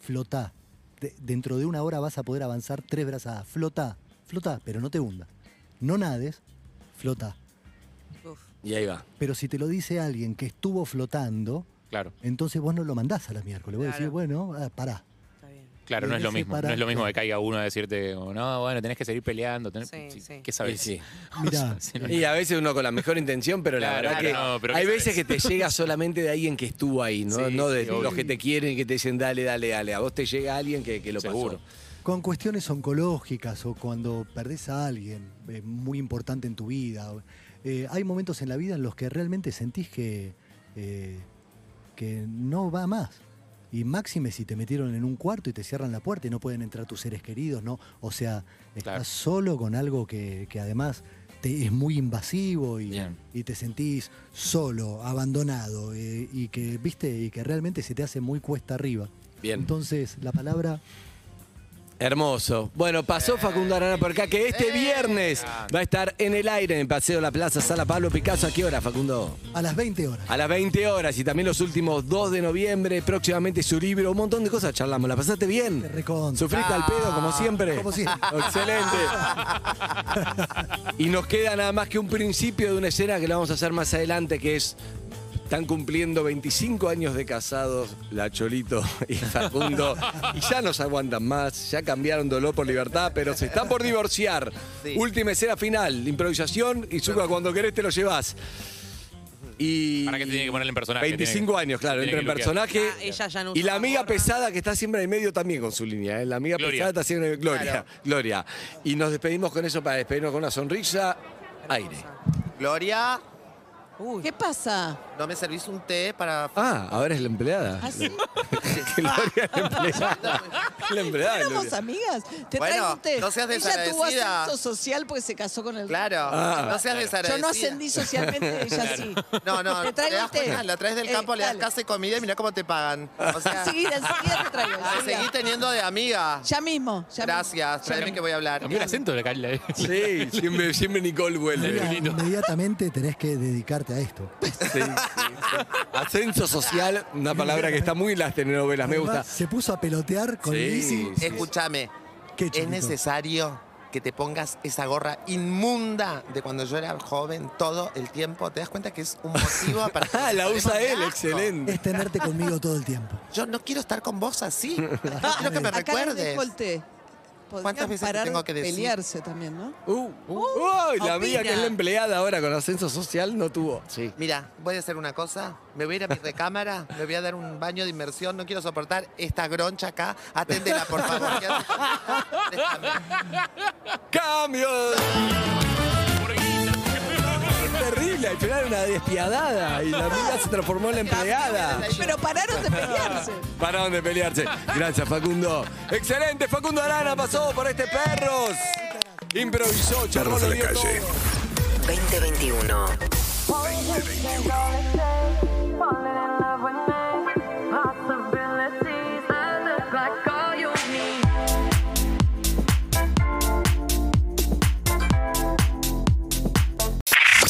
[SPEAKER 14] Flota. De- dentro de una hora vas a poder avanzar tres brazadas. Flota, flota, pero no te hundas. No nades, flota.
[SPEAKER 10] Y ahí va.
[SPEAKER 14] Pero si te lo dice alguien que estuvo flotando,
[SPEAKER 13] Claro,
[SPEAKER 14] entonces vos no lo mandás a la miércoles. Vos
[SPEAKER 13] Claro.
[SPEAKER 14] decís, bueno, ah, pará.
[SPEAKER 13] claro,
[SPEAKER 14] Y
[SPEAKER 13] no
[SPEAKER 14] en
[SPEAKER 13] es lo
[SPEAKER 14] ese
[SPEAKER 13] mismo.
[SPEAKER 14] para-
[SPEAKER 13] No es lo mismo que caiga uno a decirte, oh, no, bueno, tenés que seguir peleando. tenés- si- ¿Qué sabes?
[SPEAKER 10] Sí, sí.
[SPEAKER 14] Mirá,
[SPEAKER 10] Y a veces uno con la mejor intención, pero la
[SPEAKER 13] Claro,
[SPEAKER 10] verdad que
[SPEAKER 13] no, pero
[SPEAKER 10] hay
[SPEAKER 13] ¿qué
[SPEAKER 10] veces que
[SPEAKER 13] sabes?
[SPEAKER 10] te llega solamente de alguien que estuvo ahí, no,
[SPEAKER 13] Sí,
[SPEAKER 10] no de
[SPEAKER 13] sí, obvio.
[SPEAKER 10] los que te quieren y que te dicen dale, dale, dale. A vos te llega alguien que, que lo Seguro.
[SPEAKER 14] Con cuestiones oncológicas o cuando perdés a alguien eh, muy importante en tu vida, o- eh, hay momentos en la vida en los que realmente sentís que, eh, que no va más. Y máxime si te metieron en un cuarto y te cierran la puerta y no pueden entrar tus seres queridos, ¿no? O sea, estás solo con algo que, que además te, es muy invasivo y, y te sentís solo, abandonado, eh, y que, viste, y que realmente se te hace muy cuesta arriba.
[SPEAKER 10] Bien.
[SPEAKER 14] Entonces, la palabra
[SPEAKER 10] Hermoso. Bueno,
[SPEAKER 13] Eh.
[SPEAKER 10] pasó Facundo Arana por acá, que este viernes va a estar en el aire en el Paseo La Plaza, Sala Pablo Picasso. ¿A qué hora, Facundo?
[SPEAKER 14] a las 20 horas.
[SPEAKER 10] A las 20 horas y también los últimos 2 de noviembre, próximamente su libro, un montón de cosas charlamos. ¿La pasaste bien?
[SPEAKER 14] Recontra.
[SPEAKER 10] ¿Sufriste al pedo
[SPEAKER 12] Ah,
[SPEAKER 10] como siempre?
[SPEAKER 14] Como siempre.
[SPEAKER 10] Excelente. Y nos queda nada más que un principio de una escena que la vamos a hacer más adelante, que es Están cumpliendo 25 años de casados, la Cholito y Facundo. y ya no se aguantan más, ya cambiaron dolor por libertad, pero se están por divorciar.
[SPEAKER 11] Sí.
[SPEAKER 10] Última escena final, improvisación y Zuka, cuando querés te lo llevas. Y
[SPEAKER 13] ¿Para qué tiene que ponerle en personaje?
[SPEAKER 10] 25
[SPEAKER 13] Tiene que-
[SPEAKER 10] años, claro,
[SPEAKER 13] tiene
[SPEAKER 10] entra
[SPEAKER 13] que
[SPEAKER 10] en
[SPEAKER 13] luquear.
[SPEAKER 10] personaje.
[SPEAKER 12] Ah, ella ya no
[SPEAKER 10] y
[SPEAKER 12] usa
[SPEAKER 10] la amiga pesada que está siempre en el medio también con su línea, ¿eh? La amiga
[SPEAKER 13] Gloria.
[SPEAKER 10] pesada está siempre en Gloria, Gloria. Y nos despedimos con eso para despedirnos con una sonrisa. Aire.
[SPEAKER 11] Gloria,
[SPEAKER 1] ¿Qué pasa?
[SPEAKER 11] ¿no me servís un té para.?
[SPEAKER 10] Ah, ahora es la empleada.
[SPEAKER 1] ¿Ah, sí?
[SPEAKER 10] Gloria es la empleada. la empleada,
[SPEAKER 1] Éramos
[SPEAKER 10] Gloria.
[SPEAKER 1] amigas. Te
[SPEAKER 11] Bueno,
[SPEAKER 1] traigo un té.
[SPEAKER 11] no seas
[SPEAKER 1] Ella tuvo
[SPEAKER 11] desagradecida.
[SPEAKER 1] ascenso social porque se casó con el.
[SPEAKER 11] Claro,
[SPEAKER 10] Ah.
[SPEAKER 11] no seas desagradecida.
[SPEAKER 1] Yo no ascendí socialmente, ella
[SPEAKER 11] Claro.
[SPEAKER 1] sí.
[SPEAKER 11] No, no,
[SPEAKER 1] Te
[SPEAKER 11] te
[SPEAKER 1] traigo
[SPEAKER 11] das
[SPEAKER 1] el té.
[SPEAKER 11] cuenta, la traes del
[SPEAKER 1] Eh,
[SPEAKER 11] campo, le das
[SPEAKER 1] dale.
[SPEAKER 11] casa y comida y mirá cómo te pagan. O sea,
[SPEAKER 1] Enseguida, enseguida te traigo.
[SPEAKER 11] la
[SPEAKER 1] enseguida.
[SPEAKER 11] seguí teniendo de amiga.
[SPEAKER 1] Ya mismo. Ya
[SPEAKER 11] Ah, Gracias, tráeme que voy a hablar.
[SPEAKER 13] Cambió el acento de la Carla. eh.
[SPEAKER 10] Sí, siempre, siempre Nicole vuelve.
[SPEAKER 14] Inmediatamente tenés que dedicarte a esto.
[SPEAKER 10] Sí, sí, sí. Ascenso social, una palabra que está muy en las telenovelas, me gusta.
[SPEAKER 14] Además, Se puso a pelotear con Lizzy.
[SPEAKER 11] Escúchame, es necesario que te pongas esa gorra inmunda de cuando yo era joven todo el tiempo. ¿Te das cuenta que es un motivo para que
[SPEAKER 10] Ah,
[SPEAKER 11] nos
[SPEAKER 10] la usa
[SPEAKER 11] podemos
[SPEAKER 10] él,
[SPEAKER 11] dar?
[SPEAKER 10] excelente.
[SPEAKER 14] Es tenerte conmigo todo el tiempo.
[SPEAKER 11] Yo no quiero estar con vos así. No Ah, quiero que me
[SPEAKER 1] Acá les
[SPEAKER 11] recuerdes.
[SPEAKER 1] dejo el té.
[SPEAKER 11] ¿Cuántas
[SPEAKER 1] Podrían
[SPEAKER 11] veces te
[SPEAKER 1] parar
[SPEAKER 11] tengo que
[SPEAKER 1] de
[SPEAKER 11] decir?
[SPEAKER 1] pelearse también, ¿no?
[SPEAKER 10] Uh, uy, la amiga
[SPEAKER 11] opina.
[SPEAKER 10] que es la empleada ahora con ascenso social no tuvo. Sí.
[SPEAKER 11] Mira, voy a hacer una cosa. Me voy a ir a mi recámara, me voy a dar un baño de inmersión. No quiero soportar esta groncha acá. Aténdela, por favor. que hace-
[SPEAKER 10] ¡Cambio! Terrible, al final una despiadada y la amiga se transformó en la empleada.
[SPEAKER 1] Pero pararon de pelearse.
[SPEAKER 10] Pararon de pelearse. Gracias, Facundo. Excelente, Facundo Arana pasó por este Perros. Improvisó, charló,
[SPEAKER 2] Perros de
[SPEAKER 10] lo
[SPEAKER 2] la
[SPEAKER 10] dio
[SPEAKER 2] calle.
[SPEAKER 10] todo.
[SPEAKER 2] 2021.